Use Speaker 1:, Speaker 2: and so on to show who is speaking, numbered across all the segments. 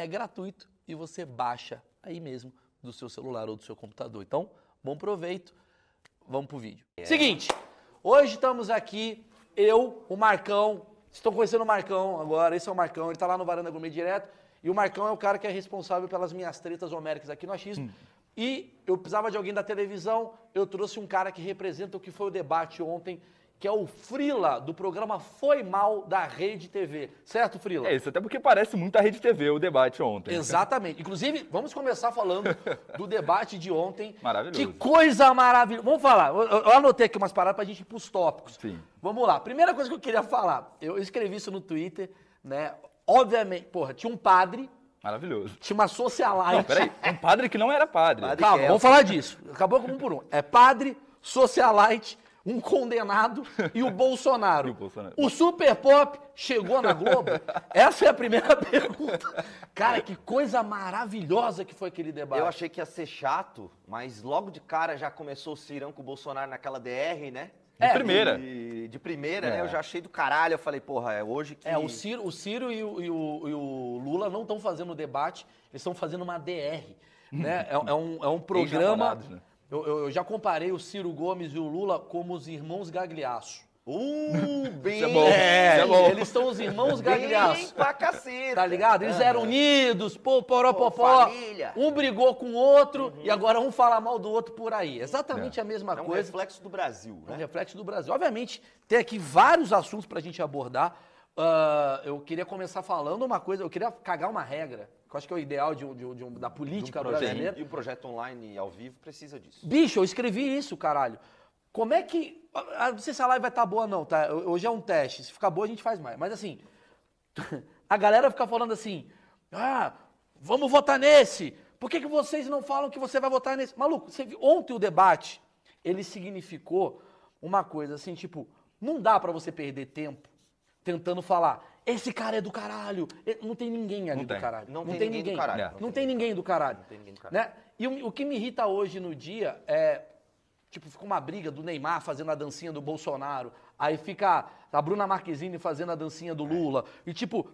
Speaker 1: é gratuito e você baixa aí mesmo do seu celular ou do seu computador. Então, bom proveito. Vamos pro vídeo. Seguinte, hoje estamos aqui eu, o Marcão, estou conhecendo o Marcão agora, esse é o Marcão, ele está lá no Varanda Gourmet direto, e o Marcão é o cara que é responsável pelas minhas tretas homéricas aqui no achismo. E eu precisava de alguém da televisão, eu trouxe um cara que representa o que foi o debate ontem, que é o Frila, do programa Foi Mal da Rede TV. Certo, Frila?
Speaker 2: É isso, até porque parece muito a Rede TV o debate ontem.
Speaker 1: Exatamente. Inclusive, vamos começar falando do debate de ontem.
Speaker 2: Maravilhoso.
Speaker 1: Que coisa maravilhosa. Vamos falar. Eu, eu anotei aqui umas paradas pra gente ir pros tópicos.
Speaker 2: Sim.
Speaker 1: Vamos lá. Primeira coisa que eu queria falar. Eu escrevi isso no Twitter, né? Obviamente, porra, tinha um padre,
Speaker 2: Maravilhoso.
Speaker 1: tinha uma
Speaker 2: Não,
Speaker 1: socialite.
Speaker 2: peraí, um padre que não era padre.
Speaker 3: Padre.
Speaker 1: Calma,
Speaker 3: Kelso.
Speaker 1: vamos falar disso. Acabou com um por um. É padre, socialite, um condenado e o Bolsonaro.
Speaker 2: E o Bolsonaro.
Speaker 1: O Super Pop chegou na Globo? Essa é a primeira pergunta. Cara, que coisa maravilhosa que foi aquele debate.
Speaker 3: Eu achei que ia ser chato, mas logo de cara já começou o Cirão com o Bolsonaro naquela DR, né?
Speaker 2: De primeira.
Speaker 3: De, de primeira,
Speaker 2: É.
Speaker 3: né? Eu já achei do caralho. Eu falei, porra, é hoje que.
Speaker 1: É, o Ciro, o Ciro e, o, e o- e o Lula não estão fazendo debate, eles estão fazendo uma DR. Né? É, é um, é um programa.
Speaker 2: Ex-namorados, Hum. né?
Speaker 1: Eu, eu- eu já comparei o Ciro Gomes e o Lula como os irmãos Gagliasso.
Speaker 3: Uh, bem.
Speaker 2: é bom. É, bom.
Speaker 1: eles são os irmãos
Speaker 3: Bem
Speaker 1: Gagliasso.
Speaker 3: pra caceta.
Speaker 1: Tá ligado?
Speaker 3: É.
Speaker 1: Eles eram unidos, pô, poró,
Speaker 3: Pô,
Speaker 1: popó.
Speaker 3: família. Uhum.
Speaker 1: Um brigou com o outro e agora um fala mal do outro por aí. Exatamente a mesma
Speaker 3: É um
Speaker 1: coisa.
Speaker 3: reflexo do Brasil,
Speaker 1: É um
Speaker 3: né?
Speaker 1: reflexo do Brasil. Obviamente, tem aqui vários assuntos pra gente abordar. Ah, eu queria começar falando uma coisa, eu queria cagar uma regra, que eu acho que é o ideal de um- de um- de um- da política brasileira.
Speaker 3: E o projeto online ao vivo precisa disso.
Speaker 1: Bicho, eu escrevi isso, caralho. Como é que. ah, Não sei se a live vai estar boa, não, tá? Hoje é um teste. Se ficar boa, a gente faz mais. Mas assim, a galera fica falando assim: ah, vamos votar nesse. Por que, que vocês não falam que você vai votar nesse? Maluco, você viu? ontem o debate, ele significou uma coisa assim, tipo, não dá pra você perder tempo tentando falar, esse cara é do caralho. E- Não tem ninguém ali
Speaker 2: Não
Speaker 1: do
Speaker 2: tem.
Speaker 1: caralho.
Speaker 3: Não tem ninguém do caralho.
Speaker 1: Não,
Speaker 3: Não
Speaker 1: tem, ninguém do caralho.
Speaker 3: Não tem ninguém do caralho.
Speaker 1: Né? E o, o que me irrita hoje no dia é. Tipo, fica uma briga do Neymar fazendo a dancinha do Bolsonaro. Aí fica a Bruna Marquezine fazendo a dancinha do Lula. E, tipo,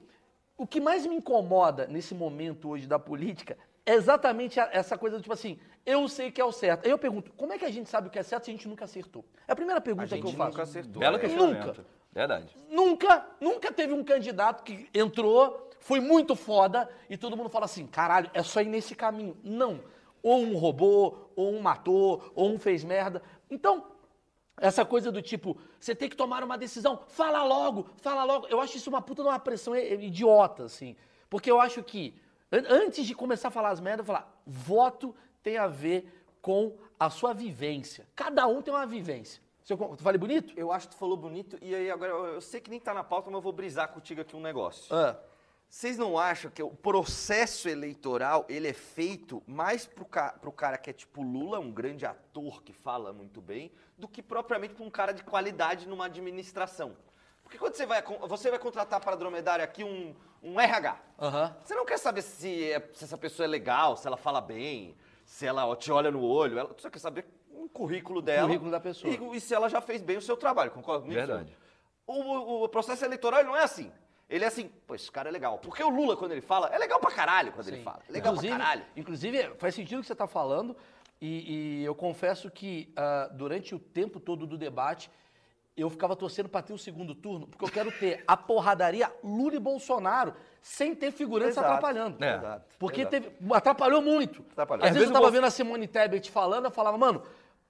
Speaker 1: o que mais me incomoda nesse momento hoje da política é exatamente a- essa coisa do tipo assim: eu sei que é o certo. Aí eu pergunto, como é que a gente sabe o que é certo se a gente nunca acertou? É a primeira
Speaker 3: A
Speaker 1: pergunta
Speaker 3: gente
Speaker 1: que eu faço.
Speaker 3: nunca acertou.
Speaker 2: um Belo
Speaker 3: é.
Speaker 2: questionamento.
Speaker 1: Nunca.
Speaker 2: Verdade.
Speaker 1: Nunca, nunca teve um candidato que entrou, foi muito foda e todo mundo fala assim: caralho, é só ir nesse caminho. Não. Ou um roubou, ou um matou, ou um fez merda. Então, essa coisa do tipo, você tem que tomar uma decisão, fala logo, fala logo. Eu acho isso uma puta de uma pressão i- idiota, assim. Porque eu acho que, an- antes de começar a falar as merdas, eu falar, voto tem a ver com a sua vivência. Cada um tem uma vivência. Se eu con- falei bonito?
Speaker 3: Eu acho que tu falou bonito, e aí agora eu eu sei que nem tá na pauta, mas eu vou brisar contigo aqui um negócio.
Speaker 1: Ah.
Speaker 3: Vocês não acham que o processo eleitoral ele é feito mais pro, ca pro cara que é tipo Lula, um grande ator que fala muito bem, do que propriamente pra um cara de qualidade numa administração? Porque quando você vai, con- você vai contratar para dromedário aqui um, um RH,
Speaker 1: Aham.
Speaker 3: você não quer saber se, é- se essa pessoa é legal, se ela fala bem, se ela ó, te olha no olho, ela, tu só quer saber um currículo dela.
Speaker 1: currículo da pessoa.
Speaker 3: E, e se ela já fez bem o seu trabalho, concorda comigo?
Speaker 2: Verdade.
Speaker 3: O, o- o processo eleitoral ele não é assim. Ele é assim, pô, esse cara é legal. Porque o Lula, quando ele fala, é legal pra caralho quando ele
Speaker 1: Sim.
Speaker 3: fala. É legal pra caralho.
Speaker 1: Inclusive, faz sentido o que você tá está falando. E, e eu confesso que ah, durante o tempo todo do debate, Eu ficava torcendo pra ter o segundo turno, porque eu quero ter a porradaria Lula e Bolsonaro sem ter figurantes
Speaker 3: Exato,
Speaker 1: atrapalhando.
Speaker 2: É.
Speaker 3: exato,
Speaker 1: Porque
Speaker 3: exato.
Speaker 1: teve- atrapalhou muito.
Speaker 3: Atrapalhou.
Speaker 1: Às,
Speaker 2: Às
Speaker 1: vezes eu
Speaker 2: vezes o
Speaker 1: tava
Speaker 2: Bolso-
Speaker 1: vendo a Simone Tebet falando, eu falava, mano,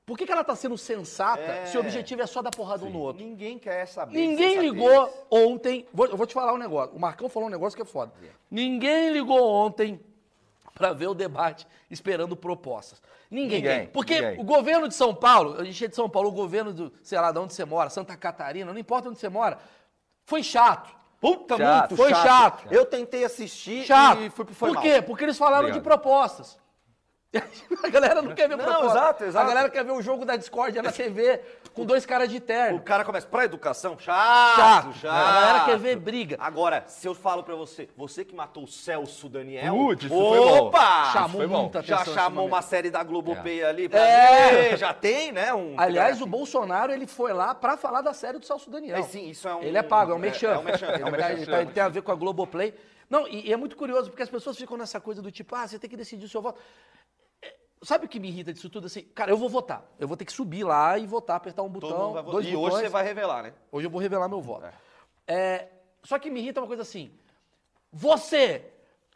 Speaker 1: por que, que ela tá sendo sensata
Speaker 3: É.
Speaker 1: se o objetivo é só dar porrada um no outro?
Speaker 3: Ninguém quer saber.
Speaker 1: Ninguém
Speaker 3: sensatez.
Speaker 1: ligou ontem. vou- eu vou te falar um negócio. O Marcão falou um negócio que é foda. Ninguém ligou ontem pra ver o debate esperando propostas. Ninguém.
Speaker 2: Ninguém,
Speaker 1: Porque
Speaker 2: ninguém.
Speaker 1: o governo de São Paulo, a gente é de São Paulo, o governo do, sei lá, de onde você mora, Santa Catarina, não importa onde você mora, foi chato. Puta, muito
Speaker 2: Chato,
Speaker 1: foi chato.
Speaker 3: Eu tentei assistir
Speaker 1: Chato.
Speaker 3: e fui pro foi
Speaker 1: Por
Speaker 3: mal.
Speaker 1: quê? Porque eles falaram de
Speaker 2: Obrigado.
Speaker 1: propostas. A galera não quer ver
Speaker 3: Não,
Speaker 1: propostas.
Speaker 3: exato, exato.
Speaker 1: A galera quer ver o jogo da discórdia na TV com dois caras de terno
Speaker 3: O cara começa, pra educação, chato,
Speaker 1: chato. É, né?
Speaker 3: chato.
Speaker 1: A galera quer ver briga.
Speaker 3: Agora, se eu falo pra você, você que matou o Celso Daniel,
Speaker 2: Putz, isso foi bom.
Speaker 3: opa!
Speaker 1: Chamou
Speaker 2: foi bom.
Speaker 1: muita atenção.
Speaker 3: Ah, já
Speaker 1: esse
Speaker 3: chamou
Speaker 1: momento.
Speaker 3: uma série da Globopay ali pra
Speaker 1: É.
Speaker 3: ver, já tem, né? Um,
Speaker 1: Aliás, o Bolsonaro ele foi lá pra falar da série do Celso Daniel.
Speaker 3: É, sim, isso é um-
Speaker 1: Ele é pago, é um mexão.
Speaker 3: é um merchan, é um merchan.
Speaker 1: ele, tá- ele tem a ver com a Globoplay. Não, e, e é muito curioso, porque as pessoas ficam nessa coisa do tipo, ah, você tem que decidir o seu voto. É, Sabe o que me irrita disso tudo? Assim, cara, eu vou votar. Eu vou ter que subir lá e votar, apertar um
Speaker 3: todo
Speaker 1: botão,
Speaker 3: mundo vai votar.
Speaker 1: dois
Speaker 3: E
Speaker 1: botões.
Speaker 3: hoje você vai revelar, né?
Speaker 1: Hoje eu vou revelar meu voto. É, só que me irrita uma coisa assim. Você.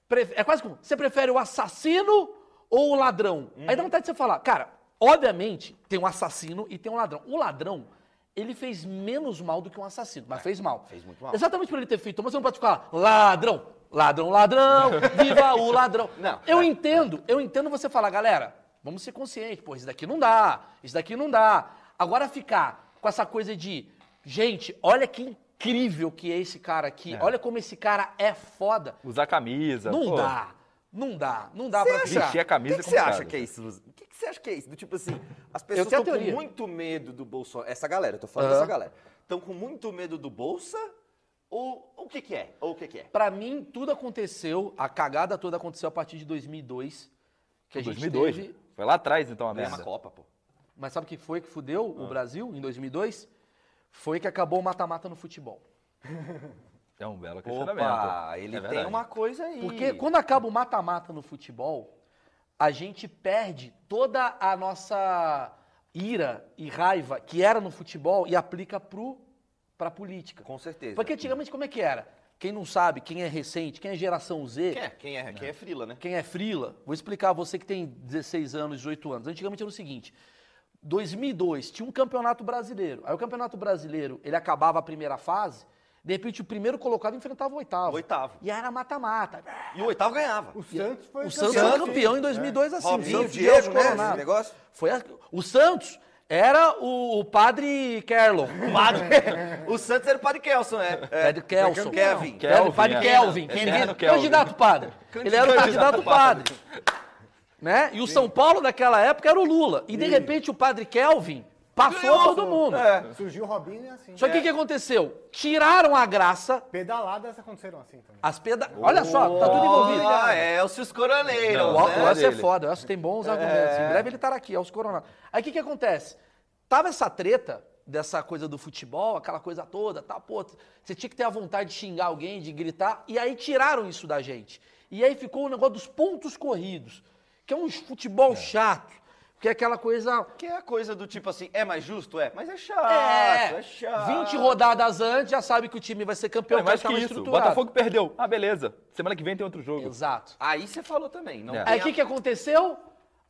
Speaker 1: pref- É quase como. Você prefere o assassino ou o ladrão? Aí
Speaker 3: Uhum.
Speaker 1: dá vontade de você falar. Cara, obviamente tem um assassino e tem um ladrão. O ladrão, ele fez menos mal do que um assassino, mas fez mal.
Speaker 3: É, fez muito mal.
Speaker 1: Exatamente por ele ter feito. Mas você não pode ficar ladrão, ladrão, ladrão, viva o ladrão.
Speaker 3: Não,
Speaker 1: Eu
Speaker 3: não.
Speaker 1: entendo, eu entendo você falar, galera, vamos ser conscientes, pô, isso daqui não dá, isso daqui não dá. Agora ficar com essa coisa de, gente, olha que incrível que é esse cara aqui, olha como esse cara é foda.
Speaker 2: Usar camisa.
Speaker 1: Não
Speaker 2: pô.
Speaker 1: dá, não dá, não dá
Speaker 3: Você
Speaker 1: pra
Speaker 2: acha?
Speaker 1: ficar.
Speaker 2: Vestir a camisa
Speaker 3: O que, que
Speaker 2: é
Speaker 3: você
Speaker 2: complicado.
Speaker 3: acha que é isso, Luz? O que, que você acha que é isso? Do tipo assim, as
Speaker 1: tenho
Speaker 3: pessoas
Speaker 1: a
Speaker 3: estão com
Speaker 1: teoria.
Speaker 3: muito medo do Bolsonaro. Essa galera, eu tô falando
Speaker 1: Aham.
Speaker 3: dessa galera. Estão com muito medo do Bolsa ou ou o que que é? Ou o que que é?
Speaker 1: Pra mim, tudo aconteceu, a cagada toda aconteceu a partir de 2002, que a gente
Speaker 2: 2002.
Speaker 1: teve...
Speaker 2: Foi lá atrás, então, a
Speaker 3: É uma
Speaker 2: merda.
Speaker 3: Copa, pô.
Speaker 1: Mas sabe o que foi que fudeu o Brasil em 2002? Foi que acabou o mata-mata no futebol.
Speaker 2: É um belo questionamento.
Speaker 3: Opa, ele
Speaker 2: É
Speaker 3: tem
Speaker 2: verdade.
Speaker 3: uma coisa aí.
Speaker 1: Porque quando acaba o mata-mata no futebol, a gente perde toda a nossa ira e raiva que era no futebol e aplica pro, pra política.
Speaker 3: Com certeza.
Speaker 1: Porque antigamente como é que era? Quem não sabe, quem é recente, quem é geração Z,
Speaker 3: Quem é? Quem é, quem é frila, né?
Speaker 1: quem é frila, vou explicar a você que tem 16 anos, 18 anos. Antigamente era o seguinte, 2002 tinha um campeonato brasileiro. Aí o campeonato brasileiro, ele acabava a primeira fase, de repente o primeiro colocado enfrentava o oitavo.
Speaker 3: Oitavo.
Speaker 1: E era mata-mata.
Speaker 3: E o oitavo ganhava.
Speaker 4: O Santos foi
Speaker 1: O Santos
Speaker 4: campeão.
Speaker 1: foi campeão em 2002 assim.
Speaker 3: Robinho,
Speaker 1: o Santos
Speaker 3: Diego,
Speaker 1: Deus
Speaker 3: né,
Speaker 1: coronado.
Speaker 3: esse negócio?
Speaker 1: Foi a- O Santos era o, o padre Kerlon.
Speaker 3: Padre.
Speaker 1: É.
Speaker 3: o Santos era o Padre Kelson, é. é.
Speaker 1: Padre Kelson.
Speaker 3: Kevin.
Speaker 1: Era o
Speaker 2: Kelvin,
Speaker 1: padre
Speaker 2: é.
Speaker 1: Kelvin.
Speaker 2: Kelvin.
Speaker 1: Ninguém-
Speaker 2: Era o Kelvin.
Speaker 1: Candidato padre. Ele era o candidato
Speaker 2: Candidato
Speaker 1: padre. Né? E o São Paulo naquela época era o Lula. E de repente o padre Kelvin passou
Speaker 3: Ganhou.
Speaker 1: todo mundo.
Speaker 4: Surgiu o Robinho e assim.
Speaker 1: Só que o que aconteceu? Tiraram a graça,
Speaker 4: Pedaladas aconteceram assim também.
Speaker 1: as peda... Olha só, tá tudo envolvido.
Speaker 3: Ah, é, os seus coroneiros,
Speaker 2: Não,
Speaker 1: O Al-
Speaker 3: né?
Speaker 1: o Elcio é
Speaker 2: dele.
Speaker 1: foda, o Elcio tem bons argumentos. Em breve ele estará aqui, Elcio Coronado. Aí o que, que acontece? Tava essa treta dessa coisa do futebol, aquela coisa toda, tá, pô, você tinha que ter a vontade de xingar alguém, de gritar, e aí tiraram isso da gente. E aí ficou o negócio dos pontos corridos, que é um futebol chato, que é aquela coisa...
Speaker 3: Que é a coisa do tipo assim, é mais justo? É, mas é chato, é,
Speaker 1: É,
Speaker 3: chato.
Speaker 1: 20 rodadas antes, já sabe que o time vai ser campeão,
Speaker 2: É, mais
Speaker 1: tá
Speaker 2: que
Speaker 1: mais
Speaker 2: isso.
Speaker 1: estruturado.
Speaker 2: Botafogo perdeu. Ah, beleza. Semana que vem tem outro jogo.
Speaker 1: Exato.
Speaker 3: Aí você falou também. Não
Speaker 2: É.
Speaker 3: tem
Speaker 1: Aí o que, que aconteceu?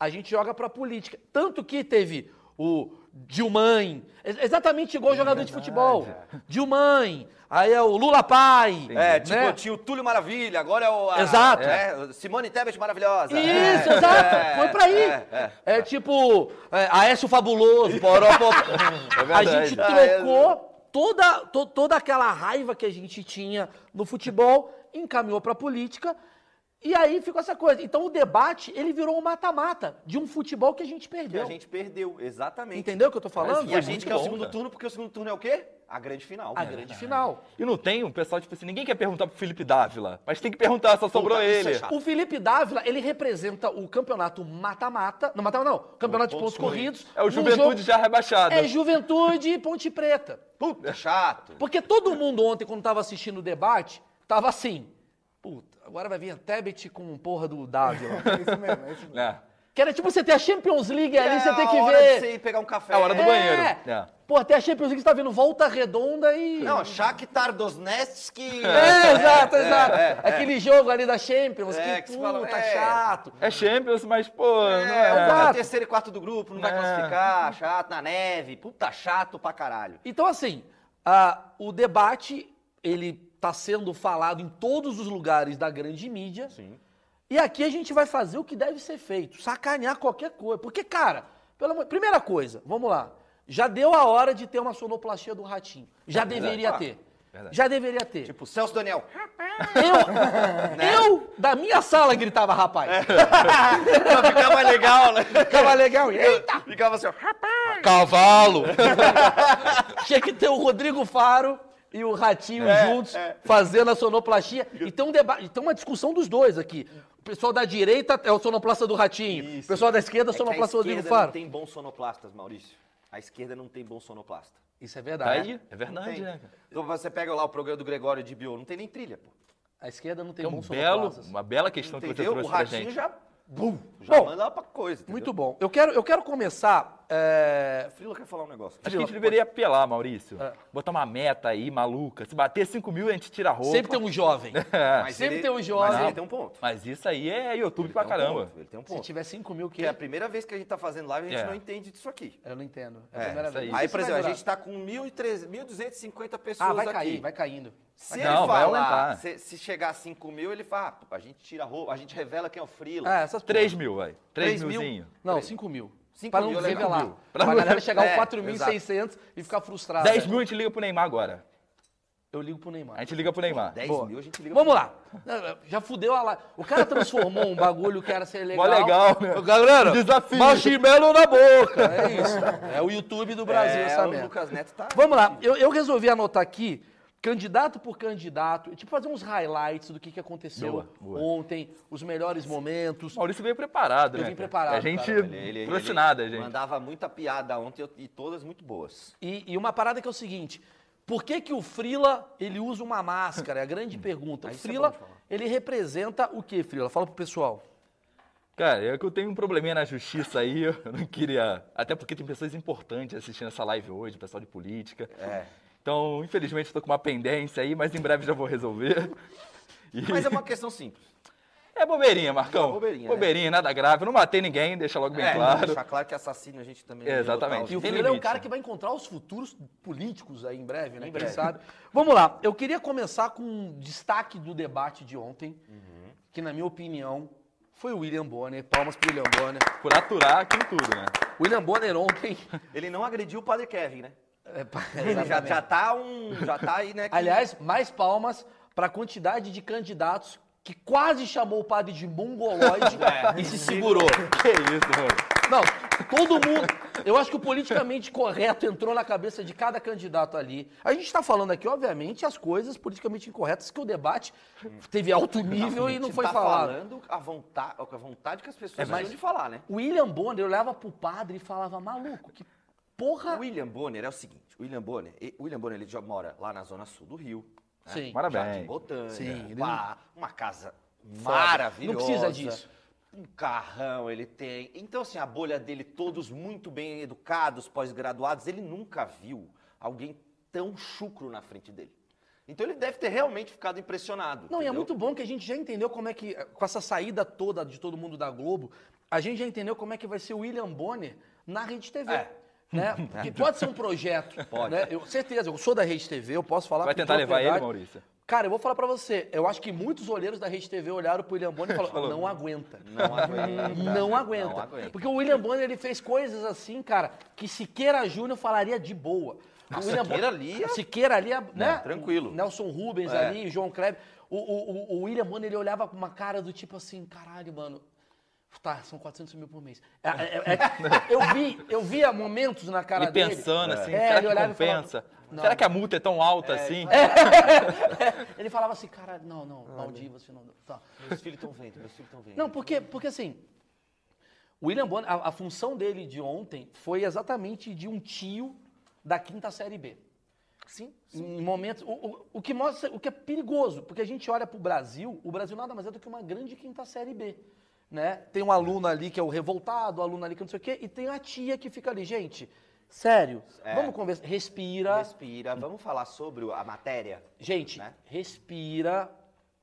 Speaker 1: A gente joga pra política. Tanto que teve o Dilmãe, ex- exatamente igual
Speaker 3: É
Speaker 1: jogador de futebol. Dilmãe, aí é o Lula Pai.
Speaker 3: a... É, tipo,
Speaker 1: né?
Speaker 3: tinha o Túlio Maravilha, agora é o... a-
Speaker 1: Exato.
Speaker 3: é, Simone Tebet maravilhosa.
Speaker 1: Isso,
Speaker 3: É,
Speaker 1: exato.
Speaker 3: é,
Speaker 1: Foi pra aí.
Speaker 3: é, é.
Speaker 1: É, tipo é, Aécio Fabuloso, Poró, A
Speaker 2: É verdade.
Speaker 1: gente
Speaker 3: Ah, é.
Speaker 1: trocou toda, to- toda aquela raiva que a gente tinha no futebol, encaminhou pra política. E aí ficou essa coisa. Então o debate, ele virou um mata-mata de um futebol que a gente
Speaker 3: Que
Speaker 1: perdeu.
Speaker 3: a gente perdeu, exatamente.
Speaker 1: Entendeu o que eu tô falando?
Speaker 3: E a
Speaker 2: Foi
Speaker 3: gente
Speaker 2: muito
Speaker 3: quer o
Speaker 2: bom,
Speaker 3: segundo
Speaker 2: cara.
Speaker 3: turno, porque o segundo turno é o quê? A grande final.
Speaker 1: A
Speaker 3: né?
Speaker 1: grande final.
Speaker 2: E não tem um pessoal, tipo assim, ninguém quer perguntar pro Felipe Dávila. Mas tem que perguntar, só sobrou
Speaker 3: Puta, isso é
Speaker 2: ele.
Speaker 3: chato.
Speaker 1: O Felipe Dávila, ele representa o campeonato mata-mata. Não, mata-mata não. Campeonato de
Speaker 3: Pontos
Speaker 1: pontos corridos.
Speaker 2: É o
Speaker 1: num
Speaker 2: Juventude
Speaker 1: jogo-
Speaker 2: já rebaixado.
Speaker 1: É Juventude e Ponte Preta.
Speaker 3: Puta, é chato.
Speaker 1: Porque todo mundo ontem, quando tava assistindo o debate, tava assim. Puta, agora vai vir a Tebet com porra do Dávila.
Speaker 4: É isso mesmo, é isso mesmo.
Speaker 2: É.
Speaker 1: Que era tipo você ter a Champions League ali,
Speaker 3: É
Speaker 1: você tem que
Speaker 3: a hora de
Speaker 1: ver.
Speaker 3: você ir pegar um café.
Speaker 2: É a hora do
Speaker 1: É.
Speaker 2: banheiro. É.
Speaker 1: Pô, até a Champions League você tá vendo volta redonda e.
Speaker 3: Não, Shakhtar é. Donetsk.
Speaker 1: É, exato, exato. Aquele jogo ali da Champions,
Speaker 3: É,
Speaker 1: que,
Speaker 3: que você
Speaker 1: puta,
Speaker 3: fala, é.
Speaker 1: chato.
Speaker 2: É Champions, mas, pô, não
Speaker 3: É, um
Speaker 2: é.
Speaker 3: vai
Speaker 1: exato.
Speaker 3: terceiro e quarto do grupo, não vai
Speaker 2: É.
Speaker 3: classificar, chato, na neve, puta chato pra caralho.
Speaker 1: Então, assim, ah, o debate, ele tá sendo falado em todos os lugares da grande mídia.
Speaker 3: Sim.
Speaker 1: E aqui a gente vai fazer o que deve ser feito, sacanear qualquer coisa. Porque, cara, pelo amor- primeira coisa, vamos lá. Já deu a hora de ter uma sonoplastia do ratinho.
Speaker 3: É
Speaker 1: Já deveria ter.
Speaker 2: Verdade.
Speaker 1: Já deveria ter.
Speaker 3: Ah, Tipo, né? Celso Daniel.
Speaker 1: Eu, eu, da minha sala, gritava rapaz.
Speaker 3: É. Não, ficava legal, né?
Speaker 1: Ficava legal. Eita!
Speaker 3: Ficava assim, ó.
Speaker 2: Cavalo!
Speaker 1: Tinha que ter o Rodrigo Faro e o Ratinho
Speaker 3: É,
Speaker 1: juntos fazendo a sonoplastia. E tem, um deba- e tem uma discussão dos dois aqui. O pessoal da direita é o sonoplasta do Ratinho. O pessoal da esquerda é o
Speaker 3: É que
Speaker 1: sonoplasta do
Speaker 3: a
Speaker 1: Rodrigo
Speaker 3: esquerda
Speaker 1: Faro.
Speaker 3: não tem bons sonoplastas, Maurício. A esquerda não tem bom sonoplasta.
Speaker 1: Isso é
Speaker 2: Tá
Speaker 1: verdade.
Speaker 2: aí, é verdade,
Speaker 3: Tem.
Speaker 2: né, cara?
Speaker 3: Então você pega lá o programa do Gregório de Bio, não tem nem trilha, pô.
Speaker 1: A esquerda não tem
Speaker 2: É um
Speaker 1: bons
Speaker 2: belo,
Speaker 1: sonoplastas.
Speaker 2: uma bela questão que você
Speaker 3: Entendeu? O
Speaker 2: trouxe pra
Speaker 3: ratinho
Speaker 2: gente.
Speaker 3: já, bum, já
Speaker 1: Bom,
Speaker 3: manda pra coisa. Entendeu?
Speaker 1: Muito bom. Eu quero, eu quero começar. é,
Speaker 3: A Frila quer falar um negócio.
Speaker 2: Acho que a gente deveria apelar, Maurício.
Speaker 1: É.
Speaker 2: Botar uma meta aí, maluca. Se bater 5 mil, a gente tira a roupa.
Speaker 1: Sempre tem um jovem.
Speaker 3: Mas
Speaker 1: sempre
Speaker 3: ele-
Speaker 1: tem um jovem.
Speaker 3: Mas ele tem um ponto.
Speaker 2: Mas isso aí é YouTube
Speaker 3: Ele
Speaker 2: pra
Speaker 3: tem um
Speaker 2: caramba.
Speaker 3: ponto, Ele tem um
Speaker 1: Se
Speaker 3: ponto.
Speaker 1: tiver 5 mil, que
Speaker 3: Porque é a primeira vez que a gente tá fazendo live, a gente
Speaker 2: É.
Speaker 3: não entende disso aqui.
Speaker 1: Eu não entendo. É a primeira
Speaker 2: isso aí.
Speaker 1: vez.
Speaker 3: Aí,
Speaker 1: Isso vai
Speaker 3: por exemplo, a
Speaker 1: durar.
Speaker 3: gente tá com 1.300, 1.250 pessoas
Speaker 1: Ah, vai
Speaker 3: aqui.
Speaker 1: cair, vai caindo.
Speaker 3: Se
Speaker 2: Não,
Speaker 3: ele
Speaker 2: vai
Speaker 3: falar,
Speaker 2: aumentar.
Speaker 3: se, se chegar a 5 mil, ele fala, ah, pô, a gente tira a roupa, a gente revela quem é o Frila.
Speaker 1: Ah, essas
Speaker 2: 3 mil, vai. 3
Speaker 3: Três mil?
Speaker 2: milzinho.
Speaker 1: Não, 5 mil.
Speaker 3: Cinco
Speaker 1: para não
Speaker 3: mil é legal.
Speaker 1: revelar.
Speaker 3: Mil.
Speaker 1: Pra, a galera chegar
Speaker 3: É,
Speaker 1: ao 4.600 e ficar frustrada.
Speaker 2: 10 mil a gente liga pro Neymar agora.
Speaker 1: Eu ligo pro
Speaker 2: A
Speaker 1: Neymar.
Speaker 2: gente liga pro Neymar.
Speaker 3: 10
Speaker 1: Boa.
Speaker 3: mil a gente liga
Speaker 1: Vamos lá. Já fudeu a live. O cara transformou um bagulho que era ser
Speaker 2: Mó
Speaker 1: legal.
Speaker 2: legal, né?
Speaker 1: Galera,
Speaker 2: Desafio.
Speaker 1: marshmallow na boca. É isso. É o YouTube do Brasil,
Speaker 3: é,
Speaker 1: essa
Speaker 3: o
Speaker 1: merda.
Speaker 3: Lucas Neto tá...
Speaker 1: Vamos lá, eu, eu resolvi anotar aqui, candidato por candidato, tipo fazer uns highlights do que, que aconteceu
Speaker 2: Boa, boa.
Speaker 1: ontem, os melhores momentos.
Speaker 2: Maurício veio preparado,
Speaker 1: Eu
Speaker 2: né?
Speaker 1: vim
Speaker 2: cara?
Speaker 1: preparado,
Speaker 2: A gente
Speaker 1: cara.
Speaker 2: trouxe nada, gente.
Speaker 3: Mandava muita piada ontem eu- e todas muito boas.
Speaker 1: E, e uma parada que é o seguinte, por que que o Frila, ele usa uma máscara? É a grande pergunta. O
Speaker 3: isso é
Speaker 1: Frila,
Speaker 3: bom de falar.
Speaker 1: ele representa o que, Frila? Fala pro pessoal.
Speaker 2: Cara, é que eu tenho um probleminha na justiça aí, eu não queria. Até porque tem pessoas importantes assistindo essa live hoje, pessoal de política.
Speaker 3: É.
Speaker 2: Então, infelizmente, eu tô com uma pendência aí, mas em breve já vou resolver. E-
Speaker 3: Mas é uma questão simples.
Speaker 2: É bobeirinha, Marcão.
Speaker 3: É bobeirinha, né?
Speaker 2: nada grave. Eu não matei ninguém, deixa logo bem
Speaker 3: É,
Speaker 2: claro.
Speaker 3: Deixar claro que assassino a gente também...
Speaker 2: É,
Speaker 3: não ia botar
Speaker 2: exatamente.
Speaker 3: os-
Speaker 1: E o
Speaker 2: Tem
Speaker 1: Frila é um
Speaker 2: limite,
Speaker 1: cara
Speaker 2: né?
Speaker 1: que vai encontrar os futuros políticos aí em breve, né? Quem
Speaker 3: breve.
Speaker 1: sabe. Vamos lá, eu queria começar com um destaque do debate de ontem,
Speaker 3: Uhum.
Speaker 1: que na minha opinião foi o William Bonner. Palmas pro William Bonner.
Speaker 2: Por aturar aquilo tudo, né?
Speaker 1: William Bonner ontem.
Speaker 3: Ele não agrediu o Padre Kevin, né?
Speaker 1: É, pá,
Speaker 3: Ele já,
Speaker 1: exatamente.
Speaker 3: já tá um... Já tá aí, né? que-
Speaker 1: Aliás, mais palmas para a quantidade de candidatos que quase chamou o padre de mongoloide
Speaker 3: É.
Speaker 1: e se segurou.
Speaker 2: Que isso, mano.
Speaker 1: Não, todo mundo. Eu acho que o politicamente correto entrou na cabeça de cada candidato ali. A gente está falando aqui, obviamente, as coisas politicamente incorretas que o debate teve alto nível
Speaker 3: A
Speaker 1: e não
Speaker 3: gente
Speaker 1: foi
Speaker 3: tá
Speaker 1: falado.
Speaker 3: falando a vontade, a vontade que as pessoas
Speaker 1: É, mas-
Speaker 3: tinham de falar, né?
Speaker 1: William Bonner olhava pro padre e falava, maluco, que porra.
Speaker 3: O William Bonner é o seguinte, o William Bonner, e- o William Bonner ele já mora lá na zona sul do Rio, né?
Speaker 1: Sim.
Speaker 2: Parabéns.
Speaker 3: Jardim Botânico,
Speaker 1: Sim, ele
Speaker 3: pá, uma casa maravilhosa.
Speaker 1: Não precisa disso.
Speaker 3: Um carrão ele tem. Então, assim, a bolha dele, todos muito bem educados, pós-graduados, ele nunca viu alguém tão chucro na frente dele. Então ele deve ter realmente ficado impressionado.
Speaker 1: Não, e é
Speaker 3: entendeu?
Speaker 1: muito bom que a gente já entendeu como é que, com essa saída toda de todo mundo da Globo, a gente já entendeu como é que vai ser o William Bonner na Rede TV.
Speaker 3: É.
Speaker 1: Né? Porque pode ser um projeto.
Speaker 3: Pode.
Speaker 1: Né? Eu, certeza, eu sou da Rede TV, eu posso falar
Speaker 2: Vai
Speaker 1: com
Speaker 2: tentar levar ele,
Speaker 1: propriedade.
Speaker 2: Maurício?
Speaker 1: Cara, eu vou falar pra você. Eu acho que muitos olheiros da Rede TV olharam pro William Bonner e falaram:
Speaker 2: Falou.
Speaker 1: não aguenta.
Speaker 3: Não aguenta.
Speaker 1: Hum, Não aguenta.
Speaker 3: Não aguenta.
Speaker 1: Porque o William Bonner ele fez coisas assim, cara, que Siqueira Júnior falaria de boa. O William
Speaker 3: Siqueira
Speaker 1: Bonner-
Speaker 3: ali é-
Speaker 1: Siqueira ali é, né?
Speaker 3: tranquilo.
Speaker 1: O Nelson Rubens
Speaker 3: É.
Speaker 1: ali, João Kleber. O, o, o- o William Bonner ele olhava com uma cara do tipo assim, caralho, mano. Tá, são 400 mil por mês. É, é, é- eu vi, eu via momentos na cara
Speaker 2: Ele
Speaker 1: dele.
Speaker 2: pensando assim,
Speaker 1: É,
Speaker 2: será
Speaker 1: ele
Speaker 2: que
Speaker 1: olhava e falava,
Speaker 2: compensa?
Speaker 1: "Não." é.
Speaker 2: Será que a multa é tão alta assim?
Speaker 1: Ele falava assim, caralho, não, não,
Speaker 3: Ah,
Speaker 1: Maldivas, não, tá.
Speaker 3: Meus filhos estão vendo, meus filhos estão vendo.
Speaker 1: Não, porque, porque assim, o William Bonner, a, a função dele de ontem foi exatamente de um tio da quinta série B.
Speaker 3: Sim,
Speaker 1: Em momentos, o, o- o que mostra, o que é perigoso, porque a gente olha pro Brasil, o Brasil nada mais é do que uma grande quinta série B. né? Tem um aluno ali que é o revoltado, o aluno ali que não sei o quê, e tem a tia que fica ali, gente. Sério,
Speaker 3: É.
Speaker 1: vamos conversar. Respira.
Speaker 3: Respira, vamos falar sobre o- a matéria?
Speaker 1: Gente,
Speaker 3: né?
Speaker 1: respira,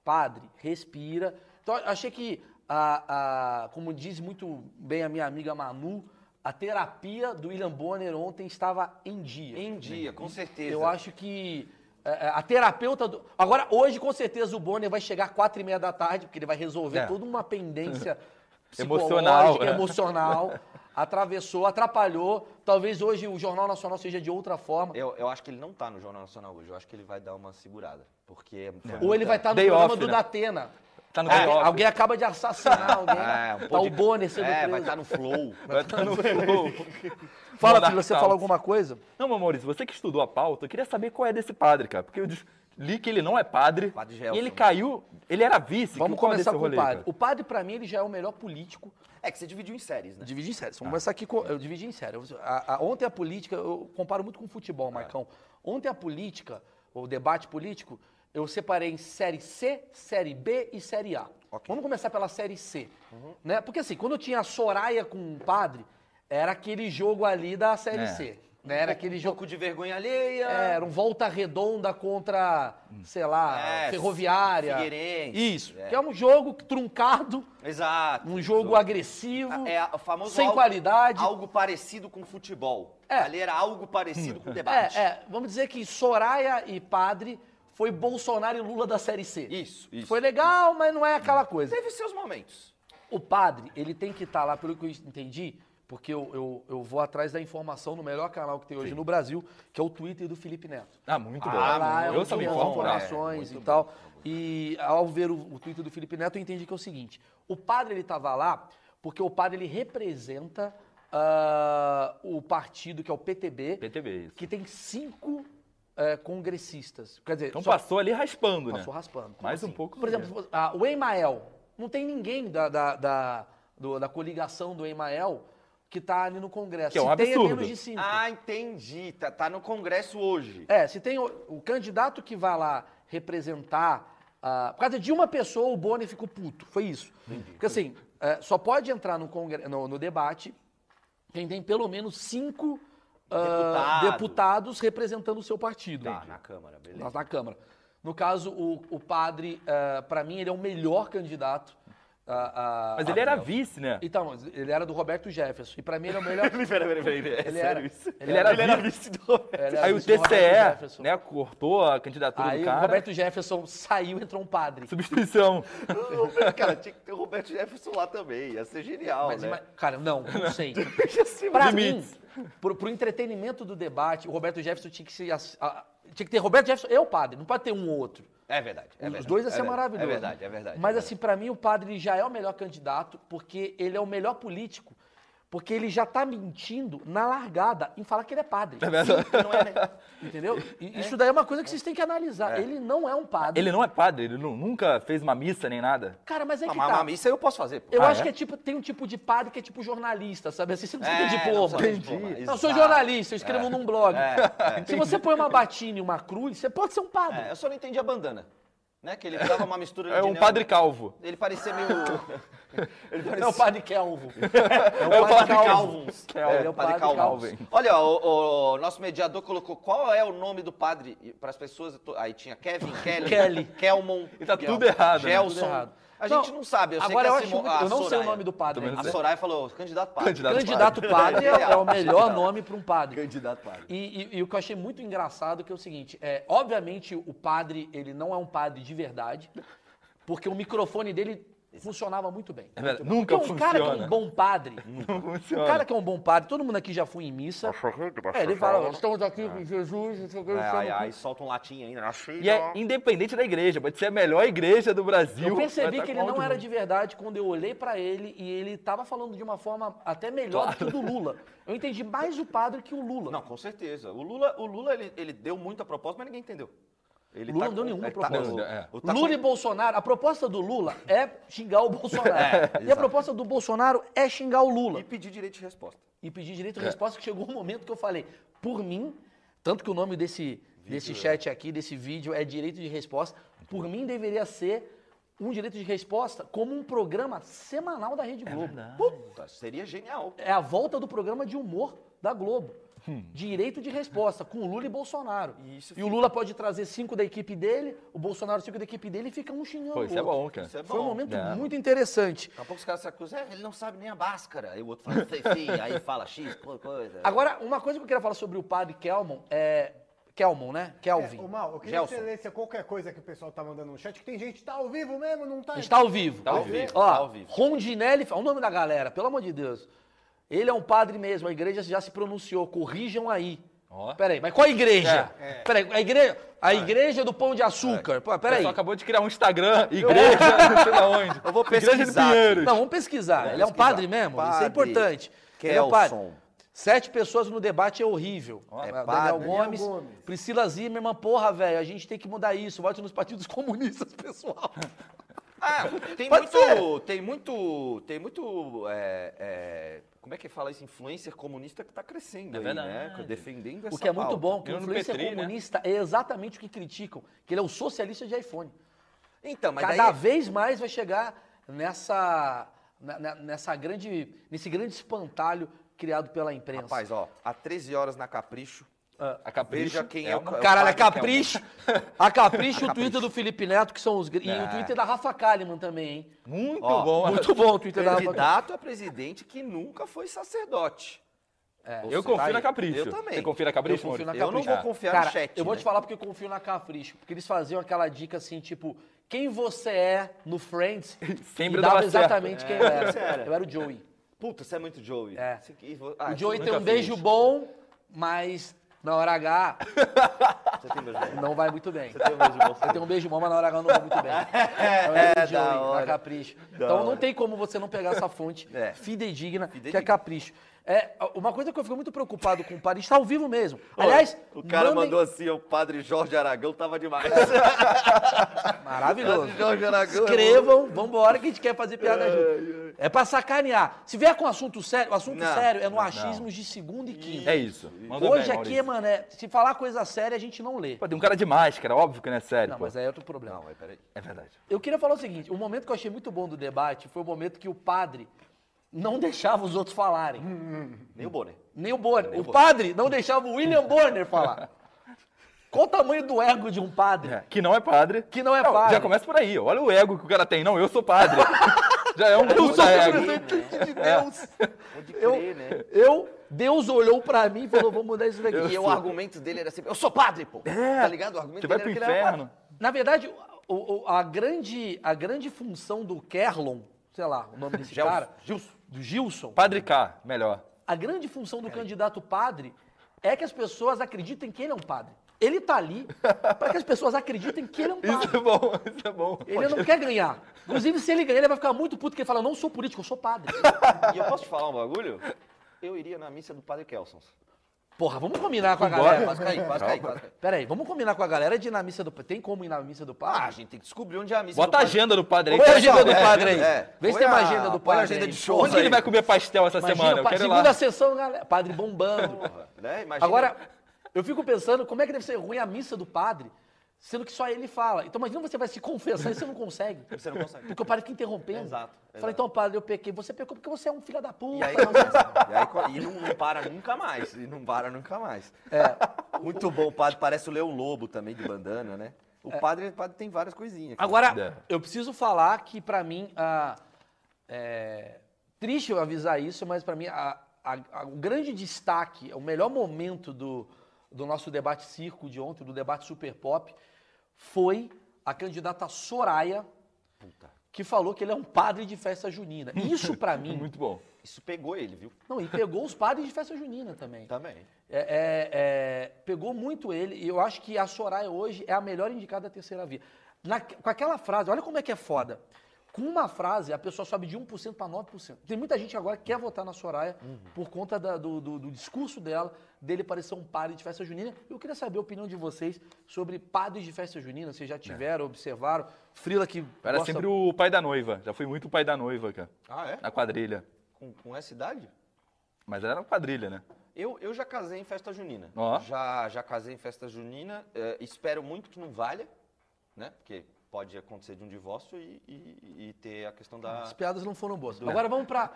Speaker 1: padre, respira. Então, eu achei que, a, a- como diz muito bem a minha amiga Manu, a terapia do William Bonner ontem estava em dia.
Speaker 3: Em dia, com certeza.
Speaker 1: Eu acho que é, é, a terapeuta do... Agora, hoje, com certeza, o Bonner vai chegar às quatro e meia da tarde, porque ele vai resolver
Speaker 2: É.
Speaker 1: toda uma pendência psicológica,
Speaker 2: Emocional, né?
Speaker 1: emocional. Atravessou, atrapalhou. Talvez hoje o Jornal Nacional seja de outra forma.
Speaker 3: Eu, eu acho que ele não tá no Jornal Nacional hoje. Eu acho que ele vai dar uma segurada. Porque. foi
Speaker 1: É. Ou ele
Speaker 3: muita-
Speaker 1: vai estar no
Speaker 2: Day
Speaker 1: programa
Speaker 2: off,
Speaker 1: do
Speaker 2: né?
Speaker 1: Datena.
Speaker 2: Tá no
Speaker 1: Alguém-
Speaker 2: playoff.
Speaker 1: Alguém acaba de assassinar alguém.
Speaker 3: É, um
Speaker 1: tá o
Speaker 3: podcast-
Speaker 1: Bonner sendo
Speaker 3: É,
Speaker 1: preso.
Speaker 3: vai estar no Flow.
Speaker 2: Vai um estar no flow.
Speaker 1: Fala,
Speaker 2: Monarch
Speaker 1: filho, você
Speaker 2: Talks.
Speaker 1: fala alguma coisa?
Speaker 2: Não, meu Maurício, você que estudou a pauta, eu queria saber qual é desse padre, cara. Porque eu des- li que ele não é padre.
Speaker 3: Padre
Speaker 2: e
Speaker 3: Gelson.
Speaker 2: ele caiu, ele era vice.
Speaker 1: Vamos
Speaker 2: qual é
Speaker 1: começar
Speaker 2: desse
Speaker 1: com
Speaker 2: rolê,
Speaker 1: o padre.
Speaker 2: cara?
Speaker 1: O padre, pra mim, ele já é o melhor político.
Speaker 3: É que você dividiu em séries, né?
Speaker 1: Divide em séries. Vamos começar aqui com. Eu dividi em séries. A- a- ontem a política, eu comparo muito com o futebol, Marcão. Ontem a política, o debate político, eu separei em série C, série B e série A. Vamos começar pela série C. Né? Porque assim, quando eu tinha a Soraya com o padre, era aquele jogo ali da série
Speaker 2: É.
Speaker 1: C. Né? Era aquele jogo
Speaker 3: Um de vergonha alheia.
Speaker 1: É, era um volta redonda contra, sei lá,
Speaker 3: É,
Speaker 1: ferroviária.
Speaker 3: Figueirense.
Speaker 1: Isso.
Speaker 3: É.
Speaker 1: Que é um jogo truncado,
Speaker 3: Exato.
Speaker 1: um jogo agressivo,
Speaker 3: É o famoso
Speaker 1: sem
Speaker 3: algo-
Speaker 1: qualidade.
Speaker 3: Algo parecido com futebol.
Speaker 1: É.
Speaker 3: Ali era algo parecido com debate.
Speaker 1: É, é, vamos dizer que Soraya e Padre foi Bolsonaro e Lula da Série C.
Speaker 3: Isso, isso.
Speaker 1: Foi legal, mas não é aquela coisa.
Speaker 3: Teve seus momentos.
Speaker 1: O padre, ele tem que estar lá, pelo que eu entendi, porque eu, eu, eu vou atrás da informação no melhor canal que tem hoje no Brasil, que é o Twitter do Felipe Neto.
Speaker 2: Ah, muito
Speaker 1: Ah,
Speaker 2: bom.
Speaker 1: lá, é um
Speaker 2: eu
Speaker 1: dos
Speaker 2: sabia
Speaker 1: meus
Speaker 2: informo, né?
Speaker 1: informações e tal. E ao ver o, o Twitter do Felipe Neto, eu entendi que é o seguinte: o padre ele estava lá porque o padre ele representa ah, o partido que é o PTB,
Speaker 2: PTB, isso.
Speaker 1: que tem cinco eh, congressistas. Quer dizer,
Speaker 2: Então
Speaker 1: só-
Speaker 2: passou ali raspando, né?
Speaker 1: passou raspando. Como assim?
Speaker 2: Mais um pouco,
Speaker 1: Por
Speaker 2: né?
Speaker 1: exemplo, se fosse- ah, o Emael. Não tem ninguém da, da, da, do- da coligação do Emael que está ali no Congresso.
Speaker 2: Que é um
Speaker 1: se tem, é
Speaker 2: absurdo.
Speaker 1: menos de cinco.
Speaker 3: Ah, entendi. Tá, tá no Congresso hoje.
Speaker 1: É, se tem o, o candidato que vai lá representar. ah, por causa de uma pessoa, o Boni ficou puto. Foi isso. Porque assim, é, só pode entrar no, congre- no- no debate quem tem pelo menos cinco ah,
Speaker 3: Deputado.
Speaker 1: deputados representando o seu partido.
Speaker 3: Tá, na Câmara, beleza.
Speaker 1: Nós na Câmara. No caso, o, o padre, para mim, ele é o melhor candidato. a- a-
Speaker 2: Mas
Speaker 1: a-
Speaker 2: ele era vice, né?
Speaker 1: Então, ele era do Roberto Jefferson. E para mim, ele é o melhor.
Speaker 3: Peraí, peraí, peraí, peraí. É
Speaker 1: Ele
Speaker 3: sério
Speaker 1: era-
Speaker 3: isso?
Speaker 1: ele era-
Speaker 3: vice do
Speaker 1: Ele era
Speaker 2: Aí o
Speaker 1: vice do Roberto
Speaker 2: TCE,
Speaker 1: Jefferson.
Speaker 2: né, cortou a candidatura
Speaker 1: Aí
Speaker 2: do
Speaker 1: o
Speaker 2: cara.
Speaker 1: Roberto Jefferson saiu, entrou um padre.
Speaker 2: Substituição.
Speaker 3: Cara, tinha que ter o Roberto Jefferson lá também. Ia ser genial,
Speaker 1: Mas,
Speaker 3: né?
Speaker 1: ima- cara, não, não sei.
Speaker 3: Ia ser
Speaker 1: Pra mim,
Speaker 2: Limites.
Speaker 1: pro, pro entretenimento do debate, o Roberto Jefferson tinha que se. ass- a- a- tinha que ter Roberto Jefferson e o padre, não pode ter um ou outro.
Speaker 3: É verdade. é
Speaker 1: Os
Speaker 3: verdade,
Speaker 1: dois ia
Speaker 3: é
Speaker 1: ser
Speaker 3: verdade,
Speaker 1: maravilhoso.
Speaker 3: É verdade, é verdade.
Speaker 1: Mas
Speaker 3: é
Speaker 1: assim, pra mim o padre ele já é o melhor candidato, porque ele é o melhor político, porque ele já tá mentindo na largada em falar que ele é padre.
Speaker 3: verdade. Não é, né?
Speaker 1: Entendeu? E Isso daí é uma coisa que vocês têm que analisar. Ele não é um padre.
Speaker 2: Ele não é padre, ele nu- nunca fez uma missa nem nada.
Speaker 1: Cara, mas é que
Speaker 3: Mas mas
Speaker 1: tá.
Speaker 3: missa eu posso fazer, pô.
Speaker 1: Eu
Speaker 2: Ah,
Speaker 1: acho
Speaker 2: é?
Speaker 1: que é tipo, tem um tipo de padre que é tipo jornalista, sabe? Assim, você não precisa ter
Speaker 3: É,
Speaker 1: diploma.
Speaker 3: não precisa de diploma,
Speaker 1: Não, eu sou
Speaker 3: exato.
Speaker 1: jornalista, eu escrevo num blog.
Speaker 3: É,
Speaker 1: Se você põe uma batina e uma cruz, você pode ser um padre.
Speaker 3: É, eu só não entendi a bandana. Né? Que ele dava uma mistura
Speaker 2: É
Speaker 3: de
Speaker 2: um
Speaker 3: neo-
Speaker 2: padre calvo.
Speaker 3: Ele parecia meio. ele parecia.
Speaker 1: É o padre Kelvo. É
Speaker 2: É o padre
Speaker 3: Calvins.
Speaker 1: Calvin.
Speaker 3: É, o padre Calvins.
Speaker 2: Calvin.
Speaker 3: Olha, o, o nosso mediador colocou qual é o nome do padre para as pessoas. eu tô- Aí tinha Kevin, Kelly,
Speaker 1: Kelly.
Speaker 3: Kelmon.
Speaker 2: E tá
Speaker 3: Gel-
Speaker 2: tudo errado, né?
Speaker 1: Tudo
Speaker 3: Gelson.
Speaker 1: errado.
Speaker 3: A gente não, sabe. Eu sei
Speaker 1: agora
Speaker 3: que a
Speaker 1: eu acho
Speaker 3: Simo-
Speaker 1: muito-
Speaker 3: a
Speaker 1: Eu não sei o
Speaker 3: Soraya-
Speaker 1: nome do padre. tá
Speaker 2: Também não
Speaker 1: ainda.
Speaker 2: sei.
Speaker 3: A Soraya falou, candidato padre.
Speaker 2: Candidato
Speaker 1: Candidato padre é, é o melhor nome para um padre.
Speaker 3: Candidato padre.
Speaker 1: E, e- e o que eu achei muito engraçado que é o seguinte, é, obviamente o padre, ele não é um padre de verdade, porque o microfone dele funcionava muito bem.
Speaker 2: É verdade, nunca
Speaker 1: Porque um cara que é um
Speaker 2: funciona.
Speaker 1: bom padre,
Speaker 2: Não
Speaker 1: um
Speaker 2: funciona.
Speaker 1: cara que é um bom padre, todo mundo aqui já foi em missa, é, ele fala, estamos aqui com Jesus, não sei o que, não sei o
Speaker 3: Ai,
Speaker 1: que."
Speaker 3: ai, solta um latim ainda.
Speaker 2: E é independente da igreja, pode ser a melhor igreja do Brasil.
Speaker 1: Eu percebi
Speaker 2: vai
Speaker 1: que
Speaker 2: estar
Speaker 1: ele não
Speaker 2: com
Speaker 1: é
Speaker 2: alto
Speaker 1: era
Speaker 2: mundo.
Speaker 1: de verdade quando eu olhei pra ele e ele tava falando de uma forma até melhor do que o do Lula. Eu entendi mais o padre que o Lula.
Speaker 3: Não, com certeza. O Lula, o Lula ele, ele deu muita proposta, mas ninguém entendeu. Ele tá
Speaker 1: Lula não deu nenhuma
Speaker 3: ele
Speaker 1: proposta.
Speaker 3: o-
Speaker 2: É.
Speaker 3: o- tá
Speaker 1: Lula e
Speaker 3: com-
Speaker 1: Bolsonaro, a proposta do Lula é xingar o Bolsonaro. e a
Speaker 3: É, exato.
Speaker 1: proposta do Bolsonaro é xingar o
Speaker 3: e É.
Speaker 1: Lula.
Speaker 3: pediu direito de resposta.
Speaker 1: E pedir direito à resposta, que chegou um momento que eu falei, por mim, tanto que o nome é desse, desse chat aqui, desse vídeo, é direito de resposta, por mim deveria ser um direito de resposta como um programa semanal da Rede
Speaker 3: É
Speaker 1: Globo.
Speaker 3: Puta, Tá, seria genial.
Speaker 1: É, a volta do programa de humor da Globo.
Speaker 2: Hum.
Speaker 1: Direito de resposta com Lula e Bolsonaro.
Speaker 3: E isso
Speaker 1: e o Lula pode trazer cinco da equipe dele, o Bolsonaro cinco da equipe dele e fica um xingando.
Speaker 2: Pô,
Speaker 1: o
Speaker 2: isso é
Speaker 1: outro.
Speaker 2: bom, cara.
Speaker 3: Isso é bom.
Speaker 1: Foi um momento
Speaker 2: É.
Speaker 1: muito interessante.
Speaker 3: Daqui a pouco os caras se acusam, é, ele não sabe nem a báscara. Aí o outro fala, sei, sim, aí fala X, co- coisa.
Speaker 1: Agora, uma coisa que eu queria falar sobre o padre Kelmon é. Kelmon, né? Kelvin.
Speaker 4: É, ô, Mal, eu queria que você lesse qualquer coisa que o pessoal tá mandando no chat, que tem gente que tá ao vivo mesmo, não tá?
Speaker 1: Está ao vivo.
Speaker 2: Tá ao vivo,
Speaker 1: Ó,
Speaker 3: tá ao vivo.
Speaker 1: Rondinelli, olha o nome da galera, pelo amor de Deus. Ele é um padre mesmo, a igreja já se pronunciou, corrijam aí.
Speaker 2: Ó.
Speaker 1: Peraí, mas qual igreja?
Speaker 2: É,
Speaker 1: Peraí, a igreja, a igreja do Pão de Açúcar. Pô,
Speaker 2: Peraí.
Speaker 1: peraí.
Speaker 2: Só acabou de criar um Instagram, igreja, não sei da onde.
Speaker 3: Eu vou
Speaker 2: Igreja de
Speaker 3: pesquisar aqui.
Speaker 2: Pinheiros.
Speaker 1: Não, vamos pesquisar. Ele é um
Speaker 3: pesquisar.
Speaker 1: padre mesmo, isso é
Speaker 3: Padre
Speaker 1: importante. Ele é um
Speaker 3: Kelson.
Speaker 1: padre. Sete pessoas no debate é horrível.
Speaker 3: É
Speaker 1: Daniel
Speaker 3: padre.
Speaker 1: Gomes,
Speaker 4: Daniel Gomes.
Speaker 1: Priscila Zimmermann, porra, velho, a gente tem que mudar isso. Vote nos partidos comunistas, pessoal.
Speaker 3: Ah, tem
Speaker 1: Pode
Speaker 3: muito, tem muito, tem muito, é, é, como é que fala isso, influencer comunista que tá crescendo
Speaker 2: É
Speaker 3: aí, né?
Speaker 2: verdade.
Speaker 3: Defendendo essa
Speaker 1: O que é muito
Speaker 3: pauta.
Speaker 1: bom, que o
Speaker 2: Eu no
Speaker 1: influencer
Speaker 2: Petri, né?
Speaker 1: comunista é exatamente o que criticam, que ele é o socialista de iPhone.
Speaker 3: Então, mas
Speaker 1: Cada
Speaker 3: daí,
Speaker 1: vez mais vai chegar nessa, na- na- nessa grande, nesse grande espantalho criado pela imprensa.
Speaker 3: rapaz, ó, há 13 horas na Capricho,
Speaker 2: A capricho
Speaker 3: veja quem é,
Speaker 2: é
Speaker 3: o...
Speaker 2: uma-
Speaker 3: é o
Speaker 1: Caralho, a
Speaker 3: padre que é o-
Speaker 1: Capricho, a Capricho, o Twitter
Speaker 3: Capricho.
Speaker 1: do Felipe Neto, que são os... gr- E o
Speaker 3: É.
Speaker 1: Twitter da Rafa Kalimann também, hein?
Speaker 2: Muito
Speaker 3: Ó,
Speaker 2: bom.
Speaker 1: Muito bom o Twitter da Rafa Kalimann.
Speaker 3: Candidato a presidente que nunca foi sacerdote. Ou
Speaker 2: Eu
Speaker 3: seja,
Speaker 2: confio
Speaker 3: tá
Speaker 2: na
Speaker 3: aí.
Speaker 2: Capricho.
Speaker 3: Eu também.
Speaker 2: Você confia na Capricho,
Speaker 1: Eu confio na
Speaker 2: Maurício?
Speaker 3: Eu não
Speaker 1: Capricho.
Speaker 3: vou confiar
Speaker 1: Cara,
Speaker 3: no chat.
Speaker 1: eu vou
Speaker 3: né?
Speaker 1: te falar porque eu confio na Capricho, porque eles faziam aquela dica assim, tipo, quem você é no Friends,
Speaker 2: Sempre
Speaker 1: e dava
Speaker 2: dava certo.
Speaker 1: exatamente quem eu era.
Speaker 3: Você era.
Speaker 1: Eu era o Joey.
Speaker 3: Puta, você é muito Joey.
Speaker 1: É.
Speaker 3: Você que- vo- ah,
Speaker 1: o Joey
Speaker 3: você
Speaker 1: tem um
Speaker 3: nunca
Speaker 1: beijo
Speaker 3: fez.
Speaker 1: bom, mas na hora H
Speaker 3: Você tem beijo bom.
Speaker 1: não vai muito bem.
Speaker 3: Você tem um beijo bom.
Speaker 1: Eu tenho um beijo bom, mas na hora H não vai muito bem. Eu era
Speaker 3: É,
Speaker 1: o
Speaker 3: da
Speaker 1: Joey, na
Speaker 3: hora.
Speaker 1: Capricho.
Speaker 3: Da
Speaker 1: então não
Speaker 3: hora.
Speaker 1: tem como você não pegar essa fonte
Speaker 3: É.
Speaker 1: fidedigna, que é
Speaker 3: Fidedigna.
Speaker 1: Capricho. É, uma coisa que eu fico muito preocupado com o Paris, está ao vivo mesmo. Aliás,
Speaker 3: o cara
Speaker 1: mandem-
Speaker 3: mandou assim, o padre Jorge Aragão tava demais.
Speaker 1: Maravilhoso.
Speaker 3: Padre Jorge Aragão é
Speaker 1: Escrevam, vambora que a gente quer fazer piada junto. É pra sacanear. Se vier com assunto sério, o assunto
Speaker 3: Não,
Speaker 1: sério é no achismos de segunda e quinta.
Speaker 2: É isso. Mandou
Speaker 1: Hoje
Speaker 2: bem,
Speaker 1: aqui, é
Speaker 2: Maurício.
Speaker 1: mané, se falar coisa séria, a gente não lê.
Speaker 2: Pô, tem um cara de máscara, óbvio que não é sério,
Speaker 1: Não,
Speaker 2: pô.
Speaker 1: mas aí é outro problema.
Speaker 3: Não, mas peraí.
Speaker 2: É verdade.
Speaker 1: Eu queria falar o seguinte: o momento que eu achei muito bom do debate foi o momento que o padre não deixava os outros falarem.
Speaker 3: Nem o Bonner.
Speaker 1: Nem o Bonner. o padre não deixava o William Bonner falar. Qual o tamanho do ego de um padre?
Speaker 2: É, Que não é padre.
Speaker 1: Que não é padre.
Speaker 2: Já começa por aí. Olha o ego que o cara tem. Não, eu sou padre. já é um
Speaker 1: Eu sou
Speaker 2: puta ego.
Speaker 1: representante de Deus.
Speaker 3: Pode
Speaker 1: né? É. Eu-
Speaker 3: crer, né?
Speaker 1: Eu, Deus olhou pra mim e falou, vou mudar isso daqui.
Speaker 3: E o argumento dele era sempre, eu sou padre, pô.
Speaker 2: É.
Speaker 3: Tá ligado? O argumento
Speaker 2: Você vai
Speaker 3: dele
Speaker 2: pro
Speaker 3: era que ele era
Speaker 2: inferno.
Speaker 1: Na verdade, o- o- a, grande, a grande função do Kerlon, sei lá o nome desse
Speaker 3: Gelson.
Speaker 1: cara, do Gilson,
Speaker 2: Padre K, melhor.
Speaker 1: a grande função
Speaker 2: É.
Speaker 1: do candidato padre é que as pessoas acreditem que ele é um padre. Ele tá ali pra que as pessoas acreditem que ele é um
Speaker 2: Isso
Speaker 1: padre.
Speaker 2: é bom, isso é bom.
Speaker 1: Ele não quer ganhar. Inclusive, se ele ganhar, ele vai ficar muito puto, porque ele fala, não sou político, eu sou padre.
Speaker 3: padre. E eu posso te falar um bagulho? Eu iria na missa do padre Kelson.
Speaker 1: Porra, vamos combinar com a
Speaker 2: Vambora.
Speaker 1: galera.
Speaker 3: Quase caí, quase caí, quase caí.
Speaker 1: Peraí, vamos combinar com a galera de ir na missa do padre. Tem como ir na missa do padre?
Speaker 3: Ah, a gente tem que descobrir onde é a missa
Speaker 2: Bota
Speaker 3: do
Speaker 2: a
Speaker 3: padre.
Speaker 2: agenda do padre aí.
Speaker 1: Põe a
Speaker 2: Onde
Speaker 1: agenda do
Speaker 3: É,
Speaker 1: padre aí.
Speaker 3: é.
Speaker 1: Vê se
Speaker 3: Põe
Speaker 1: tem uma
Speaker 3: a-
Speaker 1: agenda do
Speaker 3: põe a
Speaker 1: padre.
Speaker 3: agenda
Speaker 1: aí.
Speaker 3: de shows
Speaker 2: ele vai comer pastel essa
Speaker 1: Imagina,
Speaker 2: semana? Eu
Speaker 1: pa-
Speaker 2: quero ir
Speaker 1: segunda
Speaker 2: lá.
Speaker 1: sessão, galera. Padre bombando.
Speaker 3: Né? Imagina.
Speaker 1: Agora, eu fico pensando como é que deve ser ruim a missa do padre, sendo que só ele fala. Então imagina você vai se confessar e você não consegue.
Speaker 3: Você não consegue.
Speaker 1: Porque o padre fica interrompendo.
Speaker 3: Exato,
Speaker 1: Fala,
Speaker 3: exato.
Speaker 1: então, padre, eu pequei. Você pecou porque você é um filho da puta.
Speaker 3: E aí, e aí co- e não, não para nunca mais. E não para nunca mais. É. Muito bom, o padre parece o Leão Lobo também, de bandana, né? O padre, o padre tem várias coisinhas. cara.
Speaker 1: Agora,
Speaker 2: É.
Speaker 1: eu preciso falar que pra mim, a- é, triste eu avisar isso, mas pra mim a- a- a- o grande destaque, o melhor momento do, do nosso debate circo de ontem, do debate super pop, foi a candidata Soraya, que falou que ele é um padre de festa junina. Isso pra mim,
Speaker 2: Muito bom.
Speaker 3: Isso pegou ele, viu?
Speaker 1: não, e pegou os padres de festa junina também.
Speaker 3: Também.
Speaker 1: É, é, é, pegou muito ele e eu acho que a Soraya hoje é a melhor indicada da terceira via. Na- com aquela frase, olha como é que é foda. Com uma frase, a pessoa sobe de 1% para 9%. Tem muita gente agora que quer votar na Soraya
Speaker 2: Uhum.
Speaker 1: por conta da- do, do- do discurso dela, dele parecer um padre de festa junina. Eu queria saber a opinião de vocês sobre padres de festa junina. Vocês já tiveram, observaram? Frila que
Speaker 2: Era
Speaker 1: gosta-
Speaker 2: sempre o pai da noiva. Já fui muito o pai da noiva, cara.
Speaker 3: Ah, é?
Speaker 1: Tá.
Speaker 2: Na quadrilha.
Speaker 3: Com, com essa idade?
Speaker 2: Mas era na quadrilha, né?
Speaker 3: Eu, eu já casei em festa junina.
Speaker 2: Ó.
Speaker 3: Já, já casei em festa junina. eh, espero muito que não valha, né? Porque pode acontecer de um divórcio e, e- e ter a questão da.
Speaker 1: As piadas não foram boas.
Speaker 2: É.
Speaker 1: Agora vamos pra.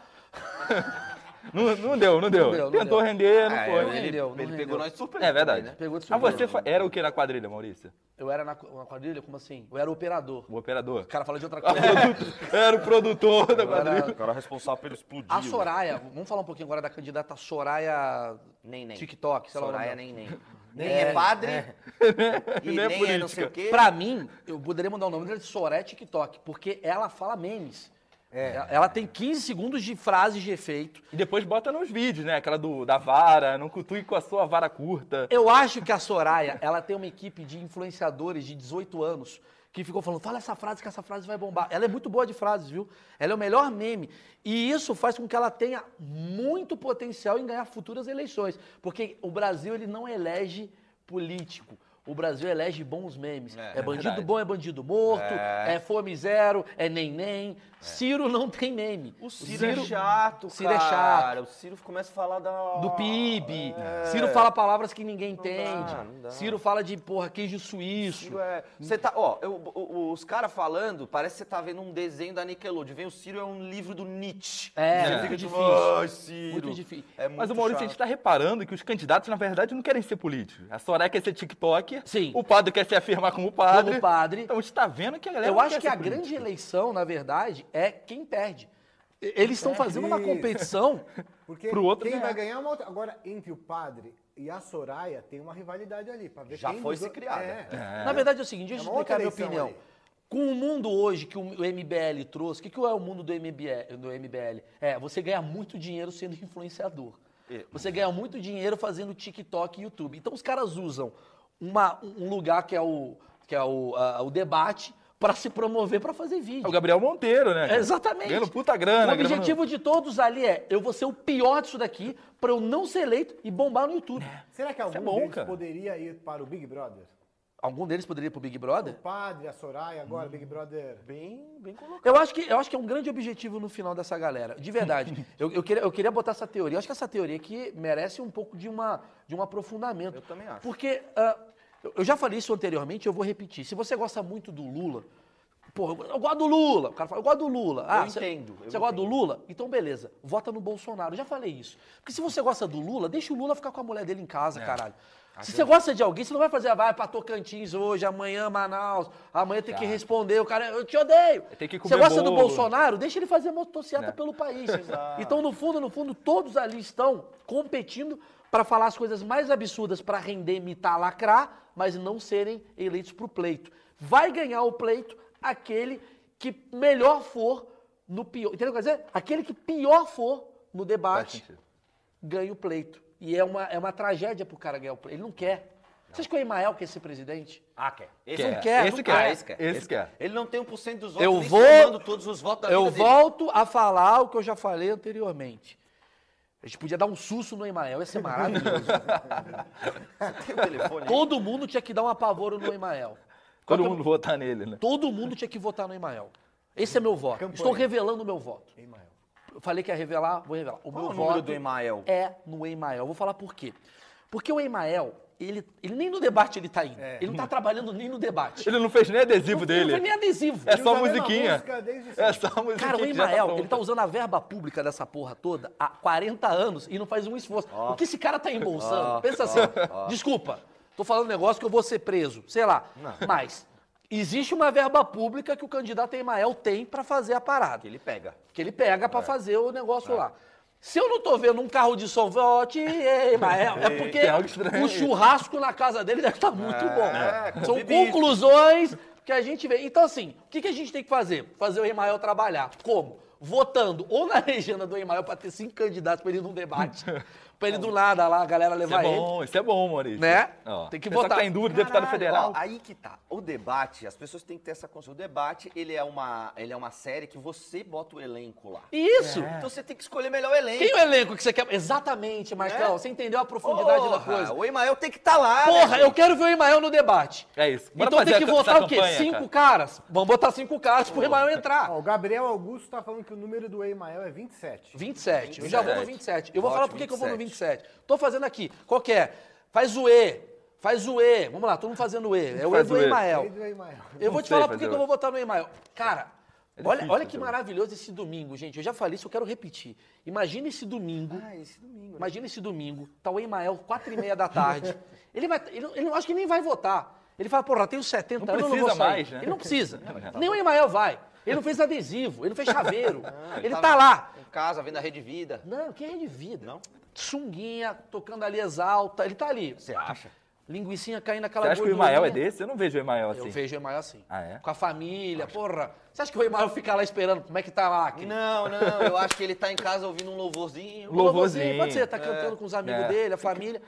Speaker 2: Não, não deu, não deu. é,
Speaker 1: Não deu, não deu.
Speaker 2: Tentou render, não
Speaker 3: Ah,
Speaker 2: foi.
Speaker 1: não
Speaker 3: ele,
Speaker 1: rendeu, não
Speaker 3: ele
Speaker 1: rendeu.
Speaker 3: pegou nós de surpresa.
Speaker 2: É verdade.
Speaker 3: também, né?
Speaker 1: Pegou de
Speaker 2: Mas
Speaker 1: surpresa.
Speaker 2: você fa- era o que na quadrilha, Maurício?
Speaker 1: Eu era na, qu- na quadrilha, como assim? Eu era operador.
Speaker 2: O operador?
Speaker 1: O cara fala de outra coisa.
Speaker 2: Era o produtor da
Speaker 1: Eu era-
Speaker 2: quadrilha.
Speaker 3: O cara é responsável pelo né? explodir.
Speaker 1: A Soraya, vamos falar um pouquinho agora da candidata Soraya
Speaker 3: Nem, nem.
Speaker 1: TikTok, sei lá. o nome
Speaker 3: Soraya,
Speaker 1: dela.
Speaker 3: nem, nem. Nem é, padre e
Speaker 2: Nem é
Speaker 3: nem, é não sei
Speaker 2: política.
Speaker 3: o quê.
Speaker 1: Pra mim, eu poderia mandar o nome dela de Soraya TikTok, porque ela fala memes. Ela- Ela tem 15 segundos de frases de efeito.
Speaker 2: E depois bota nos vídeos, né? Aquela do, da vara, não cultue com a sua vara curta.
Speaker 1: Eu acho que a Soraya, ela tem uma equipe de influenciadores de 18 anos que ficou falando, fala essa frase que essa frase vai bombar. Ela é muito boa de frases, viu? Ela é o melhor meme. E isso faz com que ela tenha muito potencial em ganhar futuras eleições. Porque o Brasil, ele não elege político. O Brasil elege bons memes. É,
Speaker 3: É,
Speaker 1: bandido
Speaker 2: verdade.
Speaker 1: bom, é bandido morto, é.
Speaker 3: É.
Speaker 1: fome zero, é nem nem. Ciro não tem meme.
Speaker 3: O Ciro, é chato,
Speaker 1: Ciro é
Speaker 3: cara.
Speaker 1: chato.
Speaker 3: O Ciro começa a falar da... É,
Speaker 1: Do PIB. Ciro fala palavras que ninguém entende.
Speaker 3: dá, Ah, não dá.
Speaker 1: Ciro fala de, porra, queijo suíço.
Speaker 3: Ciro é... Você tá... Ó, eu- o- o- os caras falando, parece que você tá vendo um desenho da Nickelodeon. Vem o Ciro, é um livro do Nietzsche.
Speaker 1: É,
Speaker 3: Você
Speaker 1: muito
Speaker 3: fica tipo,
Speaker 1: difícil.
Speaker 3: Ai, Ciro.
Speaker 1: Muito difícil.
Speaker 3: É muito
Speaker 2: Mas o Maurício, a gente
Speaker 3: chato.
Speaker 2: tá reparando que os candidatos, na verdade, não querem ser políticos. A Soraya quer ser TikTok,
Speaker 1: Sim.
Speaker 2: o padre quer se afirmar como padre.
Speaker 1: Como padre.
Speaker 2: Então a gente tá vendo que a galera
Speaker 1: Eu
Speaker 2: não
Speaker 1: acho
Speaker 2: quer
Speaker 1: que a
Speaker 2: ser político.
Speaker 1: grande eleição, na verdade, é quem perde. E- Eles
Speaker 3: É,
Speaker 1: estão fazendo uma
Speaker 4: Isso.
Speaker 1: competição.
Speaker 4: Porque
Speaker 2: Pro outro
Speaker 4: quem
Speaker 2: ganhar.
Speaker 4: vai ganhar é uma outra. Agora, entre o padre e a Soraya tem uma rivalidade ali. Pra ver
Speaker 3: Já
Speaker 4: quem
Speaker 3: foi
Speaker 4: dos
Speaker 3: se
Speaker 4: dois-
Speaker 3: criada.
Speaker 4: É.
Speaker 1: Na verdade é o seguinte, deixa
Speaker 4: É
Speaker 1: eu
Speaker 4: uma
Speaker 1: explicar
Speaker 4: outra
Speaker 1: a minha opinião.
Speaker 4: eleição aí.
Speaker 1: Com o mundo hoje que o o MBL trouxe, o que, que é o mundo do MBL, do MBL? É, você ganha muito dinheiro sendo influenciador.
Speaker 3: É.
Speaker 1: Você ganha muito dinheiro fazendo TikTok e YouTube. Então os caras usam uma- um lugar que é o, que é o, ah, o debate para se promover, para fazer vídeo.
Speaker 2: É o Gabriel Monteiro, né?
Speaker 1: É,
Speaker 2: cara?
Speaker 1: Exatamente.
Speaker 2: Ganhando puta grana.
Speaker 1: O
Speaker 2: gravando-
Speaker 1: objetivo de todos ali é: eu vou ser o pior disso daqui pra eu não ser eleito e bombar no YouTube.
Speaker 4: Será que algum
Speaker 2: bom,
Speaker 4: deles
Speaker 2: cara.
Speaker 4: poderia ir para o Big Brother?
Speaker 1: Algum deles poderia ir pro Big Brother?
Speaker 4: O padre, a Soraya, agora Big Brother.
Speaker 3: Bem, bem colocado.
Speaker 1: Eu acho, que, eu acho que é um grande objetivo no final dessa galera, de verdade. eu, eu queria, eu queria botar essa teoria. Eu acho que essa teoria aqui merece um pouco de, uma, de um aprofundamento.
Speaker 3: Eu também acho.
Speaker 1: Porque ah, eu- eu já falei isso anteriormente, eu vou repetir. Se você gosta muito do Lula, pô, eu, eu gosto do Lula. O cara fala, eu gosto do Lula. Ah,
Speaker 3: Eu
Speaker 1: você-
Speaker 3: entendo, eu
Speaker 1: Você gosta do
Speaker 3: entendo.
Speaker 1: Lula? Então, beleza, vota no Bolsonaro. Eu já falei isso. Porque se você gosta do Lula, deixa o Lula ficar com a mulher dele em
Speaker 3: É.
Speaker 1: casa, caralho.
Speaker 3: Ah,
Speaker 1: Se você gosta de alguém, você não vai fazer, ah, vai pra Tocantins hoje, amanhã Manaus, Ah, amanhã
Speaker 3: Tá.
Speaker 1: tem que responder, o cara, eu te odeio.
Speaker 2: Tem que
Speaker 1: Você
Speaker 2: comer
Speaker 1: gosta do
Speaker 2: bolo.
Speaker 1: Bolsonaro? Deixa ele fazer motocicleta
Speaker 2: Né?
Speaker 1: pelo país. então, no fundo, no fundo, todos ali estão competindo para falar as coisas mais absurdas para render, imitar, lacrar, mas não serem eleitos para o pleito. Vai ganhar o pleito aquele que melhor for no pior. Entendeu o que eu quero dizer? Aquele que pior for no
Speaker 2: Faz
Speaker 1: debate
Speaker 2: sentido.
Speaker 1: ganha o pleito. E é uma, é uma tragédia pro cara ganhar o pleito. Ele não quer. Vocês que o Emael quer ser presidente?
Speaker 3: Ah, quer. Esse
Speaker 2: Quer.
Speaker 3: não
Speaker 1: quer,
Speaker 2: Esse
Speaker 1: não
Speaker 2: quer.
Speaker 1: quer.
Speaker 3: Esse quer.
Speaker 2: Esse quer.
Speaker 3: Ele não tem 1% dos votos,
Speaker 1: Eu
Speaker 3: nem
Speaker 1: vou-
Speaker 3: somando todos os votos da
Speaker 1: Eu
Speaker 3: vida dele.
Speaker 1: volto a falar o que eu já falei anteriormente. A gente podia dar um susto no Emael, ia ser maravilhoso. né?
Speaker 3: Tem o telefone aí?
Speaker 1: Todo mundo tinha que dar um apavoro no Emael. é
Speaker 2: Todo mundo votar nele, né?
Speaker 1: Todo mundo tinha que votar no Emael. Esse é meu voto.
Speaker 4: Campanha.
Speaker 1: Estou revelando o meu voto.
Speaker 4: Emael.
Speaker 1: Eu falei que ia revelar, vou revelar. O
Speaker 3: Qual
Speaker 1: meu
Speaker 3: o número
Speaker 1: voto
Speaker 3: do Emael?
Speaker 1: é no Emael. Vou falar por quê. Porque o Emael, ele, ele nem no debate ele tá indo. Ele não tá trabalhando nem no debate.
Speaker 2: Ele não fez nem adesivo
Speaker 1: não,
Speaker 2: dele.
Speaker 1: Não tá foi nem adesivo.
Speaker 2: É
Speaker 4: Ele
Speaker 2: só
Speaker 4: usa a mesma
Speaker 2: musiquinha.
Speaker 4: música desde
Speaker 2: é
Speaker 4: sempre.
Speaker 2: só musiquinha.
Speaker 1: Cara, o
Speaker 2: que já
Speaker 1: Emael,
Speaker 2: pronta.
Speaker 1: ele tá usando a verba pública dessa porra toda há 40 anos e não faz um esforço. O que esse cara tá embolsando?
Speaker 3: Ó,
Speaker 1: Pensa assim, desculpa, tô falando um negócio que eu vou ser preso, sei lá. Mas existe uma verba pública que o candidato Emael tem pra fazer a parada.
Speaker 3: Que ele pega. É.
Speaker 1: Que ele pega pra fazer o negócio lá. Se eu não tô vendo um carro de som, ó, te- ei, Mael, é
Speaker 2: Tem algo
Speaker 1: porque
Speaker 2: estranho
Speaker 1: o
Speaker 2: aí.
Speaker 1: churrasco na casa dele deve estar muito
Speaker 3: É,
Speaker 1: bom. São
Speaker 3: comi bife.
Speaker 1: conclusões que a gente vê. Então, assim, o que, que a gente tem que fazer? Fazer o Emael trabalhar. Como? Votando ou na legenda do Emael pra ter cinco candidatos pra ele ir num debate. pra ele do nada lá, a galera
Speaker 2: Isso é
Speaker 1: levar ele.
Speaker 2: bom, isso é bom, Maurício.
Speaker 1: Né?
Speaker 2: Ó,
Speaker 1: Tem que
Speaker 2: pessoal
Speaker 1: votar.
Speaker 2: tá em dúvida, deputado
Speaker 3: Caralho,
Speaker 2: federal.
Speaker 3: ó, aí que tá. O debate, as pessoas têm que ter essa consciência. O debate, ele é uma, ele é uma série que você bota o elenco lá.
Speaker 1: Isso!
Speaker 2: É.
Speaker 3: Então você tem que escolher melhor o elenco.
Speaker 1: Quem é o elenco É. que você quer? Exatamente, Marcão.
Speaker 2: É?
Speaker 3: Né?
Speaker 1: Você entendeu a profundidade da
Speaker 3: Porra,
Speaker 1: coisa.
Speaker 3: O Emael tem que estar lá. né,
Speaker 1: Porra,
Speaker 3: gente?
Speaker 1: eu quero ver o Emael no debate.
Speaker 2: É isso. Bora
Speaker 1: então
Speaker 2: fazer
Speaker 1: tem que
Speaker 2: essa
Speaker 1: votar o quê?
Speaker 2: campanha,
Speaker 1: cinco caras? Vamos botar cinco caras pro Emael entrar.
Speaker 4: Ó, o Gabriel Augusto tá falando que o número do Emael é 27.
Speaker 1: 27. Eu já vou no 27. Eu vou
Speaker 3: Vote
Speaker 1: falar por que que eu vou no
Speaker 3: 27.
Speaker 1: 27. Tô fazendo aqui. Qual que é? Faz o E. Faz o E. Vamos lá, todo mundo fazendo o E. É o E
Speaker 2: Faz
Speaker 1: do
Speaker 2: o E.
Speaker 1: Emael.
Speaker 4: Pedro e Mael.
Speaker 1: Eu vou
Speaker 2: Não
Speaker 1: te
Speaker 2: sei
Speaker 1: falar por que
Speaker 2: fazer
Speaker 1: que eu vou
Speaker 2: hoje.
Speaker 1: votar no Emael. Cara,
Speaker 2: É
Speaker 1: olha,
Speaker 2: difícil
Speaker 1: olha que
Speaker 2: fazer hoje.
Speaker 1: maravilhoso esse domingo, gente. Eu já falei isso, eu quero repetir. Imagina esse domingo.
Speaker 3: Ah, esse domingo. né?
Speaker 1: Imagina esse domingo, tá o Emael, 4 e meia da tarde. Ele vai. Ele, ele não acho que nem vai votar. Ele fala, porra, tenho 70
Speaker 2: Não
Speaker 1: anos, eu não vou
Speaker 2: precisa
Speaker 1: sair.
Speaker 2: mais, né?
Speaker 1: Ele não precisa.
Speaker 2: Não, já tá
Speaker 1: nem o Emael vai. Ele não fez adesivo, ele não fez chaveiro.
Speaker 3: Ah,
Speaker 1: ele tá lá.
Speaker 3: Em casa, vendo a Rede Vida.
Speaker 1: Não, que é de vida.
Speaker 3: Não?
Speaker 1: Sunguinha, tocando ali exalta. Ele tá ali.
Speaker 3: Você acha?
Speaker 1: Linguicinha caindo naquela
Speaker 2: Você acha que o
Speaker 1: gordurinha.
Speaker 2: Emael é desse? Eu não vejo o Emael assim.
Speaker 1: Eu vejo o Emael assim.
Speaker 2: Ah, é?
Speaker 1: Com a família, porra. Você acha que o Emael fica lá esperando? Como é que tá lá? Aqui?
Speaker 3: Não, não, eu acho que ele tá em casa ouvindo um louvorzinho.
Speaker 2: Lou- louvorzinho.
Speaker 1: Pode ser, tá cantando com os amigos
Speaker 2: É.
Speaker 1: dele, a família.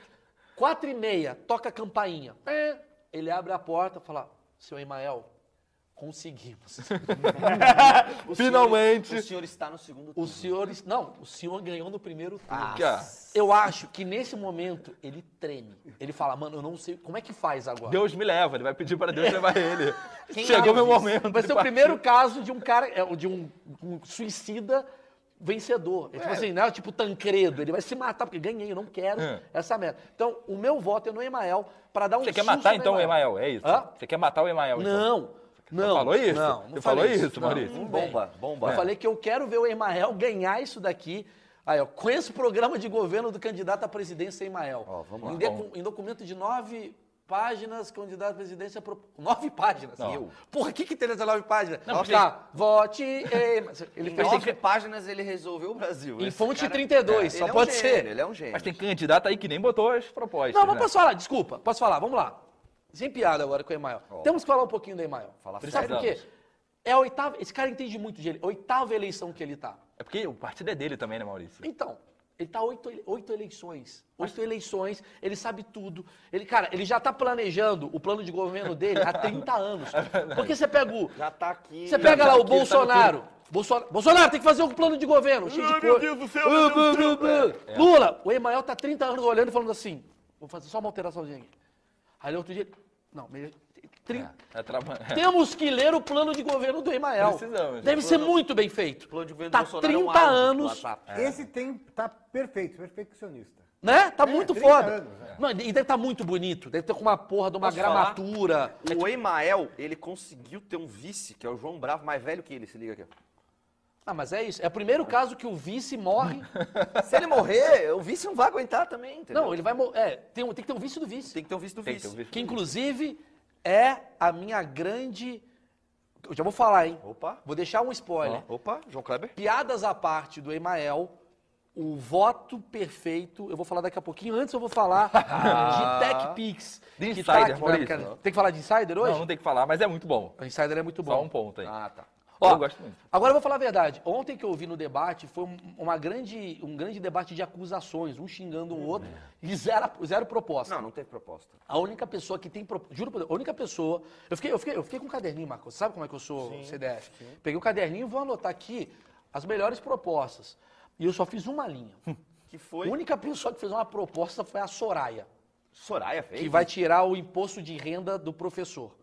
Speaker 1: Quatro e meia, toca a campainha. Pé. Ele abre a porta e fala, seu Emael, conseguimos.
Speaker 3: O senhor-
Speaker 2: Finalmente.
Speaker 3: o senhor está no segundo
Speaker 1: O
Speaker 3: turno.
Speaker 1: senhor... Não, o senhor ganhou no primeiro turno.
Speaker 2: Que, ó,
Speaker 1: Eu acho que nesse momento ele treme. Ele fala, mano, eu não sei como é que faz agora.
Speaker 2: Deus me leva, ele vai pedir pra Deus levar ele.
Speaker 1: Quem
Speaker 2: Chegou
Speaker 1: abre
Speaker 2: meu
Speaker 1: isso?
Speaker 2: momento.
Speaker 1: Vai ser
Speaker 2: ele
Speaker 1: o primeiro caso de um cara, é, de um, um suicida vencedor. É, tipo assim, não é tipo Tancredo, ele vai se matar porque ganhei, eu não quero
Speaker 2: É.
Speaker 1: essa merda. Então, o meu voto é no Emael pra dar um
Speaker 2: Você quer
Speaker 1: susto
Speaker 2: matar
Speaker 1: no
Speaker 2: então o Emael, é isso?
Speaker 1: Hã?
Speaker 2: Você quer matar o Emael então?
Speaker 1: Não. Não.
Speaker 2: Você falou isso?
Speaker 1: Não, não
Speaker 2: Você falou
Speaker 1: falei
Speaker 2: isso, Maurício?
Speaker 1: Não, não
Speaker 3: Hum, Bomba,
Speaker 1: bem.
Speaker 3: bomba.
Speaker 1: Eu falei que eu quero ver o Emael ganhar isso daqui. Aí, ó, conheço o programa de governo do candidato à presidência Emael.
Speaker 3: Ó, vamos lá.
Speaker 1: Em, decu- em documento de nove páginas, candidato à presidência... Pro... Nove páginas?
Speaker 2: Não.
Speaker 1: Eu. Porra, o que que tem nessas nove páginas?
Speaker 2: Não,
Speaker 1: Ó,
Speaker 2: porque-
Speaker 1: tá, vote Emael. Ele
Speaker 3: Em
Speaker 1: fez
Speaker 3: nove
Speaker 1: em,
Speaker 3: páginas ele resolveu o Brasil.
Speaker 1: em
Speaker 3: Esse
Speaker 1: fonte
Speaker 3: cara-
Speaker 1: 32,
Speaker 3: Ele
Speaker 1: só
Speaker 3: é um
Speaker 1: pode
Speaker 3: gênio,
Speaker 1: ser.
Speaker 3: Ele é um gênio.
Speaker 2: Mas tem candidato aí que nem botou as propostas.
Speaker 1: Não, mas
Speaker 2: né?
Speaker 1: posso falar, desculpa, posso falar, vamos lá. Sem piada agora com o Emael. Temos que falar um pouquinho do Emael.
Speaker 3: Fala
Speaker 1: Sabe por quê?
Speaker 2: Precisamos.
Speaker 1: É a oitava, esse cara entende muito de ele, oitava eleição que ele tá.
Speaker 2: É porque o partido é dele também, né, Maurício?
Speaker 1: Então, ele tá oito, ele- oito eleições. Oito eleições, ele sabe tudo. Ele, cara, ele já tá planejando o plano de governo dele há 30 anos. Porque você pega o.
Speaker 3: Já tá É aqui.
Speaker 1: Você pega lá o
Speaker 2: aqui, ele sabe
Speaker 1: Bolsonaro. Bolsonaro. Bolsonaro tem que fazer um plano de governo. Cheio de
Speaker 3: meu
Speaker 1: coisa.
Speaker 3: Deus do céu, É.
Speaker 1: Ah,
Speaker 3: meu
Speaker 1: blá,
Speaker 3: Deus
Speaker 1: blá, blá. Lula, o Emael tá 30 anos olhando e falando assim: vou fazer só uma alteraçãozinha aqui. Aí no outro dia. ele- Não, meio.
Speaker 2: É,
Speaker 1: trin-
Speaker 2: é traba-
Speaker 1: Temos que ler o plano de governo do Emael.
Speaker 2: Precisamos.
Speaker 1: Deve ser muito bem feito.
Speaker 3: né? plano de governo do
Speaker 1: tá
Speaker 3: Bolsonaro é um
Speaker 1: 30
Speaker 3: áudio do
Speaker 1: anos.
Speaker 3: WhatsApp.
Speaker 4: Esse tem, tá perfeito, perfeccionista.
Speaker 1: Né? Tá muito
Speaker 4: 30
Speaker 1: foda.
Speaker 4: anos, é.
Speaker 1: Não, e deve estar muito bonito. Deve ter com uma porra de uma
Speaker 3: Posso
Speaker 1: gramatura.
Speaker 3: O Emael, ele conseguiu ter um vice, que é o João Bravo, mais velho que ele, se liga aqui.
Speaker 1: Ah, mas é isso. É o primeiro caso que o vice morre.
Speaker 3: Se ele morrer, o vice não vai aguentar também, entendeu?
Speaker 1: Não, ele vai morrer. É, tem, um- tem que ter um vice do vice.
Speaker 3: Tem que ter um vice do
Speaker 2: Tem que
Speaker 3: vice.
Speaker 2: ter um vice.
Speaker 1: Que inclusive é a minha grande. Eu já vou falar, hein?
Speaker 3: Opa.
Speaker 1: Vou deixar um spoiler.
Speaker 3: Opa, João Kleber.
Speaker 1: Piadas à parte do Emael, o voto perfeito, eu vou falar daqui a pouquinho. Antes eu vou falar de TechPix.
Speaker 2: Ah. De
Speaker 1: que tá
Speaker 2: Insider,
Speaker 1: aqui pra-
Speaker 2: Maurício.
Speaker 1: Tem que falar de Insider hoje?
Speaker 2: Não, não tem que falar, mas é muito bom.
Speaker 1: O Insider é muito bom.
Speaker 2: Só um ponto aí.
Speaker 3: Ah, tá.
Speaker 1: Ó,
Speaker 2: Eu gosto muito.
Speaker 1: Agora eu vou falar a verdade. Ontem que eu ouvi no debate foi um- uma grande, um grande debate de acusações, um xingando o outro, e zero, zero proposta.
Speaker 3: Não, não teve proposta.
Speaker 1: A única pessoa que tem. pro- Juro por Deus, a única pessoa. Eu fiquei, eu fiquei, eu fiquei com um caderninho, Marcos. Sabe como é que eu sou CDF? Peguei o caderninho e vou anotar aqui as melhores propostas. E eu só fiz uma linha.
Speaker 3: Que foi...
Speaker 1: A única pessoa que fez uma proposta foi a Soraya,
Speaker 3: Soraya fez.
Speaker 1: que vai tirar o imposto de renda do professor.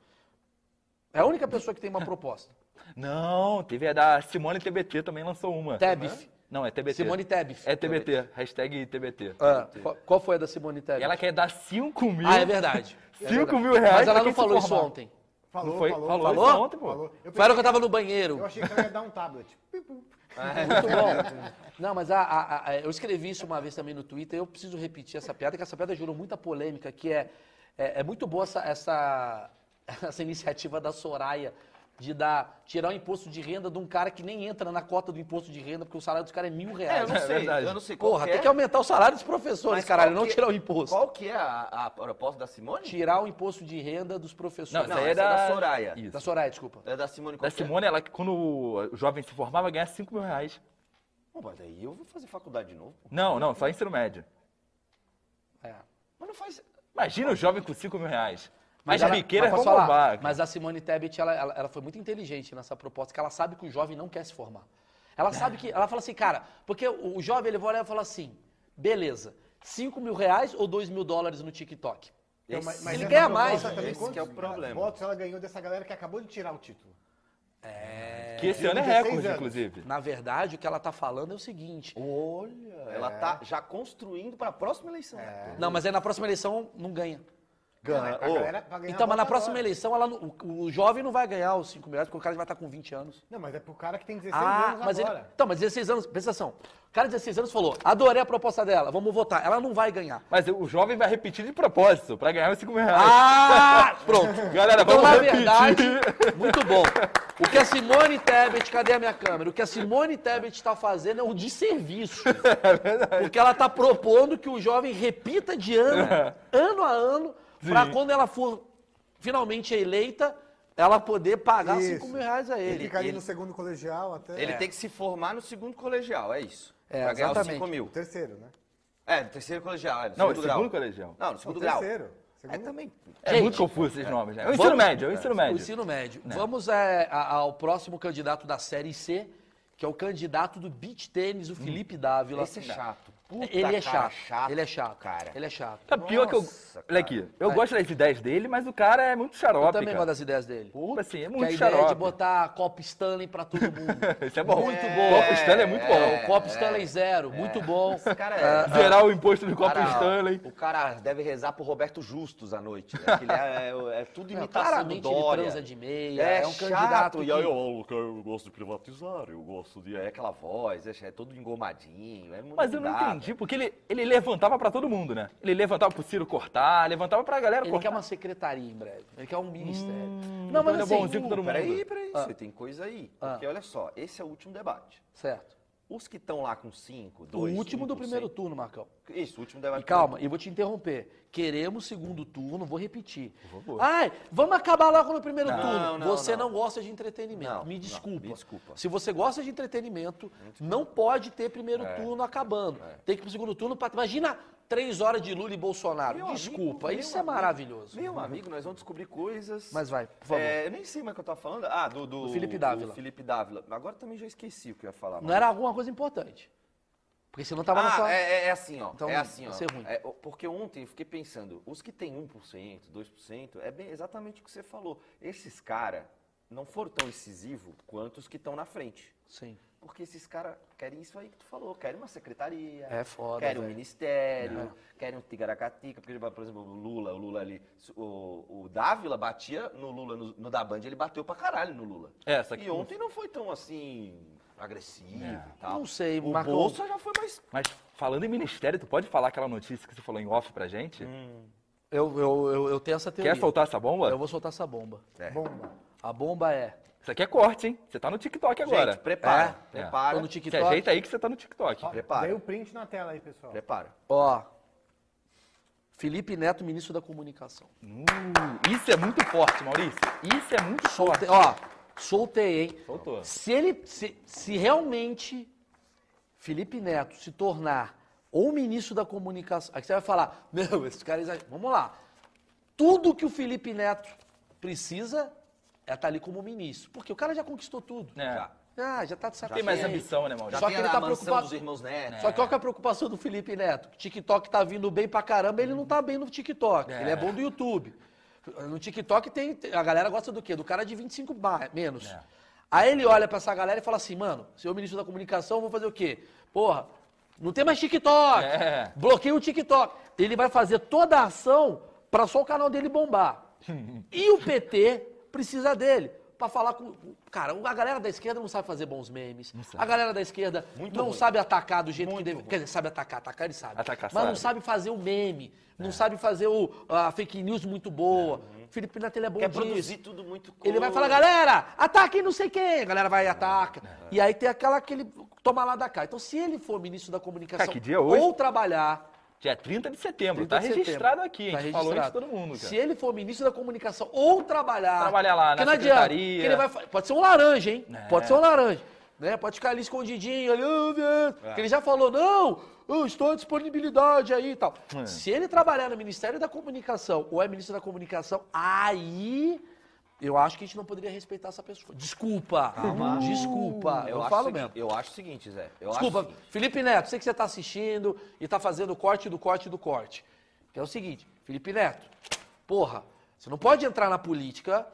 Speaker 1: É a única pessoa que tem uma proposta.
Speaker 2: Não, teve a da Simone TBT também lançou uma.
Speaker 1: Tebif.
Speaker 2: Não, é TBT.
Speaker 1: Simone Tebif.
Speaker 2: É TBT, hashtag TBT.
Speaker 1: Ah, qual, qual foi a da Simone Tebet?
Speaker 2: Ela quer dar 5 mil.
Speaker 1: Ah, é verdade.
Speaker 2: 5 mil
Speaker 1: Mas
Speaker 2: reais.
Speaker 1: ela
Speaker 2: pra
Speaker 1: não
Speaker 2: quem se
Speaker 1: falou isso
Speaker 2: formar.
Speaker 1: ontem.
Speaker 4: Falou,
Speaker 2: Não foi?
Speaker 4: falou,
Speaker 2: Falou?
Speaker 4: falou.
Speaker 2: Isso ontem, pô.
Speaker 4: falou.
Speaker 1: Foi a hora
Speaker 4: Eu,
Speaker 1: que
Speaker 4: pensei,
Speaker 1: eu tava no
Speaker 4: eu
Speaker 1: banheiro.
Speaker 4: achei que ela ia dar um tablet. Pip, pip.
Speaker 1: Muito bom. Não, mas a- a- a- eu escrevi isso uma vez também no Twitter. Eu preciso repetir essa piada, que essa piada gerou muita polêmica, que é, é, é muito boa essa, essa, essa iniciativa da Soraya de dar, tirar o imposto de renda de um cara que nem entra na cota do imposto de renda, porque o salário dos caras é mil
Speaker 3: É, eu
Speaker 1: reais.
Speaker 3: não
Speaker 2: É
Speaker 3: sei.
Speaker 2: verdade.
Speaker 3: eu não sei qual
Speaker 1: Porra,
Speaker 3: que
Speaker 1: tem
Speaker 3: é,
Speaker 1: que aumentar o salário dos professores,
Speaker 3: mas
Speaker 1: caralho,
Speaker 3: qual
Speaker 1: não
Speaker 3: que-
Speaker 1: tirar o imposto.
Speaker 3: Qual que é a, a proposta da Simone?
Speaker 1: Tirar o imposto de renda dos
Speaker 2: Não,
Speaker 1: professores.
Speaker 2: essa aí é
Speaker 3: essa é
Speaker 2: da,
Speaker 3: da Soraya.
Speaker 2: Isso.
Speaker 1: Da Soraya, desculpa.
Speaker 3: É da Simone
Speaker 2: Da
Speaker 3: qual que é?
Speaker 2: Simone, ela, quando o jovem se formava, ganhar 5 mil reais.
Speaker 3: Pô, mas daí eu vou fazer faculdade de novo. pô.
Speaker 2: Não, não, só ensino médio.
Speaker 1: É.
Speaker 3: Mas não faz...
Speaker 2: Imagina o jovem com 5 mil reais. Mas, é
Speaker 1: ela-
Speaker 2: biqueiras
Speaker 1: mas
Speaker 2: vão
Speaker 1: posso falar,
Speaker 2: bombar.
Speaker 1: Mas a Simone Tebet, ela, ela- ela foi muito inteligente nessa proposta, que ela sabe que o jovem não quer se formar. Ela sabe que. Ela fala assim, cara, porque o, o jovem ele vai olhar e fala assim: beleza, 5 mil reais ou 2 mil dólares no TikTok?
Speaker 4: Então,
Speaker 3: Esse-
Speaker 1: mas- ele
Speaker 4: essa
Speaker 1: ganha
Speaker 4: proposta
Speaker 1: mais.
Speaker 4: também,
Speaker 3: Esse
Speaker 4: quantos
Speaker 3: que é o problema.
Speaker 4: Votos ela ganhou dessa galera que acabou de tirar o título.
Speaker 2: Que esse ano é
Speaker 4: 16
Speaker 2: recorde,
Speaker 4: anos.
Speaker 2: inclusive.
Speaker 1: Na verdade, o que ela tá falando é o seguinte.
Speaker 3: Olha, ela tá já construindo para a próxima eleição.
Speaker 1: É. Não, mas aí na próxima eleição não ganha.
Speaker 3: Ah,
Speaker 4: Cara, é pra
Speaker 2: Ô,
Speaker 4: Ah, galera- pra ganhar
Speaker 1: Então, mas
Speaker 4: voto
Speaker 1: na próxima
Speaker 4: agora.
Speaker 1: eleição, ela não- o, o jovem não vai ganhar os 5 mil reais, porque o cara vai estar com 20 anos.
Speaker 4: Não, mas é pro cara que tem 16 anos
Speaker 1: mas ele.
Speaker 4: agora.
Speaker 1: Então, mas 16 anos, presta atenção. O cara de 16 anos falou: adorei a proposta dela, vamos votar. Ela não vai ganhar.
Speaker 2: Mas o jovem vai repetir de propósito, pra ganhar os 5 mil reais.
Speaker 1: Ah! Pronto.
Speaker 2: Galera,
Speaker 1: Então,
Speaker 2: vamos
Speaker 1: na
Speaker 2: repetir.
Speaker 1: verdade, muito bom. O que a Simone Tebet, cadê a minha câmera? O que a Simone Tebet está fazendo é um desserviço.
Speaker 2: É
Speaker 1: Porque ela está propondo que o jovem repita de ano, ano a ano, para
Speaker 2: É. Sim.
Speaker 1: quando ela for finalmente eleita, ela poder pagar
Speaker 4: Isso.
Speaker 1: 5 mil reais a
Speaker 4: Ele
Speaker 1: ele.
Speaker 4: fica ali
Speaker 3: ele-
Speaker 4: no segundo colegial até.
Speaker 3: Ele tem que se formar no segundo colegial, é isso.
Speaker 1: É,
Speaker 3: pra ganhar os
Speaker 1: exatamente.
Speaker 3: 5 mil.
Speaker 4: O terceiro, né?
Speaker 3: É, no terceiro colegial, é, no
Speaker 2: Não, é
Speaker 3: segundo grau.
Speaker 2: segundo colegião.
Speaker 3: Não, no
Speaker 4: É o
Speaker 3: segundo grau.
Speaker 4: terceiro.
Speaker 3: É
Speaker 4: Segundo...
Speaker 3: também.
Speaker 2: É
Speaker 1: Gente,
Speaker 2: muito confuso esses nomes, né? É o
Speaker 1: vamos-
Speaker 2: ensino médio, é o ensino
Speaker 1: O
Speaker 2: médio. Né.
Speaker 1: ensino médio. Vamos é, a- ao próximo candidato da Série C, que é o candidato do beach
Speaker 2: Hum.
Speaker 1: tênis, o Felipe Dávila.
Speaker 3: Esse é chato. Puta,
Speaker 1: Ele é
Speaker 3: cara,
Speaker 1: chato.
Speaker 3: chato.
Speaker 1: Ele é chato.
Speaker 3: Cara.
Speaker 1: Ele é chato.
Speaker 2: É pior que eu.
Speaker 3: Nossa,
Speaker 2: Olha
Speaker 3: cara.
Speaker 2: aqui, eu gosto das ideias dele, mas o cara é muito xarope.
Speaker 1: Eu também
Speaker 2: cara.
Speaker 1: gosto das ideias dele.
Speaker 2: Pô, assim, é
Speaker 1: Que a
Speaker 2: muito
Speaker 1: ideia de
Speaker 2: xarope.
Speaker 1: botar copo Stanley pra todo mundo.
Speaker 2: Isso é bom.
Speaker 1: Muito
Speaker 2: É,
Speaker 1: bom.
Speaker 2: Copo Stanley é muito bom.
Speaker 1: É, o copo Stanley zero, muito bom.
Speaker 3: É. Esse cara é.
Speaker 2: Zerar o imposto do Copo
Speaker 3: Cara,
Speaker 2: Stanley.
Speaker 3: O cara deve rezar pro Roberto Justus à noite, né? Que ele é, é- é tudo
Speaker 1: Não,
Speaker 3: imitação do
Speaker 1: claramente ele
Speaker 3: Dória.
Speaker 1: transa de meia, é,
Speaker 3: é,
Speaker 1: um
Speaker 3: chato,
Speaker 1: candidato
Speaker 3: E aí,
Speaker 1: que...
Speaker 3: eu, eu gosto de privatizar, eu gosto de... É aquela voz, é, é todo engomadinho, é muito
Speaker 2: Mas eu não
Speaker 3: dado.
Speaker 2: entendi, porque ele, ele levantava pra todo mundo, né? Ele levantava pro Ciro cortar, levantava pra galera
Speaker 1: Ele quer
Speaker 2: cortar.
Speaker 1: uma secretaria em breve, ele quer um ministério. não,
Speaker 2: então
Speaker 1: mas
Speaker 2: ele é
Speaker 1: assim...
Speaker 2: bonzinho com todo mundo.
Speaker 3: Peraí, peraí,
Speaker 1: Ah.
Speaker 3: você tem coisa aí. Porque olha só, esse é o último debate.
Speaker 1: Certo.
Speaker 3: Os que estão lá com 5,
Speaker 1: O
Speaker 3: 2,
Speaker 1: último do primeiro turno, Marcão.
Speaker 3: Isso, o último debate.
Speaker 1: E calma, eu vou te interromper. Queremos segundo turno, vou repetir. Ai, vamos acabar logo no primeiro turno.
Speaker 3: não,
Speaker 1: você não.
Speaker 3: não.
Speaker 1: gosta de entretenimento.
Speaker 3: Não,
Speaker 1: me
Speaker 3: não,
Speaker 1: desculpa.
Speaker 3: me desculpa.
Speaker 1: Se você gosta de entretenimento, não pode ter primeiro
Speaker 3: É,
Speaker 1: turno acabando. Tem que ir pro segundo turno pra. Imagina três horas de Lula e Bolsonaro.
Speaker 3: Meu amigo,
Speaker 1: desculpa,
Speaker 3: meu
Speaker 1: isso
Speaker 3: amigo,
Speaker 1: é maravilhoso.
Speaker 3: Meu amigo, nós vamos descobrir coisas.
Speaker 1: Mas vai, por favor.
Speaker 3: É, eu nem sei mais o que eu tava falando. Ah, do, do,
Speaker 1: Do Felipe Dávila.
Speaker 3: do Felipe Dávila. Agora também já esqueci o que eu ia falar.
Speaker 1: Não era alguma coisa importante. Porque senão tava na
Speaker 3: ah,
Speaker 1: sua.
Speaker 3: é, é- é assim, ó.
Speaker 1: Então,
Speaker 3: é assim, ó.
Speaker 1: vai ser ruim.
Speaker 3: É, ó, porque ontem eu fiquei pensando, os que tem 1%, 2%, é bem exatamente o que você falou. Esses caras não foram tão incisivos quanto os que estão na frente.
Speaker 1: Sim.
Speaker 3: Porque esses caras querem isso aí que tu falou, querem uma secretaria.
Speaker 1: É foda,
Speaker 3: Querem um
Speaker 1: velho.
Speaker 3: ministério, querem um tigaracatica. Porque, por exemplo, o Lula, o Lula ali. O, o Dávila batia no Lula, no, no da Band, ele bateu pra caralho no Lula.
Speaker 2: É, só que- É.
Speaker 3: E ontem não foi tão assim. agressivo e tal.
Speaker 1: Não sei,
Speaker 3: o
Speaker 1: Marcão.
Speaker 3: Bolsa já foi mais.
Speaker 2: Mas falando em ministério, tu pode falar aquela notícia que você falou em off pra gente?
Speaker 1: Eu, eu, eu, eu tenho essa Hum. teoria.
Speaker 2: Quer soltar essa bomba?
Speaker 1: Eu vou soltar essa bomba.
Speaker 4: Bomba.
Speaker 1: A bomba é.
Speaker 2: Isso aqui é corte, hein? Você tá no TikTok agora.
Speaker 3: Gente, prepara.
Speaker 2: É?
Speaker 3: Prepara.
Speaker 1: Tô no
Speaker 2: Se
Speaker 1: TikTok.
Speaker 2: ajeita aí que você tá no TikTok.
Speaker 3: Prepara.
Speaker 4: Dei o print na tela aí, pessoal.
Speaker 3: Prepara.
Speaker 1: Ó. Felipe Neto, ministro da Comunicação.
Speaker 2: Uh, isso é muito forte, Maurício. Isso é muito forte.
Speaker 1: Solte- ó, soltei, hein?
Speaker 2: Soltou.
Speaker 1: Se ele. Se, se realmente Felipe Neto se tornar ou ministro da comunicação. Aí você vai falar, não, esses caras. exa- Vamos lá. Tudo que o Felipe Neto precisa é estar ali como ministro. Porque o cara já conquistou tudo.
Speaker 2: É.
Speaker 3: Já.
Speaker 1: Ah, já tá de saco
Speaker 2: Tem mais
Speaker 1: cheio.
Speaker 2: ambição, né, Maurício?
Speaker 1: Só que
Speaker 3: tem
Speaker 1: ele
Speaker 3: a
Speaker 1: tá
Speaker 3: mansão
Speaker 1: preocupado-
Speaker 3: dos irmãos Neto.
Speaker 1: Só que qual que é a preocupação do Felipe Neto? TikTok tá vindo bem pra caramba, ele não tá bem no TikTok. Ele é bom do YouTube. No TikTok tem. tem- A galera gosta do quê? Do cara de 25 bar, menos. Aí ele olha pra essa galera e fala assim, mano, senhor ministro da comunicação, eu vou fazer o quê? Porra, não tem mais TikTok.
Speaker 2: É.
Speaker 1: Bloqueia o TikTok. Ele vai fazer toda a ação pra só o canal dele bombar. e o PT precisa dele. Pra falar com. Cara, a galera da esquerda não sabe fazer bons memes. A galera da esquerda não sabe atacar do jeito que deve. Quer dizer, sabe atacar, atacar ele sabe.
Speaker 2: Atacar
Speaker 1: Mas não sabe
Speaker 2: sabe.
Speaker 1: fazer o meme. Não sabe fazer o, a fake news muito boa. Felipe Neto ele é bom
Speaker 3: Quer
Speaker 1: disso.
Speaker 3: produzir tudo muito
Speaker 1: Ele vai falar, galera, ataquem não sei quem. A galera vai e ataca. E aí tem aquela que ele toma lá da cá. Então, se ele for ministro da comunicação
Speaker 2: Cara, que dia é hoje?
Speaker 1: ou trabalhar.
Speaker 2: Dia 30 é de setembro.
Speaker 1: 30
Speaker 2: tá
Speaker 1: de setembro,
Speaker 2: registrado aqui, hein?
Speaker 1: tá
Speaker 2: a gente falou isso pra
Speaker 1: registrado.
Speaker 2: todo mundo, cara.
Speaker 1: Se ele for ministro da comunicação ou trabalhar.
Speaker 2: Trabalhar lá
Speaker 1: porque
Speaker 2: na
Speaker 1: não adianta,
Speaker 2: secretaria. É.
Speaker 1: porque ele vai fa- pode ser um laranja, hein? Pode ser um laranja. Né? Pode ficar ali escondidinho, ali, "Ah, meu",
Speaker 2: É.
Speaker 1: porque ele já falou, não, eu estou à disponibilidade aí e tal.
Speaker 2: É.
Speaker 1: Se ele trabalhar no Ministério da Comunicação ou é ministro da Comunicação, aí eu acho que a gente não poderia respeitar essa pessoa. Desculpa, hum, desculpa, eu,
Speaker 3: acho o
Speaker 1: falo
Speaker 3: seguinte-
Speaker 1: mesmo.
Speaker 3: Ah, Eu acho o seguinte, Zé. Eu
Speaker 1: Desculpa,
Speaker 3: acho o seguinte.
Speaker 1: Felipe Neto, sei que você está assistindo e está fazendo o corte do corte do corte. Que é o seguinte, Felipe Neto, porra, você não pode entrar na política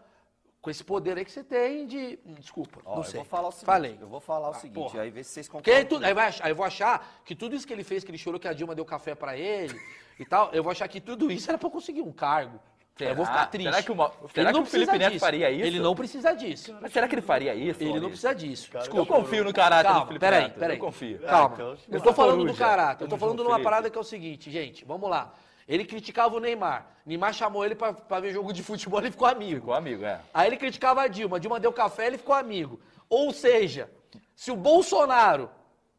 Speaker 1: com esse poder aí que você tem de. hum, Desculpa,
Speaker 3: Ó,
Speaker 1: não
Speaker 3: eu
Speaker 1: sei.
Speaker 3: vou falar o seguinte.
Speaker 1: Falei. Ah,
Speaker 3: Eu vou falar o seguinte,
Speaker 1: porra.
Speaker 3: aí vê se vocês
Speaker 1: Porque aí,
Speaker 3: concordam.
Speaker 1: tu- aí vai ach- aí eu vou achar que tudo isso que ele fez, que ele chorou que a Dilma deu café pra ele e tal, eu vou achar que tudo isso era pra eu conseguir um cargo. Eu vou ficar triste.
Speaker 2: Será que, uma,
Speaker 1: Ele
Speaker 2: será que
Speaker 1: não
Speaker 2: o Felipe
Speaker 1: precisa
Speaker 2: Neto
Speaker 1: disso.
Speaker 2: faria isso?
Speaker 1: Ele não precisa disso.
Speaker 2: Mas será que ele faria
Speaker 1: Ele
Speaker 2: isso?
Speaker 1: não
Speaker 2: Maurício?
Speaker 1: precisa disso.
Speaker 2: Eu confio no caráter do
Speaker 1: Calma,
Speaker 2: Felipe
Speaker 1: peraí,
Speaker 2: Neto.
Speaker 1: peraí.
Speaker 2: Eu confio.
Speaker 1: Calma.
Speaker 5: então,
Speaker 1: eu tô
Speaker 2: vai.
Speaker 1: falando do
Speaker 2: Coruja.
Speaker 1: caráter. Eu tô
Speaker 2: Tamo
Speaker 1: falando
Speaker 2: junto,
Speaker 1: numa
Speaker 2: Felipe.
Speaker 1: parada que é o seguinte, gente. Vamos lá. Ele criticava o Neymar. Neymar chamou ele pra, pra ver jogo de futebol e ficou amigo.
Speaker 2: Igual amigo, é.
Speaker 1: Aí ele criticava a Dilma. A Dilma deu café ele ficou amigo. Ou seja, se o Bolsonaro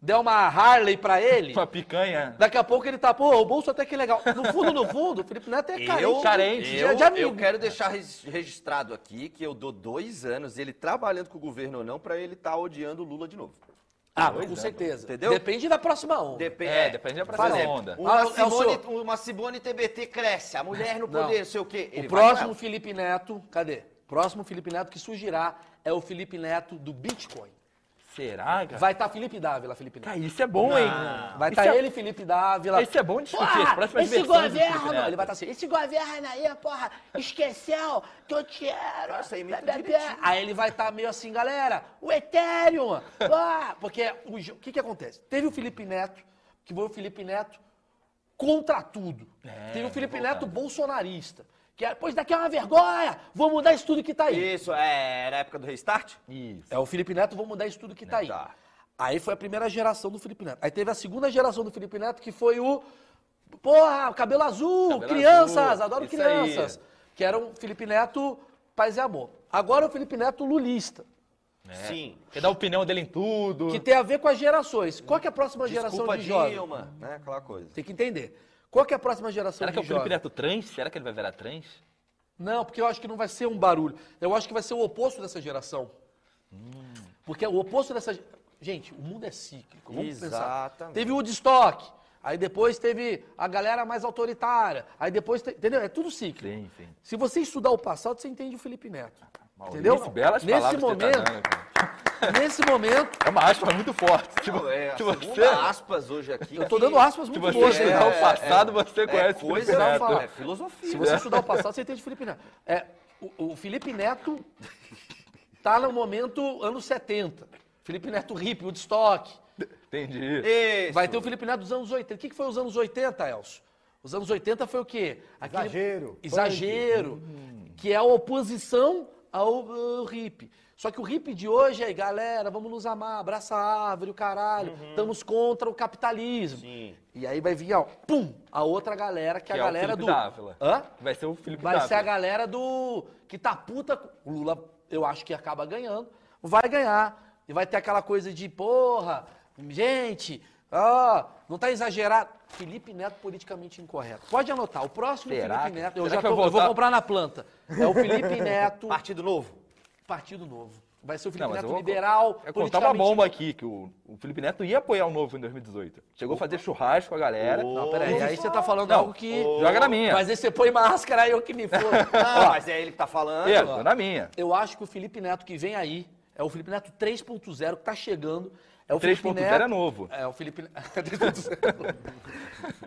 Speaker 1: der uma Harley pra ele,
Speaker 2: Uma picanha.
Speaker 1: daqui a pouco ele tá, pô, o Bolso até que é legal. No fundo, no fundo, o Felipe Neto é carente, de-
Speaker 3: Eu, eu,
Speaker 1: de amigo.
Speaker 3: eu quero deixar res- registrado aqui que eu dou dois anos, ele trabalhando com o governo ou não, pra ele estar odiando o Lula de novo.
Speaker 1: Ah, com
Speaker 2: Dois
Speaker 1: certeza.
Speaker 3: Entendeu?
Speaker 1: Depende da próxima onda.
Speaker 3: Depende.
Speaker 2: É, depende da
Speaker 1: Faz
Speaker 2: próxima
Speaker 1: exemplo.
Speaker 2: onda.
Speaker 1: Ah,
Speaker 3: Uma,
Speaker 1: é o
Speaker 3: Simone,
Speaker 1: senhor.
Speaker 3: uma Simone TBT cresce, a mulher no
Speaker 1: Não.
Speaker 3: poder, não sei o quê. Ele
Speaker 1: o
Speaker 3: vai com
Speaker 1: próximo
Speaker 3: ela.
Speaker 1: Felipe Neto, cadê? O próximo Felipe Neto que surgirá é o Felipe Neto do Bitcoin.
Speaker 2: Será,
Speaker 3: Tá.
Speaker 2: cara?
Speaker 1: Vai estar Felipe Dávila, Felipe Neto.
Speaker 2: Cara, isso é bom, hein?
Speaker 1: Vai
Speaker 2: Isso
Speaker 1: estar
Speaker 2: é-
Speaker 1: ele, Felipe Dávila.
Speaker 2: Isso é bom discutir, as próximas
Speaker 1: Ah. esse
Speaker 2: versões do Felipe né?
Speaker 1: governo,
Speaker 2: Neto.
Speaker 1: ele vai estar assim, esse governo aí, porra, esqueceu que eu te era.
Speaker 3: Nossa, imita
Speaker 1: Blá, blá, blá.
Speaker 3: direitinho.
Speaker 1: Aí ele vai estar meio assim, galera, o Ethereum, ah, porque o jo- que que acontece? Teve o Felipe Neto, que foi o Felipe Neto contra tudo.
Speaker 2: É,
Speaker 1: Teve o Felipe
Speaker 2: voltado.
Speaker 1: Neto bolsonarista, que é, pois daqui é uma vergonha, vou mudar isso tudo que tá aí.
Speaker 3: Isso, é, era a época do restart?
Speaker 2: Isso.
Speaker 1: É o Felipe Neto, vou mudar isso tudo
Speaker 2: Né,
Speaker 1: que tá aí.
Speaker 3: Tá.
Speaker 1: Aí foi a primeira geração do Felipe Neto. Aí teve a segunda geração do Felipe Neto, que foi o. Porra, cabelo azul,
Speaker 2: Cabelo
Speaker 1: crianças,
Speaker 2: azul,
Speaker 1: adoro
Speaker 2: isso aí.
Speaker 1: crianças. Que era o Felipe Neto Paz e Amor. Agora o Felipe Neto lulista,
Speaker 2: É.
Speaker 3: Sim.
Speaker 2: Quer dar a opinião dele em tudo.
Speaker 1: que tem a ver com as gerações. Qual que é a próxima
Speaker 3: Desculpa
Speaker 1: geração de jovens?
Speaker 3: Dilma, né? Aquela coisa.
Speaker 1: Tem que entender. Qual que é a próxima geração
Speaker 2: Será
Speaker 1: de
Speaker 2: que é o Felipe
Speaker 1: jovens?
Speaker 2: Neto trans? Será que ele vai virar trans?
Speaker 1: Não, porque eu acho que não vai ser um barulho. Eu acho que vai ser o oposto dessa geração. Porque o oposto dessa. ge- Gente, o mundo é cíclico. Vamos pensar.
Speaker 3: Exatamente.
Speaker 1: Teve o Woodstock, aí depois teve a galera mais autoritária, aí depois. te- Entendeu? É tudo cíclico.
Speaker 2: Sim, sim.
Speaker 1: Se você estudar o passado, você entende o Felipe Neto.
Speaker 2: Maurício,
Speaker 1: entendeu?
Speaker 2: Belas
Speaker 1: nesse
Speaker 2: palavras que ele tá
Speaker 1: momento,
Speaker 2: dando, cara.
Speaker 1: nesse momento,
Speaker 2: É uma aspa muito forte. Tipo,
Speaker 3: Não, é
Speaker 2: se
Speaker 3: a segunda
Speaker 2: você,
Speaker 3: aspas hoje aqui.
Speaker 1: eu tô
Speaker 3: que-
Speaker 1: dando aspas
Speaker 2: se
Speaker 1: muito
Speaker 2: você
Speaker 1: boas. né?
Speaker 2: estudar
Speaker 3: é,
Speaker 2: o passado, você
Speaker 3: É
Speaker 2: conhece o Felipe
Speaker 3: coisa,
Speaker 1: não
Speaker 2: Neto.
Speaker 1: fala.
Speaker 3: é filosofia.
Speaker 1: né? Se você estudar o passado, você entende o Felipe Neto. É, o, o Felipe Neto tá no momento anos 70. Felipe Neto hippie, Woodstock.
Speaker 2: Entendi.
Speaker 3: Isso.
Speaker 1: Vai ter o Felipe Neto dos anos 80. O que, que foi os anos 80, Elcio? Os anos 80 foi o quê? Aquele-
Speaker 4: Exagero.
Speaker 1: Exagero. Que é a oposição ao, ao hippie. Só que o hippie de hoje é, galera, vamos nos amar, abraça a árvore, o caralho. Estamos contra o capitalismo.
Speaker 3: Sim.
Speaker 1: E aí vai vir, ó, pum, a outra galera, que, é a
Speaker 2: Que é o
Speaker 1: galera
Speaker 2: Felipe
Speaker 1: do...
Speaker 2: Dávila.
Speaker 1: Hã?
Speaker 2: Vai ser o Felipe
Speaker 1: Vai ser a
Speaker 2: Dávila.
Speaker 1: galera do. que tá puta. com- O Lula, eu acho que acaba ganhando. Vai ganhar. E vai ter aquela coisa de, porra, gente, ó, não tá exagerado. Felipe Neto politicamente incorreto. Pode anotar, o próximo
Speaker 2: Será
Speaker 1: Felipe
Speaker 2: que-
Speaker 1: Neto. Eu
Speaker 2: será
Speaker 1: já
Speaker 2: que
Speaker 1: tô,
Speaker 2: vai
Speaker 1: eu vou
Speaker 2: voltar?
Speaker 1: comprar na planta. É o Felipe Neto,
Speaker 3: Partido Novo.
Speaker 1: Partido Novo. Vai ser o Felipe
Speaker 2: Não, mas eu
Speaker 1: Neto
Speaker 2: vou
Speaker 1: liberal.
Speaker 2: Eu contar uma
Speaker 1: politicamente-
Speaker 2: bomba aqui, que o, o Felipe Neto ia apoiar o Novo em 2018. Chegou a fazer churrasco com a galera.
Speaker 1: Não, peraí, aí você tá falando
Speaker 2: Não,
Speaker 1: algo que.
Speaker 2: joga na minha.
Speaker 1: Mas aí você põe máscara aí eu que me for.
Speaker 3: Ah, mas é ele que tá falando.
Speaker 2: É,
Speaker 3: ó.
Speaker 2: tô na minha.
Speaker 1: Eu acho que o Felipe Neto que vem aí é o Felipe Neto 3.0 que tá chegando. É o Felipe
Speaker 2: 3.0
Speaker 1: Neto-
Speaker 2: é novo.
Speaker 1: É o Felipe Ne- 3.0.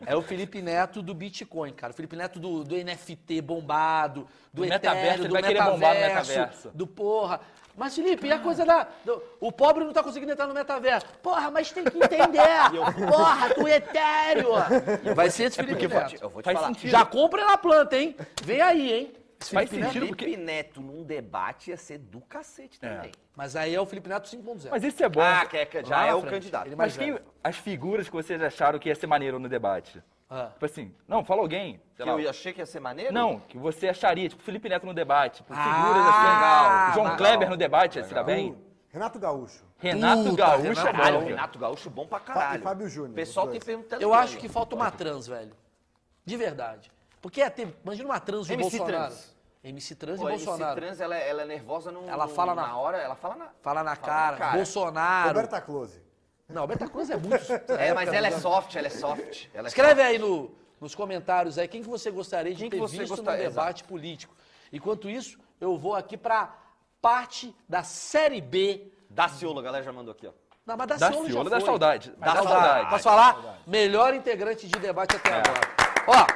Speaker 1: É o Felipe Neto do Bitcoin, cara. O Felipe Neto do, do NFT bombado, do,
Speaker 2: Do metaverso,
Speaker 1: Ethereum,
Speaker 2: ele
Speaker 1: do
Speaker 2: vai querer bombar no
Speaker 1: metaverso,
Speaker 2: metaverso.
Speaker 1: do porra. Mas, Felipe, e a coisa da. do- o pobre não tá conseguindo entrar no metaverso. Porra, mas tem que entender. porra, do Ethereum. Vai ser esse
Speaker 2: É
Speaker 1: Felipe
Speaker 3: Eu vou te,
Speaker 1: Neto.
Speaker 3: eu vou te
Speaker 2: Faz
Speaker 3: falar.
Speaker 2: sentido.
Speaker 1: Já compra na planta, hein? Vem aí, hein? Esse
Speaker 2: Faz
Speaker 1: Felipe Neto-
Speaker 2: sentido,
Speaker 3: Felipe
Speaker 2: porque-
Speaker 3: Neto num debate ia ser do cacete também.
Speaker 1: Mas aí é o Felipe Neto 5.0.
Speaker 2: Mas esse é bom.
Speaker 3: Ah, que é- que
Speaker 1: Lá
Speaker 3: já
Speaker 1: na
Speaker 3: é o
Speaker 1: frente.
Speaker 3: candidato.
Speaker 1: Ele- mais
Speaker 2: Mas quem,
Speaker 1: velho.
Speaker 2: as figuras que vocês acharam que ia ser maneiro no debate?
Speaker 1: Ah.
Speaker 2: Tipo assim, não, fala alguém. Sei
Speaker 3: Que
Speaker 2: lá,
Speaker 3: eu achei que ia ser maneiro?
Speaker 2: Não, que você acharia, tipo, Felipe Neto no debate, tipo,
Speaker 1: Ah,
Speaker 2: figuras assim.
Speaker 1: legal.
Speaker 2: João
Speaker 1: Legal.
Speaker 2: Kleber no debate, se dá bem?
Speaker 4: Renato Gaúcho.
Speaker 2: Renato
Speaker 1: Puta,
Speaker 2: Gaúcho
Speaker 1: Renato
Speaker 2: é
Speaker 3: Caralho,
Speaker 2: bom.
Speaker 3: o Renato Gaúcho bom pra caralho.
Speaker 4: E Fábio Júnior,
Speaker 3: O pessoal
Speaker 4: os
Speaker 3: tem
Speaker 4: dois.
Speaker 3: perguntando.
Speaker 1: Eu acho que falta uma trans, velho. De verdade. Porque é ter, imagina uma trans do
Speaker 3: MC
Speaker 1: Bolsonaro.
Speaker 3: trans.
Speaker 1: MC Trans e
Speaker 3: Pô, a MC
Speaker 1: Bolsonaro.
Speaker 3: trans, ela, é- ela é nervosa no,
Speaker 1: Ela
Speaker 3: no-
Speaker 1: fala na-
Speaker 3: na hora, ela fala na...
Speaker 1: Fala na
Speaker 3: Fala na
Speaker 1: cara,
Speaker 3: cara.
Speaker 1: Bolsonaro.
Speaker 4: Roberta Close.
Speaker 1: Não, Beta Cruz é muito.
Speaker 3: É, mas ela é soft, ela é soft. Ela é
Speaker 1: Escreve aí no- nos comentários aí quem que você gostaria de
Speaker 3: Quem que
Speaker 1: ter
Speaker 3: você
Speaker 1: visto
Speaker 3: gostaria,
Speaker 1: no debate político. Enquanto isso, eu vou aqui pra parte da Série B.
Speaker 3: Daciolo, a galera já mandou aqui, ó.
Speaker 1: Não, mas da
Speaker 2: Da
Speaker 1: Ciolo já
Speaker 2: Ciolo dá
Speaker 1: foi.
Speaker 2: saudade.
Speaker 1: Dá
Speaker 2: Dá
Speaker 1: saudade.
Speaker 2: saudade. É.
Speaker 1: Posso falar? Melhor integrante de debate até agora. Ó,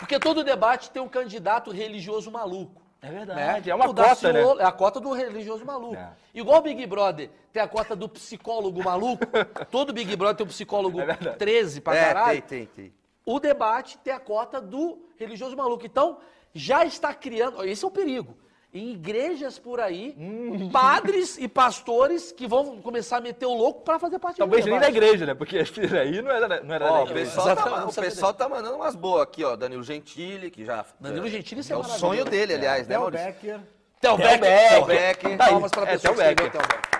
Speaker 1: porque todo debate tem um candidato religioso maluco.
Speaker 2: É
Speaker 1: Né?
Speaker 2: verdade, é uma
Speaker 1: O
Speaker 2: cota,
Speaker 1: Daciolo
Speaker 2: né?
Speaker 1: É a cota do religioso maluco.
Speaker 2: É.
Speaker 1: Igual o Big Brother tem a cota do psicólogo maluco, todo Big Brother tem um psicólogo
Speaker 2: É verdade.
Speaker 1: 13 pra
Speaker 3: é,
Speaker 1: caralho.
Speaker 3: tem, tem, tem.
Speaker 1: o debate ter a cota do religioso maluco. Então, já está criando. ó, Esse é o perigo. Em igrejas por aí,
Speaker 2: Hum.
Speaker 1: padres e pastores que vão começar a meter o louco para fazer parte
Speaker 2: Talvez
Speaker 1: do
Speaker 2: nem
Speaker 1: debate.
Speaker 2: da igreja, né? Porque esse aí não era, não era
Speaker 3: Ó,
Speaker 2: da
Speaker 3: o
Speaker 2: igreja.
Speaker 3: pessoal, tá,
Speaker 1: Exatamente.
Speaker 3: o pessoal tá mandando umas boas aqui, ó. Danilo Gentili, que já.
Speaker 1: Danilo Gentili, isso
Speaker 3: é,
Speaker 1: é
Speaker 3: o
Speaker 1: maravilhoso.
Speaker 3: sonho dele, aliás, né,
Speaker 4: Del
Speaker 3: Maurício?
Speaker 4: Becker.
Speaker 1: Theo
Speaker 2: Theo
Speaker 1: Becker.
Speaker 2: Becker.
Speaker 3: Becker.
Speaker 2: Tá aí.
Speaker 1: Palmas para a
Speaker 2: É,
Speaker 1: pessoa
Speaker 2: Theo
Speaker 1: que escreveu
Speaker 2: Becker.
Speaker 1: Theo Becker.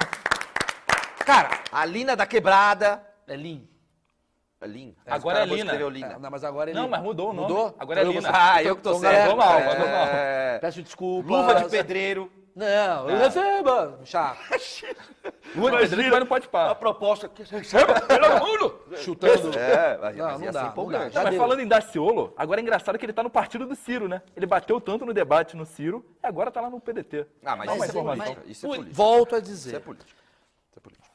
Speaker 3: Cara, a Lina da Quebrada.
Speaker 1: É Lin.
Speaker 3: É Lin.
Speaker 2: Agora é
Speaker 3: Os caras
Speaker 2: Lina.
Speaker 3: escreveu
Speaker 1: É,
Speaker 3: Lina.
Speaker 1: não, mas agora é
Speaker 2: Não,
Speaker 1: Lin.
Speaker 2: mas mudou o nome.
Speaker 1: Mudou?
Speaker 2: Agora é
Speaker 1: Então eu
Speaker 2: Lina.
Speaker 1: vou-
Speaker 3: Ah, eu que tô
Speaker 1: Então,
Speaker 3: certo.
Speaker 1: galera,
Speaker 2: Vamos lá, vamos lá.
Speaker 3: É...
Speaker 1: Peço desculpa.
Speaker 3: Luva de pedreiro.
Speaker 1: Não,
Speaker 2: É.
Speaker 1: eu receba. Chato.
Speaker 2: O Pedro é mas não pode
Speaker 3: A
Speaker 2: parar.
Speaker 3: proposta que
Speaker 1: Chutando.
Speaker 3: É, mas
Speaker 1: Não, não
Speaker 3: ia
Speaker 1: dá,
Speaker 3: ser
Speaker 1: não
Speaker 3: empolgante.
Speaker 1: dá. Já
Speaker 2: mas
Speaker 1: deu.
Speaker 2: falando em Daciolo, agora é engraçado que ele tá no partido do Ciro, né? Ele bateu tanto no debate no Ciro, e agora tá lá no PDT.
Speaker 3: Ah, mas
Speaker 2: Dá uma
Speaker 3: isso é
Speaker 2: informação.
Speaker 1: então.
Speaker 3: política. Isso é
Speaker 1: Ui,
Speaker 3: política.
Speaker 1: Volto a
Speaker 3: Isso é
Speaker 1: dizer.
Speaker 3: político. Isso é político.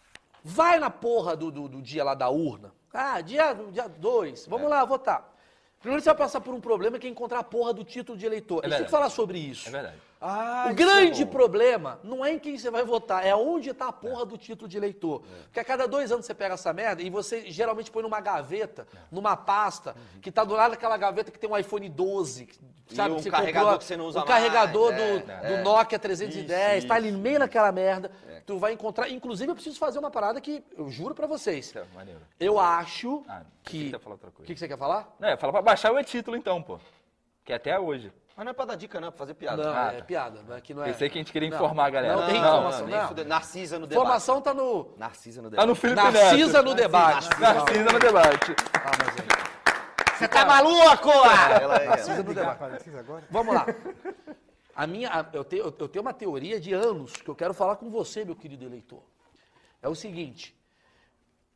Speaker 1: Vai na porra do, do, do dia lá da urna. Ah, dia 2. Dia dois. Vamos
Speaker 2: É.
Speaker 1: lá votar. Primeiro você vai passar por um problema que é encontrar a porra do título de eleitor. a gente tem que
Speaker 2: verdade.
Speaker 1: falar sobre isso.
Speaker 2: É verdade.
Speaker 1: o grande problema não é em quem você vai votar, é onde está a porra do título de eleitor. Porque a cada dois anos você pega essa merda e você geralmente põe numa gaveta, numa pasta, que tá do lado daquela gaveta que tem um iPhone 12. que-
Speaker 3: E
Speaker 1: Sabe,
Speaker 3: um
Speaker 1: que você
Speaker 3: carregador
Speaker 1: comprou,
Speaker 3: que você não usa
Speaker 1: O carregador
Speaker 3: mais,
Speaker 1: do,
Speaker 3: é,
Speaker 1: do
Speaker 3: é.
Speaker 1: Nokia 310,
Speaker 3: Isso,
Speaker 1: tá ali no meio daquela merda. Tu vai encontrar. Inclusive, eu preciso fazer uma parada que eu juro pra vocês.
Speaker 2: Então, maneiro.
Speaker 1: Eu acho
Speaker 2: Ah,
Speaker 1: que.
Speaker 2: que você ia falar outra
Speaker 1: O
Speaker 2: coisa.
Speaker 1: que, que você quer falar?
Speaker 2: Não, é, fala pra baixar o título então, pô. Que é até hoje.
Speaker 3: Mas não é pra dar dica, não, é pra fazer piada.
Speaker 1: Não,
Speaker 2: Ah,
Speaker 1: é
Speaker 2: tá.
Speaker 1: piada. Não é que não é.
Speaker 2: Pensei que a gente queria
Speaker 1: Não.
Speaker 2: informar a galera.
Speaker 1: Não, tem
Speaker 3: não,
Speaker 1: informação,
Speaker 3: nem
Speaker 1: não.
Speaker 3: fudeu. Narcisa no debate.
Speaker 1: Informação tá no.
Speaker 3: Narcisa
Speaker 2: Tá
Speaker 3: no debate.
Speaker 2: no Felipe
Speaker 1: Narcisa
Speaker 2: Neto.
Speaker 1: no debate.
Speaker 2: Narcisa no debate.
Speaker 1: Ah, mas é.
Speaker 3: Você tá maluco? ah? Ela é,
Speaker 4: Vai
Speaker 3: ela.
Speaker 4: brigar com a Narcisa agora?
Speaker 1: Vamos lá. A minha, a- eu, tenho, eu tenho uma teoria de anos que eu quero falar com você, meu querido eleitor. É o seguinte: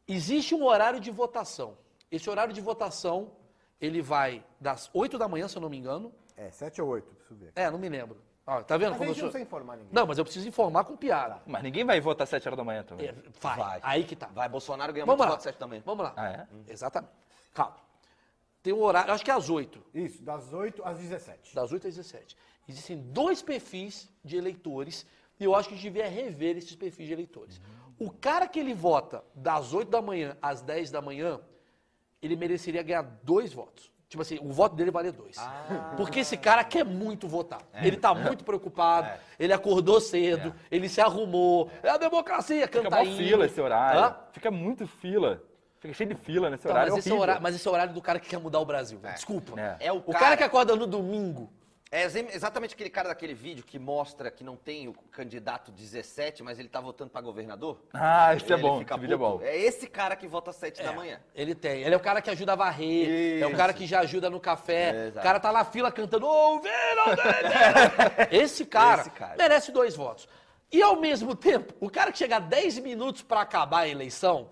Speaker 1: existe um horário de votação. Esse horário de votação, ele vai das 8 da manhã, se eu não me engano.
Speaker 4: É, 7 ou 8, preciso ver.
Speaker 1: É, não me lembro. Ó, tá vendo
Speaker 4: Mas a
Speaker 1: como eu
Speaker 4: gente
Speaker 1: sou?
Speaker 4: não precisa informar ninguém.
Speaker 1: Não, mas eu preciso informar com piada.
Speaker 2: Mas ninguém vai votar às 7 horas da manhã então. também.
Speaker 1: É, vai.
Speaker 3: Vai.
Speaker 1: Aí que tá.
Speaker 3: Vai, Bolsonaro ganha
Speaker 1: Vamos
Speaker 3: muito
Speaker 1: lá.
Speaker 3: voto certo também.
Speaker 1: Vamos lá.
Speaker 2: Ah, é?
Speaker 1: Hum. Exatamente. Calma. Tem um horário, acho que é às 8.
Speaker 4: Isso, das 8 às 17.
Speaker 1: das 8 às 17. Existem dois perfis de eleitores e eu acho que a gente devia rever esses perfis de eleitores. O cara que ele vota das 8 da manhã às 10 da manhã, ele mereceria ganhar dois votos. Tipo assim, o voto dele valer dois.
Speaker 2: Ah.
Speaker 1: Porque esse cara quer muito votar.
Speaker 2: É.
Speaker 1: Ele tá muito preocupado, ele acordou cedo, ele se arrumou. É, a democracia,
Speaker 2: Fica mó
Speaker 1: cantainha.
Speaker 2: fila esse horário.
Speaker 1: tá Hã?
Speaker 2: Fica muito fila. Fica cheio de fila nesse
Speaker 1: Tá,
Speaker 2: horário.
Speaker 1: mas, esse é o
Speaker 2: horrível.
Speaker 1: horário, mas esse é o horário do cara que quer mudar o Brasil. velho. Desculpa.
Speaker 2: É.
Speaker 3: É o
Speaker 1: o cara
Speaker 3: cara
Speaker 1: que acorda no domingo
Speaker 3: É ex- exatamente aquele cara daquele vídeo que mostra que não tem o candidato 17, mas ele tá votando pra governador?
Speaker 2: Ah, esse é
Speaker 3: Ele
Speaker 2: bom.
Speaker 3: fica
Speaker 2: Esse vídeo é
Speaker 3: puto.
Speaker 2: bom.
Speaker 3: É esse cara que vota às 7 da manhã.
Speaker 1: Ele tem. Ele é o cara que ajuda a varrer, é o cara que já ajuda no
Speaker 3: É,
Speaker 1: café.
Speaker 3: exato.
Speaker 1: o cara tá na fila cantando, ô, Verão Esse cara,
Speaker 3: Esse cara.
Speaker 1: merece dois votos. E ao mesmo tempo, o cara que chega a 10 minutos pra acabar a eleição,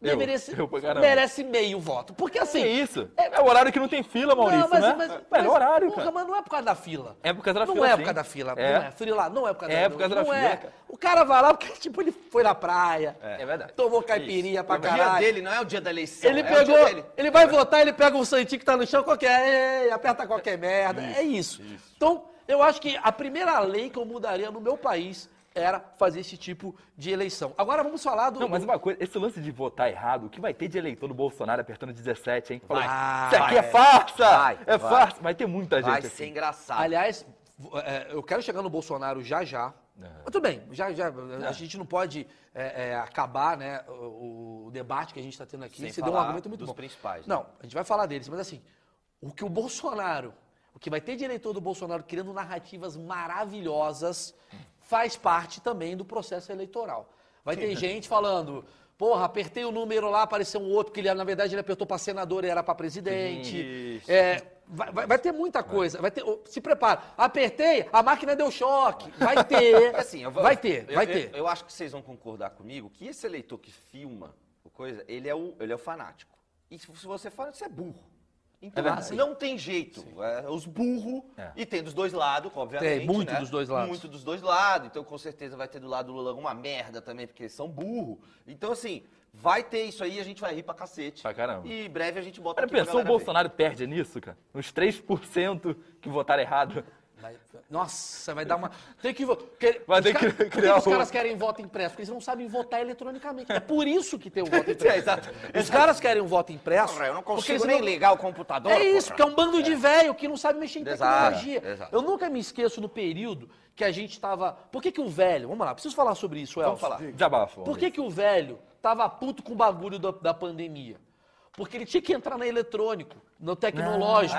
Speaker 2: Eu,
Speaker 1: merece,
Speaker 2: eu pra caramba.
Speaker 1: merece meio voto. Porque assim.
Speaker 2: Que isso? É o horário que não tem fila, Maurício, né? Mas, é o horário,
Speaker 1: porra,
Speaker 2: cara.
Speaker 1: mas não é por causa da fila.
Speaker 2: É por causa da
Speaker 1: não
Speaker 2: fila,
Speaker 1: é por
Speaker 2: sim.
Speaker 1: causa da fila.
Speaker 2: É.
Speaker 1: Não é. Fui lá, não é por causa
Speaker 2: É
Speaker 1: da
Speaker 2: por causa da
Speaker 1: não
Speaker 2: fila,
Speaker 1: é.
Speaker 2: cara.
Speaker 1: O cara vai lá porque, tipo, ele foi na praia.
Speaker 2: É verdade.
Speaker 1: Tomou caipirinha pra
Speaker 3: O dia
Speaker 1: caralho.
Speaker 3: dele não é o dia da eleição.
Speaker 1: Ele
Speaker 3: é o
Speaker 1: pegou,
Speaker 3: dia dele.
Speaker 1: ele vai votar, ele pega o santinho que tá no chão, qualquer, ei, aperta qualquer merda, é isso. Então, eu acho que a primeira lei que eu mudaria no meu país era fazer esse tipo de eleição. Agora vamos falar do...
Speaker 2: Não, mas uma coisa, esse lance de votar errado, o que vai ter de eleitor do Bolsonaro apertando 17, hein? Falou,
Speaker 1: Vai.
Speaker 2: Isso aqui é
Speaker 3: Vai.
Speaker 2: farsa!
Speaker 3: Vai,
Speaker 2: é
Speaker 3: vai.
Speaker 2: farsa! Vai ter muita gente
Speaker 3: Vai
Speaker 2: assim.
Speaker 3: ser engraçado.
Speaker 1: Aliás, vo- é, eu quero chegar no Bolsonaro já já. Mas tudo bem, já, já, a gente não pode é, é, acabar né, o, o debate que a gente está tendo aqui.
Speaker 3: Sem
Speaker 1: Você deu um
Speaker 3: falar
Speaker 1: argumento muito
Speaker 3: dos
Speaker 1: bom.
Speaker 3: principais, né?
Speaker 1: Não, a gente vai falar deles, mas assim, o que o Bolsonaro, o que vai ter de eleitor do Bolsonaro criando narrativas maravilhosas, faz parte também do processo eleitoral. Vai
Speaker 3: né?
Speaker 1: ter gente falando. Porra, apertei o número lá, apareceu um outro, porque ele, na verdade ele apertou para senador e era para presidente.
Speaker 3: Isso.
Speaker 1: É, vai, vai- vai ter muita coisa. Vai ter, ô, se prepara. Apertei, a máquina deu choque. Vai ter.
Speaker 3: Assim, eu vou-
Speaker 1: vai ter,
Speaker 3: eu-
Speaker 1: vai
Speaker 3: eu-
Speaker 1: ter.
Speaker 3: Eu, acho que vocês vão concordar comigo que esse eleitor que filma o coisa, ele é o, ele é o fanático. E se você fala, você é burro. Então,
Speaker 1: É verdade.
Speaker 3: não tem jeito. É, os burros,
Speaker 2: É.
Speaker 3: e tem dos dois lados, obviamente.
Speaker 1: Tem, muito
Speaker 3: né?
Speaker 1: dos dois lados.
Speaker 3: Muito dos dois lados. Então, com certeza, vai ter do lado do Lula alguma merda também, porque eles são burro. Então, assim, vai ter isso aí, a gente vai rir pra cacete.
Speaker 2: Pra caramba.
Speaker 3: E em breve a gente bota
Speaker 2: Cara,
Speaker 3: aqui pra
Speaker 2: pensou o
Speaker 3: galera ver.
Speaker 2: Bolsonaro perde nisso, cara? Uns 3% que votaram errado.
Speaker 1: Vai- nossa, vai dar uma. Tem que. vo- que-
Speaker 2: Vai
Speaker 1: os
Speaker 2: ter que
Speaker 1: caras- por
Speaker 2: criar
Speaker 1: Os
Speaker 2: um-
Speaker 1: caras querem voto impresso, porque eles não sabem votar eletronicamente. É por isso que tem o voto impresso.
Speaker 3: É, exato,
Speaker 1: Os caras querem um voto impresso.
Speaker 3: Porra, eu não
Speaker 1: porque
Speaker 3: consigo
Speaker 1: eles
Speaker 3: nem
Speaker 1: não-
Speaker 3: ligar o computador.
Speaker 1: É isso, porque
Speaker 3: porra.
Speaker 1: é um bando de velho que não sabe mexer em
Speaker 3: Exato,
Speaker 1: tecnologia.
Speaker 3: exato.
Speaker 1: Eu nunca me esqueço do período que a gente tava. Por que, que o velho. Vamos lá, preciso falar sobre isso, Elcio.
Speaker 3: Vamos falar.
Speaker 2: Desabafo.
Speaker 1: Por que, que o velho tava puto com o bagulho da, da pandemia? Porque ele tinha que entrar na eletrônico, no tecnológico.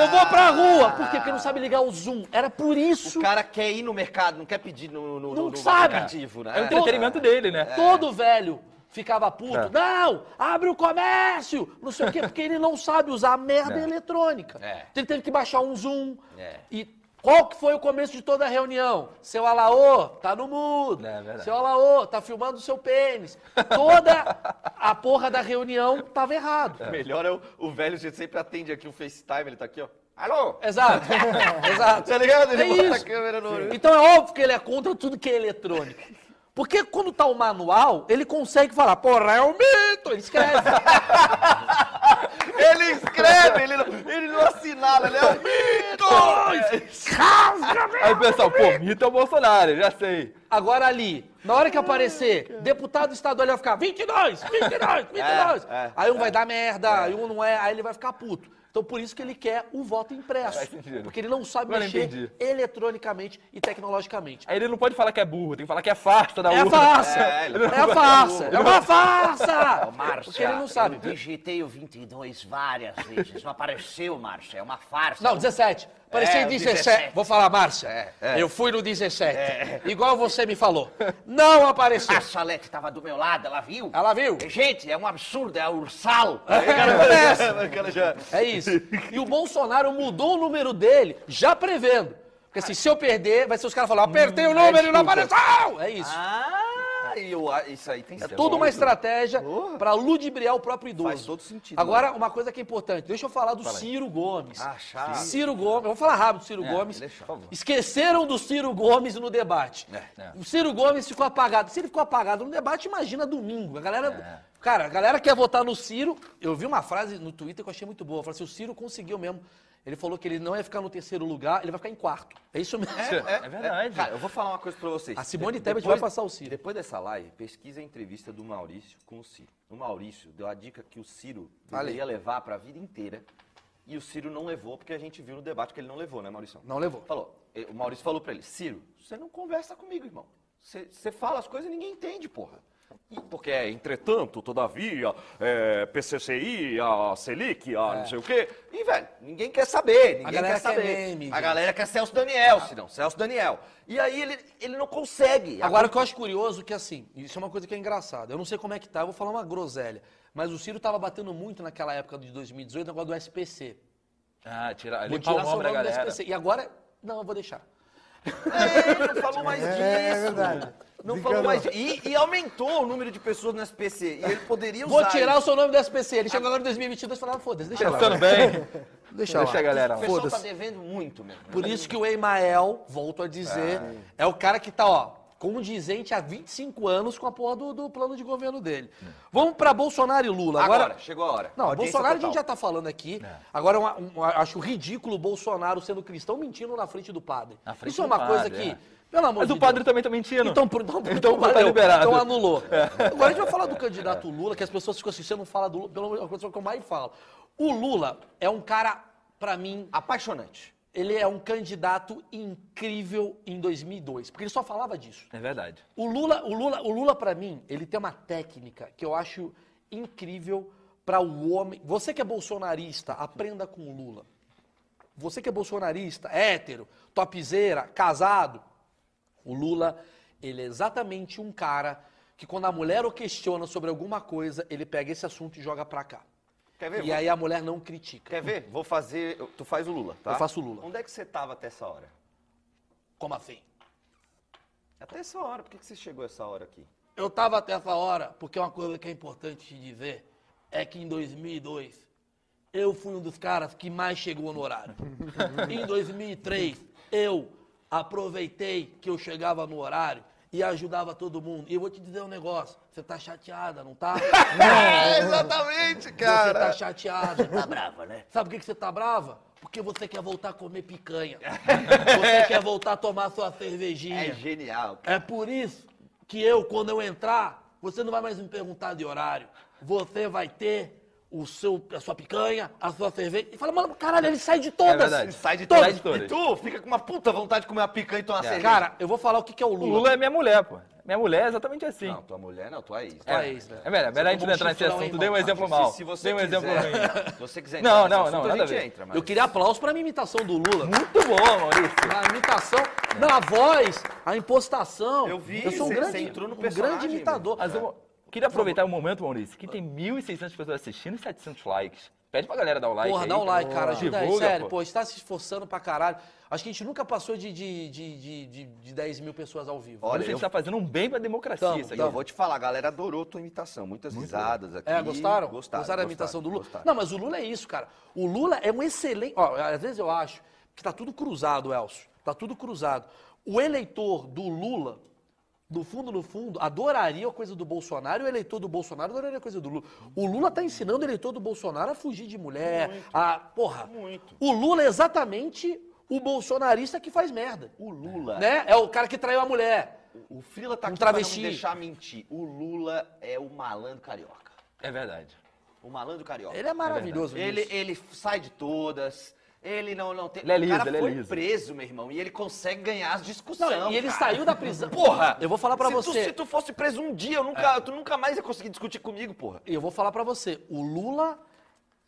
Speaker 1: Eu vou pra rua! Por quê? Porque não sabe ligar o Zoom. Era por isso.
Speaker 3: O cara quer ir no mercado, não quer pedir no, no,
Speaker 1: Não
Speaker 3: no- no
Speaker 1: sabe.
Speaker 3: aplicativo, né?
Speaker 2: É o entretenimento dele, né?
Speaker 1: Todo velho ficava puto.
Speaker 2: É.
Speaker 1: Não! Abre o comércio! Não sei o quê, porque ele não sabe usar a merda
Speaker 2: É.
Speaker 1: eletrônica.
Speaker 3: É.
Speaker 1: Então ele teve que baixar um Zoom.
Speaker 3: É.
Speaker 1: E qual que foi o começo de toda a reunião? Seu Alaô tá no mudo.
Speaker 2: É, verdade.
Speaker 1: seu Alaô tá filmando o seu pênis. Toda a porra da reunião tava errado.
Speaker 3: O melhor é o, o velho, a gente sempre atende aqui o FaceTime, ele tá aqui, ó. Alô?
Speaker 1: Exato. Exato.
Speaker 3: Tá ligado? Ele
Speaker 1: É
Speaker 3: bota
Speaker 1: isso.
Speaker 3: a câmera no...
Speaker 1: Então é óbvio que ele é contra tudo que é eletrônico. Porque quando tá o manual, ele consegue falar, porra, é um mito, ele escreve.
Speaker 3: Ele escreve, ele não, ele não assinala, ele é um mito!
Speaker 2: Aí o pessoal, pô, mito é o Bolsonaro, já sei.
Speaker 1: Agora ali, na hora que aparecer, deputado estadual ele vai ficar 22, 22, 22.
Speaker 3: É, é,
Speaker 1: aí um vai dar merda, aí um não é, aí ele vai ficar puto. Então por isso que ele quer o voto impresso.
Speaker 2: Faz sentido.
Speaker 1: Porque ele não sabe
Speaker 2: Agora eu entendi.
Speaker 1: mexer eletronicamente e tecnologicamente.
Speaker 2: Aí ele não pode falar que é burro, tem que falar que é farsa da
Speaker 1: É a
Speaker 2: urna.
Speaker 1: farsa!
Speaker 3: É,
Speaker 1: É,
Speaker 3: ele-
Speaker 1: a farsa! É uma farsa! Porque ele não sabe.
Speaker 5: digitei É o 22 várias vezes. Não apareceu, Márcia. É uma farsa.
Speaker 1: Não, 17. Parecia
Speaker 3: É,
Speaker 1: 17.
Speaker 3: 17.
Speaker 1: Vou falar, Márcia. Eu fui no 17. Igual você me falou. Não apareceu.
Speaker 5: A Salete estava do meu lado, ela viu?
Speaker 1: Ela viu?
Speaker 5: Gente, é um absurdo, é a Ursal.
Speaker 3: Aquela já...
Speaker 1: É isso. E o Bolsonaro mudou o número dele, já prevendo. Porque assim, se eu perder, vai ser os caras falando, apertei o número e não apareceu! É isso.
Speaker 3: Ah, e eu- ah, isso aí tem que
Speaker 1: É toda uma estratégia pra ludibriar o próprio idoso.
Speaker 3: Faz todo sentido, né?
Speaker 1: Agora, uma coisa que é importante, deixa eu falar do Ciro Gomes.
Speaker 3: Ah, chato. É,
Speaker 1: Ciro Gomes, vamos falar rápido do Ciro Gomes.
Speaker 3: deixa, por favor.
Speaker 1: Esqueceram do Ciro Gomes no debate.
Speaker 2: É.
Speaker 1: O Ciro Gomes ficou apagado. Se ele ficou apagado no debate, imagina domingo. A galera.
Speaker 3: É.
Speaker 1: Cara, a galera quer votar no Ciro. Eu vi uma frase no Twitter que eu achei muito boa. Falou assim: o Ciro conseguiu mesmo. Ele falou que ele não ia ficar no terceiro lugar, ele vai ficar em quarto. É isso mesmo.
Speaker 2: É verdade.
Speaker 3: Cara, eu vou falar uma coisa pra vocês.
Speaker 1: A Simone Tebet
Speaker 3: Depois-
Speaker 1: vai passar o Ciro.
Speaker 3: Depois dessa live, pesquisa a entrevista do Maurício com o Ciro. O Maurício deu a dica que o Ciro deveria levar pra vida inteira. E o Ciro não levou, porque a gente viu no debate que ele não levou, né, Maurício?
Speaker 1: Não levou.
Speaker 3: Falou. eh, O Maurício falou pra ele, Ciro, você não conversa comigo, irmão. Você você fala as coisas e ninguém entende, porra. E-
Speaker 6: Porque é, entretanto, todavia, é, PCCI, a Selic, a não sei o quê.
Speaker 3: E, velho, ninguém quer saber, ninguém
Speaker 1: É. galera
Speaker 3: quer
Speaker 1: quer
Speaker 3: saber.
Speaker 1: meme,
Speaker 3: a
Speaker 1: gente.
Speaker 3: galera quer é Celso Daniel, Cirão, Celso Daniel. E aí ele, ele não consegue.
Speaker 1: Agora, o que eu acho curioso é que, assim, isso é uma coisa que é engraçada. Eu não sei como é que tá, eu vou falar uma groselha. Mas o Ciro tava batendo muito naquela época de 2018, negócio do SPC.
Speaker 2: Ah, tira,
Speaker 1: Vou
Speaker 2: limpar
Speaker 3: é
Speaker 1: tirar
Speaker 2: o
Speaker 1: seu
Speaker 2: ombro da
Speaker 1: nome do
Speaker 2: galera.
Speaker 1: SPC. E agora, não, eu vou deixar.
Speaker 3: Ele não falou mais disso.
Speaker 4: É verdade.
Speaker 3: Não falou
Speaker 4: Desencanou.
Speaker 3: mais disso. E, e aumentou o número de pessoas no SPC. E ele poderia usar.
Speaker 1: Vou tirar o
Speaker 3: isso.
Speaker 1: seu nome do SPC. Ele chegou agora em 2022 e falou, ah, foda-se, deixa lá.
Speaker 2: Pensando bem,
Speaker 1: Deixa lá.
Speaker 2: deixa a galera lá.
Speaker 3: O pessoal tá devendo muito mesmo.
Speaker 1: Por isso que o Emael, volto a dizer, é o cara que tá, ó, condizente há 25 anos com a porra do, do plano de governo dele. Vamos pra Bolsonaro e Lula.
Speaker 3: Agora,
Speaker 1: É. Agora,
Speaker 3: chegou a hora.
Speaker 1: Não,
Speaker 3: Audiência
Speaker 1: Bolsonaro a gente já
Speaker 3: total.
Speaker 1: tá falando aqui.
Speaker 2: É.
Speaker 1: Agora, uma- um- acho ridículo o Bolsonaro sendo cristão mentindo na frente do padre.
Speaker 2: Na frente
Speaker 1: Isso é
Speaker 2: do
Speaker 1: uma coisa
Speaker 2: padre,
Speaker 1: que,
Speaker 2: é.
Speaker 1: pelo amor
Speaker 2: Mas
Speaker 1: de
Speaker 2: o padre
Speaker 1: Deus.
Speaker 2: também tá mentindo.
Speaker 1: Então, por- então,
Speaker 2: Então tá
Speaker 1: valeu,
Speaker 2: liberado. É.
Speaker 1: Então anulou. Agora a gente vai falar do candidato Lula, que as pessoas ficam assim, você não fala do Lula, pelo amor de Deus, é uma coisa que eu mais falo. O Lula é um cara, pra mim,
Speaker 3: Apaixonante.
Speaker 1: ele é um candidato incrível em 2002, porque ele só falava disso.
Speaker 2: É verdade.
Speaker 1: O Lula, o Lula, o Lula para mim, ele tem uma técnica que eu acho incrível para o homem. Você que é bolsonarista, aprenda com o Lula. Você que é bolsonarista, hétero, topzeira, casado, o Lula, ele é exatamente um cara que quando a mulher o questiona sobre alguma coisa, ele pega esse assunto e joga pra cá.
Speaker 3: Quer ver?
Speaker 1: E
Speaker 3: Vou-
Speaker 1: aí a mulher não critica.
Speaker 3: Quer ver? Vou fazer. Tu faz o Lula, tá?
Speaker 1: Eu faço o Lula.
Speaker 3: Onde é que você tava até essa hora?
Speaker 1: Como assim?
Speaker 3: Até essa hora. Por que que você chegou essa hora aqui?
Speaker 1: Eu tava até essa hora, porque uma coisa que é importante te dizer é que em 2002 eu fui um dos caras que mais chegou no horário. em 2003 eu aproveitei que eu chegava no horário e ajudava todo mundo. E eu vou te dizer um negócio: você tá chateada, não tá?
Speaker 3: É, exatamente,
Speaker 1: Você
Speaker 3: cara.
Speaker 1: tá chateada.
Speaker 5: Tá brava, né?
Speaker 1: Sabe por que que você tá brava? Porque você quer voltar a comer picanha. Você quer voltar a tomar sua
Speaker 3: É
Speaker 1: cervejinha.
Speaker 3: genial.
Speaker 1: É por isso que eu, quando eu entrar, você não vai mais me perguntar de horário. Você vai ter o seu, a sua picanha, a sua cerveja. E fala, mano, caralho, ele sai de todas.
Speaker 2: É verdade.
Speaker 3: Ele sai de
Speaker 1: Todas. É.
Speaker 3: todas.
Speaker 2: todas.
Speaker 3: E tu fica com uma puta vontade de comer uma picanha e tomar uma cerveja.
Speaker 1: Cara, eu vou falar o que, que é o
Speaker 2: O
Speaker 1: Lula.
Speaker 2: Lula é minha mulher, pô. Minha mulher é exatamente assim.
Speaker 3: Não, tua mulher não, tua ex.
Speaker 1: Tua ex, né?
Speaker 2: É melhor, melhor a gente não entrar nesse
Speaker 1: Chifrão, hein,
Speaker 2: assunto. Dei um
Speaker 1: irmão?
Speaker 2: exemplo
Speaker 3: Se-
Speaker 2: mal.
Speaker 3: Se você
Speaker 2: Dei um
Speaker 3: quiser,
Speaker 2: exemplo ruim.
Speaker 3: se você quiser
Speaker 2: Não,
Speaker 3: entrar nesse
Speaker 2: não,
Speaker 3: assunto,
Speaker 2: não,
Speaker 3: a
Speaker 2: nada
Speaker 3: gente
Speaker 2: a ver.
Speaker 3: entra, mas...
Speaker 1: Eu queria aplauso pra minha imitação do Lula.
Speaker 2: Muito bom, Maurício.
Speaker 1: A imitação, na voz, a impostação.
Speaker 3: Eu vi,
Speaker 1: eu sou um
Speaker 3: você-
Speaker 1: grande,
Speaker 3: você entrou no
Speaker 1: um
Speaker 3: personagem,
Speaker 1: grande imitador.
Speaker 2: Mas eu queria aproveitar o momento, Maurício, que tem 1.600 pessoas assistindo e 700 likes. Pede pra galera dar o like
Speaker 1: Porra,
Speaker 2: aí.
Speaker 1: dá um like, cara. Ajuda aí,
Speaker 2: Divulga,
Speaker 1: sério.
Speaker 2: pô.
Speaker 1: Pô, a gente tá se esforçando pra caralho. Acho que a gente nunca passou de, de, de, de, de, de 10 mil pessoas ao vivo.
Speaker 2: Olha,
Speaker 3: Olha,
Speaker 2: a gente
Speaker 3: eu-
Speaker 2: tá fazendo um bem pra democracia
Speaker 1: Tamo,
Speaker 2: isso aqui.
Speaker 1: tamo.
Speaker 3: Eu vou te falar, a galera adorou tua imitação. Muitas risadas aqui.
Speaker 1: É, gostaram?
Speaker 3: Gostaram.
Speaker 1: da imitação do Lula?
Speaker 3: gostaram.
Speaker 1: Não, mas o Lula é isso, cara. O Lula é um excelente. Ó, às vezes eu acho que tá tudo cruzado, Elcio. Tá tudo cruzado. O eleitor do Lula, no fundo, no fundo, adoraria a coisa do Bolsonaro e o eleitor do Bolsonaro adoraria a coisa do Lula. O Lula tá ensinando o eleitor do Bolsonaro a fugir de mulher, a. Porra. Muito. O Lula é exatamente o bolsonarista que faz merda.
Speaker 3: O Lula.
Speaker 1: Né? É o cara que traiu a mulher.
Speaker 3: O Frila tá
Speaker 1: Um
Speaker 3: aqui pra não me
Speaker 1: travesti.
Speaker 3: deixar mentir. O Lula é o malandro carioca.
Speaker 2: É verdade.
Speaker 3: O malandro carioca.
Speaker 1: Ele é maravilhoso.
Speaker 3: Ele,
Speaker 1: nisso.
Speaker 3: ele sai de todas. Ele não, não tem.
Speaker 2: Ele é liso,
Speaker 3: o cara
Speaker 2: ele é
Speaker 3: foi
Speaker 2: liso.
Speaker 3: preso, meu irmão, e ele consegue ganhar as discussões.
Speaker 1: Não, e ele
Speaker 3: cara.
Speaker 1: saiu da prisão.
Speaker 3: Porra!
Speaker 1: Eu vou falar pra
Speaker 3: se
Speaker 1: você. É.
Speaker 3: Tu, se tu fosse preso um dia, eu nunca, tu nunca mais ia conseguir discutir comigo, porra.
Speaker 1: E eu vou falar pra você, o Lula,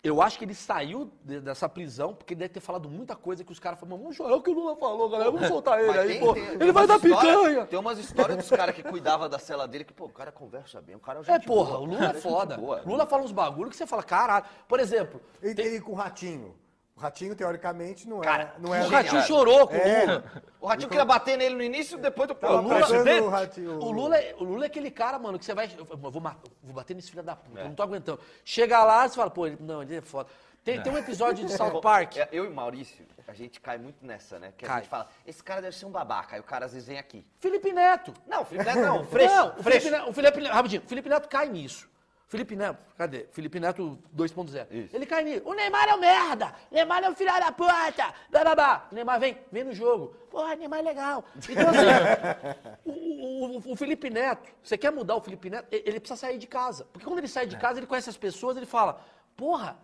Speaker 1: eu acho que ele saiu de- dessa prisão porque ele deve ter falado muita coisa que os caras falaram, vamos chorar o que o Lula falou, galera, vamos soltar ele
Speaker 3: Mas
Speaker 1: aí,
Speaker 3: tem-
Speaker 1: pô.
Speaker 3: tem-
Speaker 1: Ele
Speaker 3: tem
Speaker 1: vai dar
Speaker 3: umas histórias-
Speaker 1: picanha.
Speaker 3: Tem umas histórias dos caras que cuidavam da cela dele que, pô, o cara conversa bem, o cara é
Speaker 1: É,
Speaker 3: gente
Speaker 1: porra,
Speaker 3: boa,
Speaker 1: o
Speaker 3: o
Speaker 1: Lula
Speaker 3: cara
Speaker 1: é
Speaker 3: gente
Speaker 1: foda.
Speaker 3: boa.
Speaker 1: Lula fala uns bagulho que você fala, caralho. Por exemplo,
Speaker 4: E,
Speaker 1: tem-
Speaker 4: e com o ratinho. O ratinho, teoricamente, não é.
Speaker 3: Cara,
Speaker 4: não é
Speaker 1: o
Speaker 3: genial.
Speaker 1: Ratinho chorou com o
Speaker 4: É.
Speaker 1: Lula.
Speaker 3: O Ratinho queria bater nele no início, depois do
Speaker 4: Tava
Speaker 3: o Então, Lula-
Speaker 4: precisando
Speaker 3: presidente.
Speaker 4: o ratinho.
Speaker 1: O Lula, é, o Lula é aquele cara, mano, que você vai. Eu vou, matar- vou bater nesse filho da puta,
Speaker 3: É.
Speaker 1: eu não tô aguentando. Chega lá, você fala, pô, ele, não, ele é foda. Tem, tem um episódio de South Park.
Speaker 3: É, Eu e o Maurício, a gente cai muito nessa, né? Que a
Speaker 1: Cai.
Speaker 3: gente fala, esse cara deve ser um babaca. Aí o cara às vezes vem aqui.
Speaker 1: Felipe Neto.
Speaker 3: Não, Felipe Neto não, fresco,
Speaker 1: Não, o Felipe,
Speaker 3: fresco.
Speaker 1: Neto, o Felipe Neto- rapidinho, o Felipe Neto cai nisso. Felipe Neto, cadê? Felipe Neto 2.0.
Speaker 3: Isso.
Speaker 1: Ele cai nisso. O Neymar é um merda! Neymar é um filho da puta! Bababá. O Neymar vem, vem no jogo. Porra, Neymar é legal. Então, assim, o, o- o- o Felipe Neto, você quer mudar o Felipe Neto? Ele ele precisa sair de casa. Porque quando ele sai
Speaker 2: É.
Speaker 1: de casa, ele conhece as pessoas, ele fala, porra,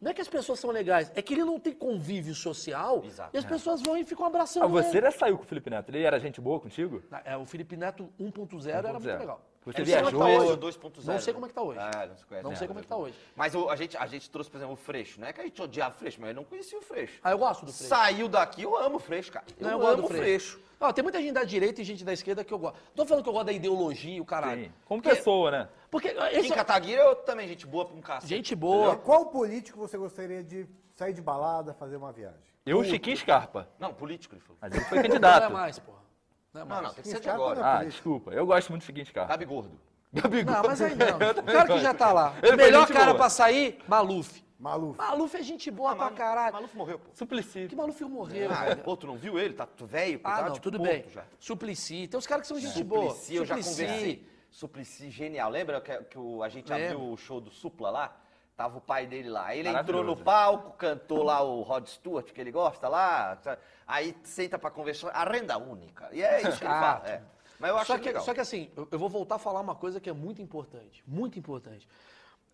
Speaker 1: não é que as pessoas são legais, é que ele não tem convívio social
Speaker 3: Exato.
Speaker 1: e as pessoas vão e ficam abraçando
Speaker 2: Ah, você
Speaker 1: ele.
Speaker 2: já saiu com o Felipe Neto. Ele era Um gente boa contigo?
Speaker 1: É, o Felipe Neto 1.0 era muito
Speaker 2: 1.0.
Speaker 1: legal.
Speaker 2: Você
Speaker 1: Eu não sei
Speaker 2: viajou?
Speaker 1: como é que tá hoje.
Speaker 3: 2.0.
Speaker 1: Não sei como é que tá hoje.
Speaker 3: Ah, não se conhece.
Speaker 1: Não sei como é que tá hoje.
Speaker 3: Mas o- a, gente, a gente trouxe, por exemplo, o Freixo. Não é que a gente odiava o Freixo, mas eu não conhecia o Freixo.
Speaker 1: Ah, eu gosto do Freixo.
Speaker 3: Saiu daqui, eu amo o Freixo, cara. Eu,
Speaker 1: Não,
Speaker 3: amo
Speaker 1: do
Speaker 3: o Freixo.
Speaker 1: Ó, tem muita gente da direita e gente da esquerda que eu gosto. Tô falando que eu gosto da ideologia, o caralho.
Speaker 2: Sim. Como
Speaker 3: é
Speaker 1: Porque-
Speaker 2: pessoa, né?
Speaker 1: Porque ó,
Speaker 3: Kim
Speaker 1: esse é
Speaker 3: Kataguiri eu também, gente boa pra um cacete.
Speaker 1: gente boa.
Speaker 4: é, Qual político você gostaria de sair de balada, fazer uma viagem?
Speaker 2: Eu, Chiquinho Scarpa.
Speaker 3: Não, político, ele falou.
Speaker 2: Mas ele foi
Speaker 1: Não é
Speaker 2: candidato.
Speaker 1: mais, porra. Não é mais.
Speaker 3: Não, não, tem que ser de
Speaker 4: Escapa
Speaker 3: agora.
Speaker 4: não.
Speaker 2: Ah, desculpa. Eu gosto muito do Chiquinho Scarpa.
Speaker 3: Gabi Gordo.
Speaker 2: Gabigol.
Speaker 1: Não, mas aí não. O cara que já tá lá.
Speaker 2: Ele
Speaker 1: O
Speaker 2: foi
Speaker 1: melhor
Speaker 2: gente
Speaker 1: cara
Speaker 2: boa.
Speaker 1: pra sair, Maluf.
Speaker 4: Maluf.
Speaker 1: Maluf é gente boa pra
Speaker 3: Malu-
Speaker 1: caralho.
Speaker 3: Ah, Maluf morreu, pô.
Speaker 2: Suplicy.
Speaker 1: Que Maluf morreu.
Speaker 3: Ah,
Speaker 1: velho.
Speaker 3: pô, tu não viu ele? Tá tu velho,
Speaker 1: Ah,
Speaker 3: tá
Speaker 1: não,
Speaker 3: de
Speaker 1: tudo
Speaker 3: ponto
Speaker 1: bem.
Speaker 3: já. É.
Speaker 1: Suplicy. Tem uns caras que são gente boa.
Speaker 3: Suplicy, eu já conversei. Suplicy, genial. Lembra que, que o- a gente
Speaker 1: Lembro.
Speaker 3: abriu o show do Supla lá? Tava o pai dele lá. Ele entrou
Speaker 2: Maravilhoso.
Speaker 1: né?
Speaker 3: no palco, cantou lá o Rod Stewart, que ele gosta lá. tá? Aí senta pra conversar. A renda única. E é isso que ele
Speaker 1: Ah,
Speaker 3: fala. é. Mas eu acho
Speaker 1: só que,
Speaker 3: legal.
Speaker 1: só que assim, eu, eu vou voltar a falar uma coisa que é muito importante, muito importante.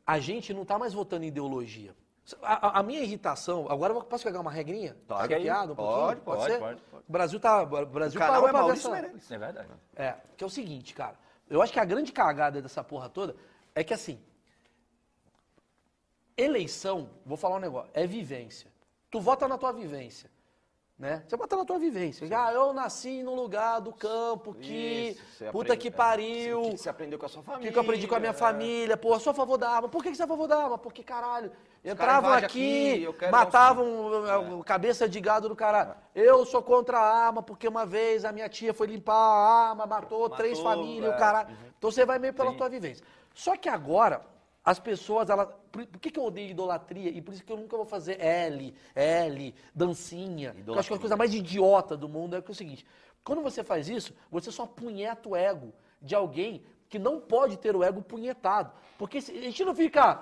Speaker 1: A gente não tá mais votando em ideologia. A, a- a minha irritação, agora eu vou- posso pegar uma regrinha?
Speaker 3: Claro.
Speaker 1: Ser piada um
Speaker 3: Pode,
Speaker 1: pouquinho?
Speaker 2: pode,
Speaker 1: ser?
Speaker 2: pode,
Speaker 1: O Brasil tá, o Brasil
Speaker 3: o canal
Speaker 1: parou
Speaker 3: é
Speaker 1: pra ver
Speaker 3: Maurício
Speaker 1: essa-
Speaker 3: Meirelles.
Speaker 2: É verdade.
Speaker 1: é, que é o seguinte, cara. Eu acho que a grande cagada dessa porra toda é que assim. Eleição, vou falar um negócio, é vivência. Tu vota na tua vivência. Né? Você vota na tua vivência. Ah, eu nasci num lugar do campo que.
Speaker 3: Isso, você
Speaker 1: puta
Speaker 3: aprende-
Speaker 1: que
Speaker 3: é.
Speaker 1: pariu.
Speaker 3: O que que você aprendeu com a sua
Speaker 1: O
Speaker 3: família?
Speaker 1: que, que eu aprendi com a minha família? Pô, eu sou a favor da arma. Por que, que você é a favor da arma? Porque, caralho, entravam
Speaker 3: invadem
Speaker 1: aqui,
Speaker 3: aqui, eu quero dar um É.
Speaker 1: matavam uh, uh, cabeça de gado do caralho. Eu sou contra a arma, porque uma vez a minha tia foi limpar a arma, matou, três famílias, o
Speaker 3: é.
Speaker 1: caralho. Então você vai meio pela tua vivência. Só que agora, as pessoas, elas. Por, por que, que eu odeio idolatria? E por isso que eu nunca vou fazer L, L, dancinha. Eu acho que a coisa mais idiota do mundo é que é o seguinte: Quando você faz isso, você só punheta o ego de alguém que não pode ter o ego punhetado. Porque se- a gente não fica.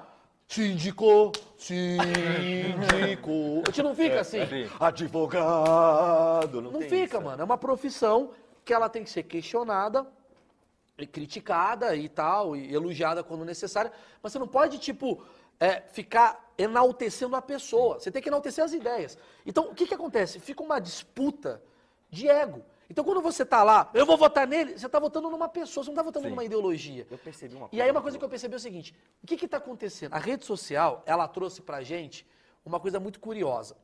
Speaker 1: Síndico, síndico. A gente não fica assim.
Speaker 3: Advogado. É, Não,
Speaker 1: Não
Speaker 3: tem
Speaker 1: fica,
Speaker 3: isso.
Speaker 1: mano. É uma profissão que ela tem que ser questionada, e criticada e tal, e elogiada quando necessária. Mas você não pode, tipo, é, ficar enaltecendo a pessoa. Você tem que enaltecer as ideias. Então, o que que acontece? Fica uma disputa de ego. Então, quando você tá lá, eu vou votar nele, você tá votando numa pessoa, você não tá votando numa ideologia.
Speaker 3: Eu percebi uma
Speaker 1: E aí uma coisa que eu percebi é o seguinte, o que está acontecendo? A rede social, ela trouxe pra gente uma coisa muito curiosa.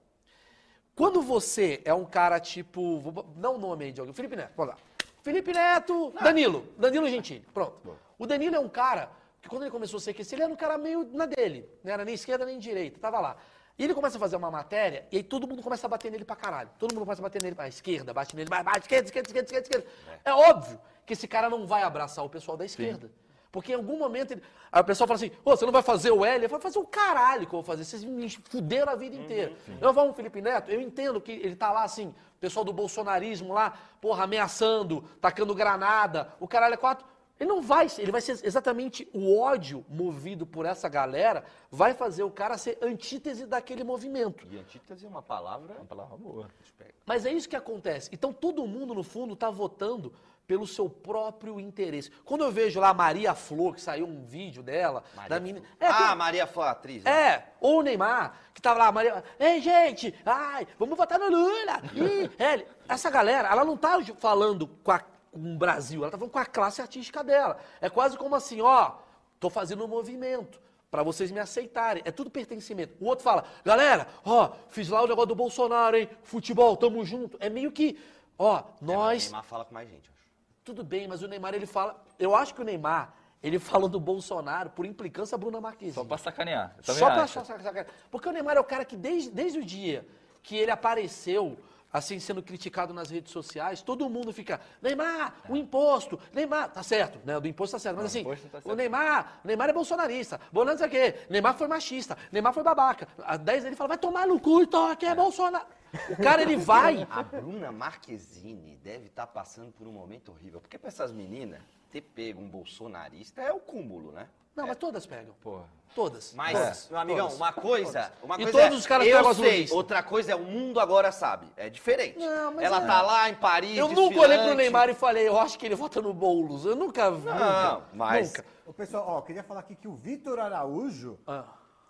Speaker 1: Quando você é um cara tipo, vou bo- não o nome aí de alguém, Felipe Neto, vamos lá. Felipe Neto, Danilo, Danilo Gentili, pronto. O Danilo é um cara que quando ele começou a ser aquecido, ele era um cara meio na dele, não era nem esquerda nem direita, tava lá. E ele começa a fazer uma matéria, e aí todo mundo começa a bater nele pra caralho. Todo mundo começa a bater nele pra esquerda, bate nele, bate, bate, esquerda, esquerda, esquerda, esquerda, esquerda. É. óbvio que esse cara não vai abraçar o pessoal da esquerda. Porque em algum momento ele... Aí o pessoal fala assim, ô, você não vai fazer o L? Eu falo, fazer o caralho que eu vou fazer, vocês me fuderam a vida inteira. eu vou um Felipe Neto, eu entendo que ele tá lá assim, o pessoal do bolsonarismo lá, porra, ameaçando, tacando granada, o caralho é quatro. Ele não vai, ser- ele vai ser exatamente o ódio movido por essa galera, vai fazer o cara ser antítese daquele movimento.
Speaker 3: E antítese é uma palavra. Uma palavra boa.
Speaker 1: Mas é isso que acontece. Então todo mundo, no fundo, está votando pelo seu próprio interesse. Quando eu vejo lá a Maria Flor, que saiu um vídeo dela, da menina. É,
Speaker 3: ah,
Speaker 1: tem-
Speaker 3: Maria foi a atriz. né?
Speaker 1: é, ou o Neymar, que tava lá, Maria. Ei, gente, ai, vamos votar no Lula. Ih, é, essa galera, ela não tá falando com, a- com o Brasil, ela tá falando com a classe artística dela. É quase como assim, ó, tô fazendo um movimento. Pra vocês me aceitarem. É tudo pertencimento. O outro fala, galera, ó, fiz lá o negócio do Bolsonaro, hein? Futebol, tamo junto. É meio que, ó,
Speaker 3: É, Mas
Speaker 1: nós
Speaker 3: o Neymar fala com mais gente, eu acho.
Speaker 1: tudo bem, mas o Neymar, ele fala. Eu acho que o Neymar, ele fala do Bolsonaro por implicância a Bruna Marquezine.
Speaker 2: Só pra sacanear. Eu também
Speaker 1: Só pra
Speaker 2: acho.
Speaker 1: achar sacanagem. Porque o Neymar é o cara que desde, desde o dia que ele apareceu, assim, sendo criticado nas redes sociais, todo mundo fica, Neymar, o imposto, Neymar, tá certo, né? O do imposto tá certo, mas assim,
Speaker 2: É. imposto tá
Speaker 1: o
Speaker 2: certo.
Speaker 1: Neymar, o Neymar é bolsonarista, Bolsonaro não sei o quê, Neymar foi machista, Neymar foi babaca. Às 10 ele fala, vai tomar no cu, então, aqui é Bolsonaro. O cara, ele vai...
Speaker 3: A Bruna Marquezine deve estar passando por um momento horrível. Porque pra essas meninas, ter pego um bolsonarista é o cúmulo, né?
Speaker 1: Não, mas todas pegam,
Speaker 2: Porra. É.
Speaker 1: todas.
Speaker 3: Mas,
Speaker 1: todas,
Speaker 3: É, meu amigão,
Speaker 1: todas.
Speaker 3: uma coisa. Uma
Speaker 1: E
Speaker 3: coisa
Speaker 1: todos
Speaker 3: é,
Speaker 1: os caras pegam
Speaker 3: eu
Speaker 1: as
Speaker 3: sei,
Speaker 1: Lulistas.
Speaker 3: outra coisa é o mundo agora sabe. É diferente.
Speaker 1: Não, mas
Speaker 3: Ela
Speaker 1: é.
Speaker 3: tá lá em Paris.
Speaker 1: Eu nunca olhei pro
Speaker 3: desfilante.
Speaker 1: Neymar e falei, eu acho que ele vota no Boulos. Eu nunca vi.
Speaker 3: Não, mas.
Speaker 1: Nunca.
Speaker 4: Ô, pessoal, ó, queria falar aqui que o Vitor Araújo
Speaker 1: Ah.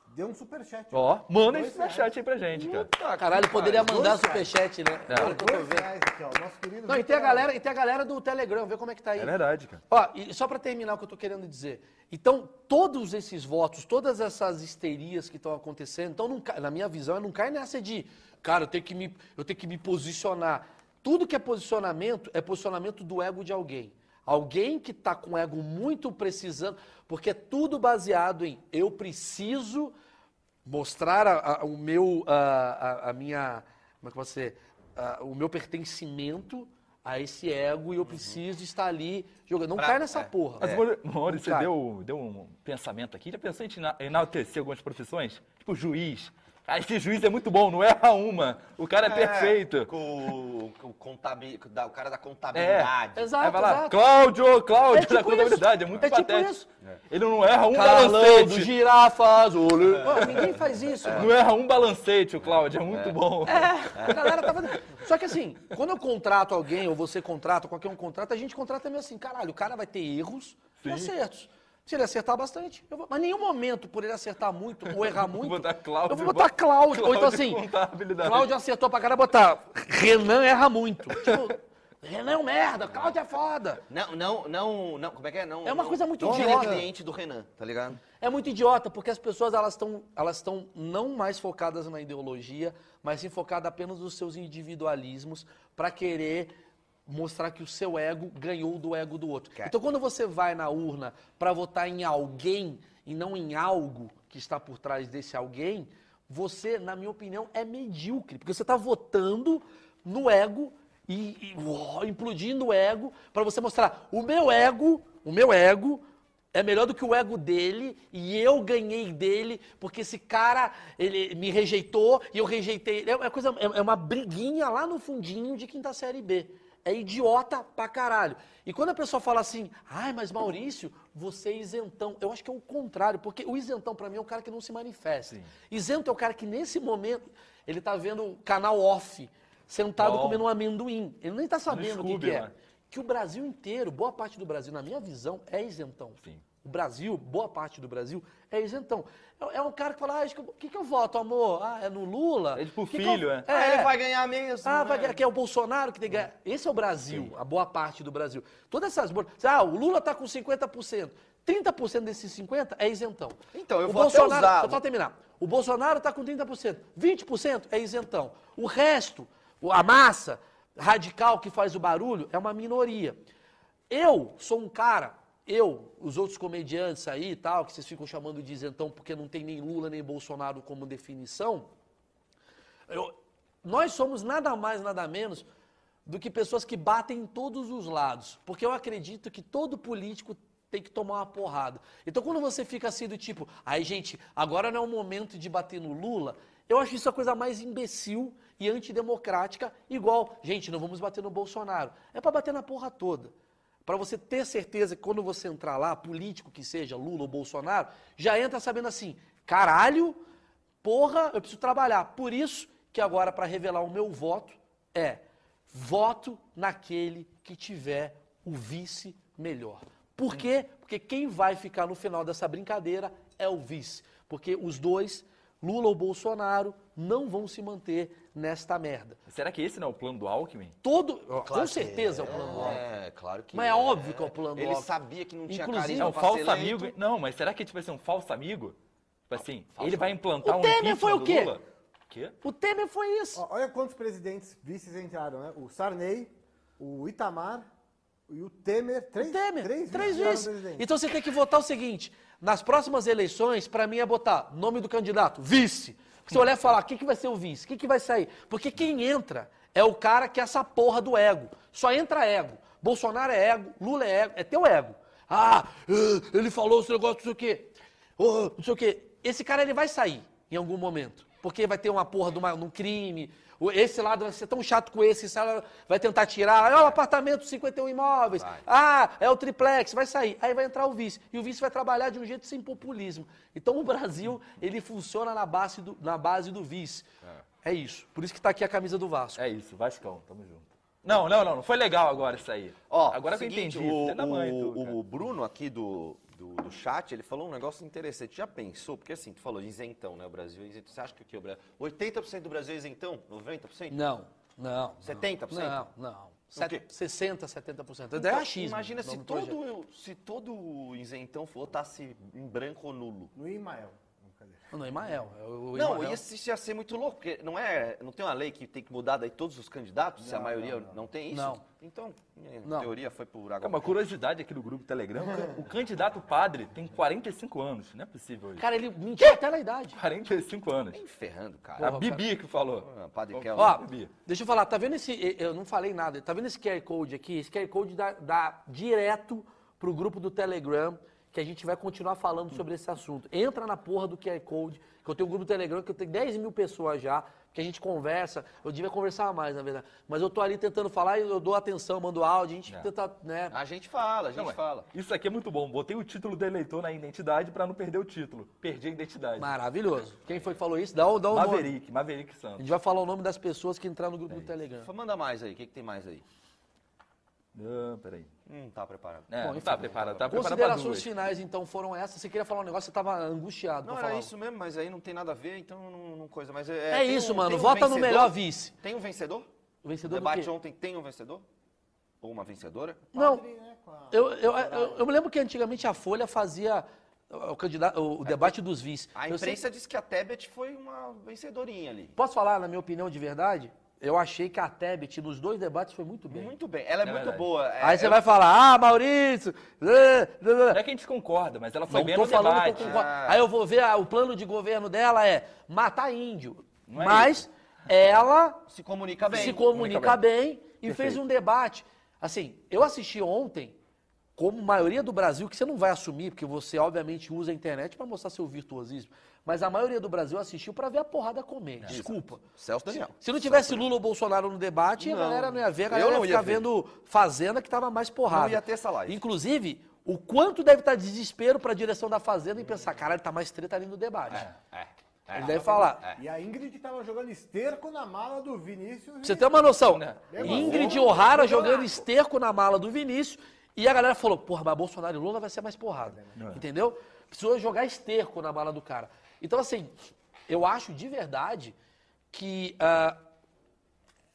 Speaker 4: deu um superchat.
Speaker 2: Ó, manda esse
Speaker 4: Dois
Speaker 1: é.
Speaker 4: reais.
Speaker 2: superchat aí pra gente, cara.
Speaker 1: Ah, Caralho, poderia mandar
Speaker 4: dois, cara.
Speaker 1: superchat, né? Agora que eu tô
Speaker 4: Dois
Speaker 1: vendo.
Speaker 4: reais aqui, ó, nosso querido
Speaker 1: Não, e
Speaker 4: Vitor
Speaker 1: tem a
Speaker 4: Araújo.
Speaker 1: galera, e tem a galera do Telegram, vê como é que tá aí.
Speaker 2: É verdade, cara.
Speaker 1: Ó, e só pra terminar o que eu tô querendo dizer. Então, todos esses votos, todas essas histerias que estão acontecendo, então não cai- na minha visão, não cai nessa de, cara, eu tenho que me, eu tenho que me posicionar. Tudo que é posicionamento é posicionamento do ego de alguém. Alguém que tá com o ego muito precisando, porque é tudo baseado em eu preciso mostrar a- a- o meu a, a- a minha como é que eu posso dizer? A- o meu pertencimento a esse ego e eu preciso estar ali jogando não
Speaker 3: Uhum. Pra-
Speaker 1: cai nessa
Speaker 3: é.
Speaker 1: porra
Speaker 2: Mas, Mori- Mori,
Speaker 1: Não
Speaker 2: você
Speaker 1: cai.
Speaker 2: deu, deu um pensamento aqui. Já pensou em te ena- enaltecer algumas profissões? Tipo, juiz. Ah, esse juiz é muito bom, não erra uma. O cara é, perfeito.
Speaker 3: Com, com o contabi- da- o cara da contabilidade.
Speaker 1: Exato,
Speaker 2: Aí vai lá,
Speaker 1: exato.
Speaker 2: Cláudio, Cláudio
Speaker 1: É tipo
Speaker 2: da contabilidade,
Speaker 1: isso.
Speaker 2: é muito
Speaker 1: É tipo
Speaker 2: patético.
Speaker 1: isso.
Speaker 2: Ele não erra um
Speaker 1: Carlão do
Speaker 2: balancete.
Speaker 1: girafas olê. Pô, ninguém faz
Speaker 3: É.
Speaker 1: isso mano.
Speaker 2: Não erra um balancete, o Cláudio, é muito bom.
Speaker 1: É, a galera tá fazendo. Só que assim, quando eu contrato alguém, ou você contrata, qualquer um contrata, a gente contrata meio assim, caralho, o cara vai ter erros e acertos. Se ele acertar bastante, eu vou... mas em nenhum momento, por ele acertar muito ou errar muito,
Speaker 2: botar Cláudio,
Speaker 1: eu vou botar Cláudio. Ou então
Speaker 2: Cláudio
Speaker 1: assim,
Speaker 2: Contabilidade.
Speaker 1: Cláudio acertou pra caralho, botar Renan erra muito. Tipo, Renan é um merda, Cláudio é foda.
Speaker 3: Não, não, não, não. Como é que é? Não,
Speaker 1: É uma
Speaker 3: não-
Speaker 1: coisa muito
Speaker 3: não vira
Speaker 1: idiota.
Speaker 3: cliente do Renan, tá ligado?
Speaker 1: É muito idiota, porque as pessoas elas estão elas tão não mais focadas na ideologia, mas sim focadas apenas nos seus individualismos para querer mostrar que o seu ego ganhou do ego do outro. Então quando você vai na urna para votar em alguém e não em algo que está por trás desse alguém, você, na minha opinião, é medíocre, porque você está votando no ego e, e, uó, implodindo o ego para você mostrar o meu ego, o meu ego é melhor do que o ego dele e eu ganhei dele porque esse cara ele me rejeitou e eu rejeitei. ele. É uma coisa, é é uma briguinha lá no fundinho de quinta série B. é idiota pra caralho. E quando a pessoa fala assim, ai, mas Maurício, você é isentão. Eu acho que é o contrário, porque o isentão pra mim é o cara que não se manifesta. Isento é o cara que nesse momento, ele tá vendo o canal off, sentado
Speaker 2: Bom.
Speaker 1: comendo um amendoim. Ele nem tá sabendo o que,
Speaker 2: Scooby,
Speaker 1: que é.
Speaker 2: né?
Speaker 1: Que o Brasil inteiro, boa parte do Brasil, na minha visão, é isentão.
Speaker 2: Sim.
Speaker 1: O Brasil, boa parte do Brasil, é isentão. É, é um cara que fala, ah, acho que eu- o que, que eu voto, amor? Ah, é no Lula?
Speaker 2: É tipo
Speaker 1: Que que
Speaker 2: filho,
Speaker 1: eu-
Speaker 2: é.
Speaker 3: Ah, ele vai ganhar mesmo.
Speaker 1: Ah,
Speaker 3: né?
Speaker 1: vai ganhar, que é o Bolsonaro que tem que ganhar. Esse é o Brasil, a boa parte do Brasil. Todas essas bolsas. Ah, o Lula tá com 50%. 30% desses 50% é isentão.
Speaker 3: Então, eu
Speaker 1: o
Speaker 3: vou até
Speaker 1: Bolsonaro,
Speaker 3: usar-
Speaker 1: Só pra terminar. O Bolsonaro tá com 30%. 20% é isentão. O resto, o- a massa radical que faz o barulho, é uma minoria. Eu sou um cara, eu, os outros comediantes aí e tal, que vocês ficam chamando de isentão porque não tem nem Lula nem Bolsonaro como definição. Eu- nós somos nada mais, nada menos do que pessoas que batem em todos os lados. Porque eu acredito que todo político tem que tomar uma porrada. Então, quando você fica assim do tipo, ai gente, agora não é o momento de bater no Lula, eu acho isso a coisa mais imbecil e antidemocrática, igual, gente, não vamos bater no Bolsonaro. É pra bater na porra toda. Pra você ter certeza que quando você entrar lá, político que seja, Lula ou Bolsonaro, já entra sabendo assim, caralho, porra, eu preciso trabalhar. Por isso que agora, pra revelar o meu voto, é voto naquele que tiver o vice melhor. Por quê? Porque quem vai ficar no final dessa brincadeira é o vice. Porque os dois, Lula ou Bolsonaro, não vão se manter nesta merda.
Speaker 2: Será que esse não é o plano do Alckmin?
Speaker 1: Todo, com certeza é o plano do Alckmin.
Speaker 3: É, claro que
Speaker 1: Mas é óbvio que é o plano do
Speaker 3: Ele
Speaker 1: Alckmin.
Speaker 3: sabia que não tinha
Speaker 1: Inclusive,
Speaker 2: É
Speaker 1: Ele
Speaker 3: carisma
Speaker 2: um
Speaker 1: não
Speaker 3: pra
Speaker 2: falso
Speaker 3: ser eleito.
Speaker 2: amigo? Não, mas será que tipo, vai ser um falso amigo? Tipo assim, ele vai implantar
Speaker 1: O
Speaker 2: um
Speaker 1: Temer
Speaker 2: impeachment
Speaker 1: foi o
Speaker 2: do
Speaker 1: quê?
Speaker 2: Lula? Quê?
Speaker 1: O Temer foi isso.
Speaker 4: Ó, olha quantos presidentes vices entraram, né? O Sarney, o Itamar e o Temer. Três,
Speaker 1: Temer,
Speaker 4: três,
Speaker 1: três
Speaker 4: viraram
Speaker 1: vezes.
Speaker 4: presidente.
Speaker 1: Então você tem que votar o seguinte: nas próximas eleições, pra mim é botar nome do candidato, vice. Você olhar e falar, o que, que vai ser o vice? O que, que vai sair? Porque quem entra é o cara que é essa porra do ego. Só entra ego. Bolsonaro é ego, Lula é ego, é teu ego. Ah, eh, ele falou esse negócio, não sei o quê. Oh, não sei o quê. Esse cara ele vai sair em algum momento. Porque vai ter uma porra de, uma, de um crime. o- Esse lado vai ser tão chato com esse, esse lado vai tentar tirar. Ah, o apartamento, 51 imóveis. Ah, é o triplex, vai sair. Aí vai entrar o vice. E o vice vai trabalhar de um jeito sem populismo. Então o Brasil, ele funciona na base do, na base do vice. É. isso. Por isso que tá aqui a camisa do Vasco.
Speaker 2: É isso, Vascão, tamo junto. Não, não, não, não foi legal agora isso aí.
Speaker 3: Ó,
Speaker 2: agora que
Speaker 3: seguinte,
Speaker 2: eu entendi.
Speaker 3: O,
Speaker 2: filha da mãe,
Speaker 3: o-
Speaker 2: tu, cara.
Speaker 3: o Bruno aqui do, do, do chat, ele falou um negócio interessante. Já pensou? Porque assim, tu falou isentão, né? O Brasil é isentão. Você acha que o que? O Brasil... 80% do Brasil é isentão? 90%?
Speaker 1: Não, não. não.
Speaker 3: 70%?
Speaker 1: Não, não.
Speaker 3: O quê?
Speaker 1: 60, 70%. É
Speaker 3: Então,
Speaker 1: achismo,
Speaker 3: imagina se
Speaker 1: nome do projeto.
Speaker 3: todo, se todo isentão votasse em branco ou nulo.
Speaker 4: No Imael. Brincadeira.
Speaker 1: Não, é Imael. é o- o
Speaker 3: Não,
Speaker 1: Imael.
Speaker 3: isso isso ia ser muito louco, porque não, é, não tem uma lei que tem que mudar daí todos os candidatos, se a maioria não, tem isso?
Speaker 1: Não.
Speaker 3: Então, minha
Speaker 1: Não.
Speaker 3: teoria foi por água.
Speaker 2: É uma curiosidade aqui do grupo Telegram. O candidato padre tem 45 anos, não é possível isso.
Speaker 1: Cara, ele mentiu até na idade.
Speaker 2: 45 anos.
Speaker 3: Nem ferrando,
Speaker 2: A
Speaker 3: Tá cara.
Speaker 1: Porra,
Speaker 2: Bibi que falou.
Speaker 3: Ah, Padre Kelvin.
Speaker 1: Ó,
Speaker 2: Bibi.
Speaker 1: deixa eu falar, tá vendo esse. eh, Eu não falei nada, tá vendo esse QR Code aqui? Esse QR Code dá, dá direto pro grupo do Telegram, que a gente vai continuar falando sobre esse assunto. Entra na porra do QR Code, que eu tenho um grupo do Telegram que eu tenho 10 mil pessoas já, que a gente conversa. Eu devia conversar mais, na verdade. Mas eu tô ali tentando falar e eu dou atenção, mando áudio, a gente
Speaker 2: É.
Speaker 1: tenta, né?
Speaker 3: A gente fala, a gente
Speaker 2: Não, é.
Speaker 3: fala.
Speaker 2: Isso aqui é muito bom. Botei o título do eleitor na identidade pra não perder o título. Perdi a identidade.
Speaker 1: Maravilhoso. Quem foi que falou isso? Dá o, dá o nome.
Speaker 2: Maverick, Maverick
Speaker 1: A
Speaker 2: Santos.
Speaker 1: gente vai falar o nome das pessoas que entraram no grupo do Telegram.
Speaker 3: Fa- Manda mais aí, o que, que tem mais aí?
Speaker 2: Não, Ah, peraí.
Speaker 3: Não tá preparado.
Speaker 2: É,
Speaker 1: Bom,
Speaker 2: não
Speaker 1: enfim,
Speaker 2: tá preparado, tá preparado pra
Speaker 1: Considerações
Speaker 2: duas.
Speaker 1: finais, então, foram essas. Você queria falar um negócio, você tava angustiado
Speaker 3: Não,
Speaker 1: pra
Speaker 3: era
Speaker 1: falar.
Speaker 3: isso mesmo, mas aí não tem nada a ver, então não, não coisa. Mas é,
Speaker 1: É
Speaker 3: tem
Speaker 1: isso,
Speaker 3: um-
Speaker 1: mano.
Speaker 3: tem um
Speaker 1: Vota no
Speaker 3: vencedor?
Speaker 1: melhor vice.
Speaker 3: Tem um vencedor?
Speaker 1: O vencedor
Speaker 3: o debate
Speaker 1: do quê?
Speaker 3: ontem tem um vencedor? Ou uma vencedora?
Speaker 1: Não,
Speaker 4: Padre, né, com a-
Speaker 1: eu, eu, eu, eu me lembro que antigamente a Folha fazia o, candidato, o, o
Speaker 2: É,
Speaker 1: debate dos vice.
Speaker 3: A
Speaker 1: Eu sei-
Speaker 3: imprensa disse que a Tebet foi uma vencedorinha ali.
Speaker 1: posso falar, na minha opinião, de verdade? Eu achei que a Tebet, nos dois debates, foi muito bem.
Speaker 3: Muito bem, ela é,
Speaker 2: É
Speaker 3: muito
Speaker 2: verdade.
Speaker 3: boa. é-
Speaker 1: Aí você
Speaker 3: eu-
Speaker 1: vai falar, ah, Maurício... ah, ah, ah.
Speaker 2: Não é que a gente concorda, mas ela foi
Speaker 1: não
Speaker 2: bem
Speaker 1: tô
Speaker 2: no
Speaker 1: falando que
Speaker 2: debate. né?
Speaker 1: eu concordo.
Speaker 3: Ah.
Speaker 1: Aí eu vou ver, ah, o plano de governo dela é matar índio.
Speaker 2: Não é
Speaker 1: mas ela
Speaker 3: se comunica bem.
Speaker 1: se comunica,
Speaker 2: comunica
Speaker 1: bem, e fez um debate. Assim, eu assisti ontem, como maioria do Brasil, que você não vai assumir, porque você obviamente usa a internet para mostrar seu virtuosismo, mas a maioria do Brasil assistiu pra ver a porrada comer. Desculpa.
Speaker 3: É, Celso Daniel.
Speaker 1: Se não tivesse Lula ou Bolsonaro no debate, a galera não ia ver, a galera
Speaker 3: Eu não
Speaker 1: ia ficar
Speaker 3: ia ver.
Speaker 1: vendo Fazenda que tava mais porrada.
Speaker 3: Não ia ter essa live.
Speaker 1: Inclusive, o quanto deve estar desespero pra direção da Fazenda em pensar, caralho, tá mais treta ali no debate.
Speaker 3: É,
Speaker 1: Ele deve falar.
Speaker 4: E a Ingrid tava jogando esterco na mala do Vinícius.
Speaker 1: Pra
Speaker 4: e-
Speaker 1: Você tem uma noção,
Speaker 2: Né?
Speaker 1: Ingrid O'Hara jogando esterco na mala do Vinícius e a galera falou, porra, mas Bolsonaro e Lula vai ser mais porrada, entendeu? Precisou jogar esterco na mala do cara. Então, assim, eu acho de verdade que ah,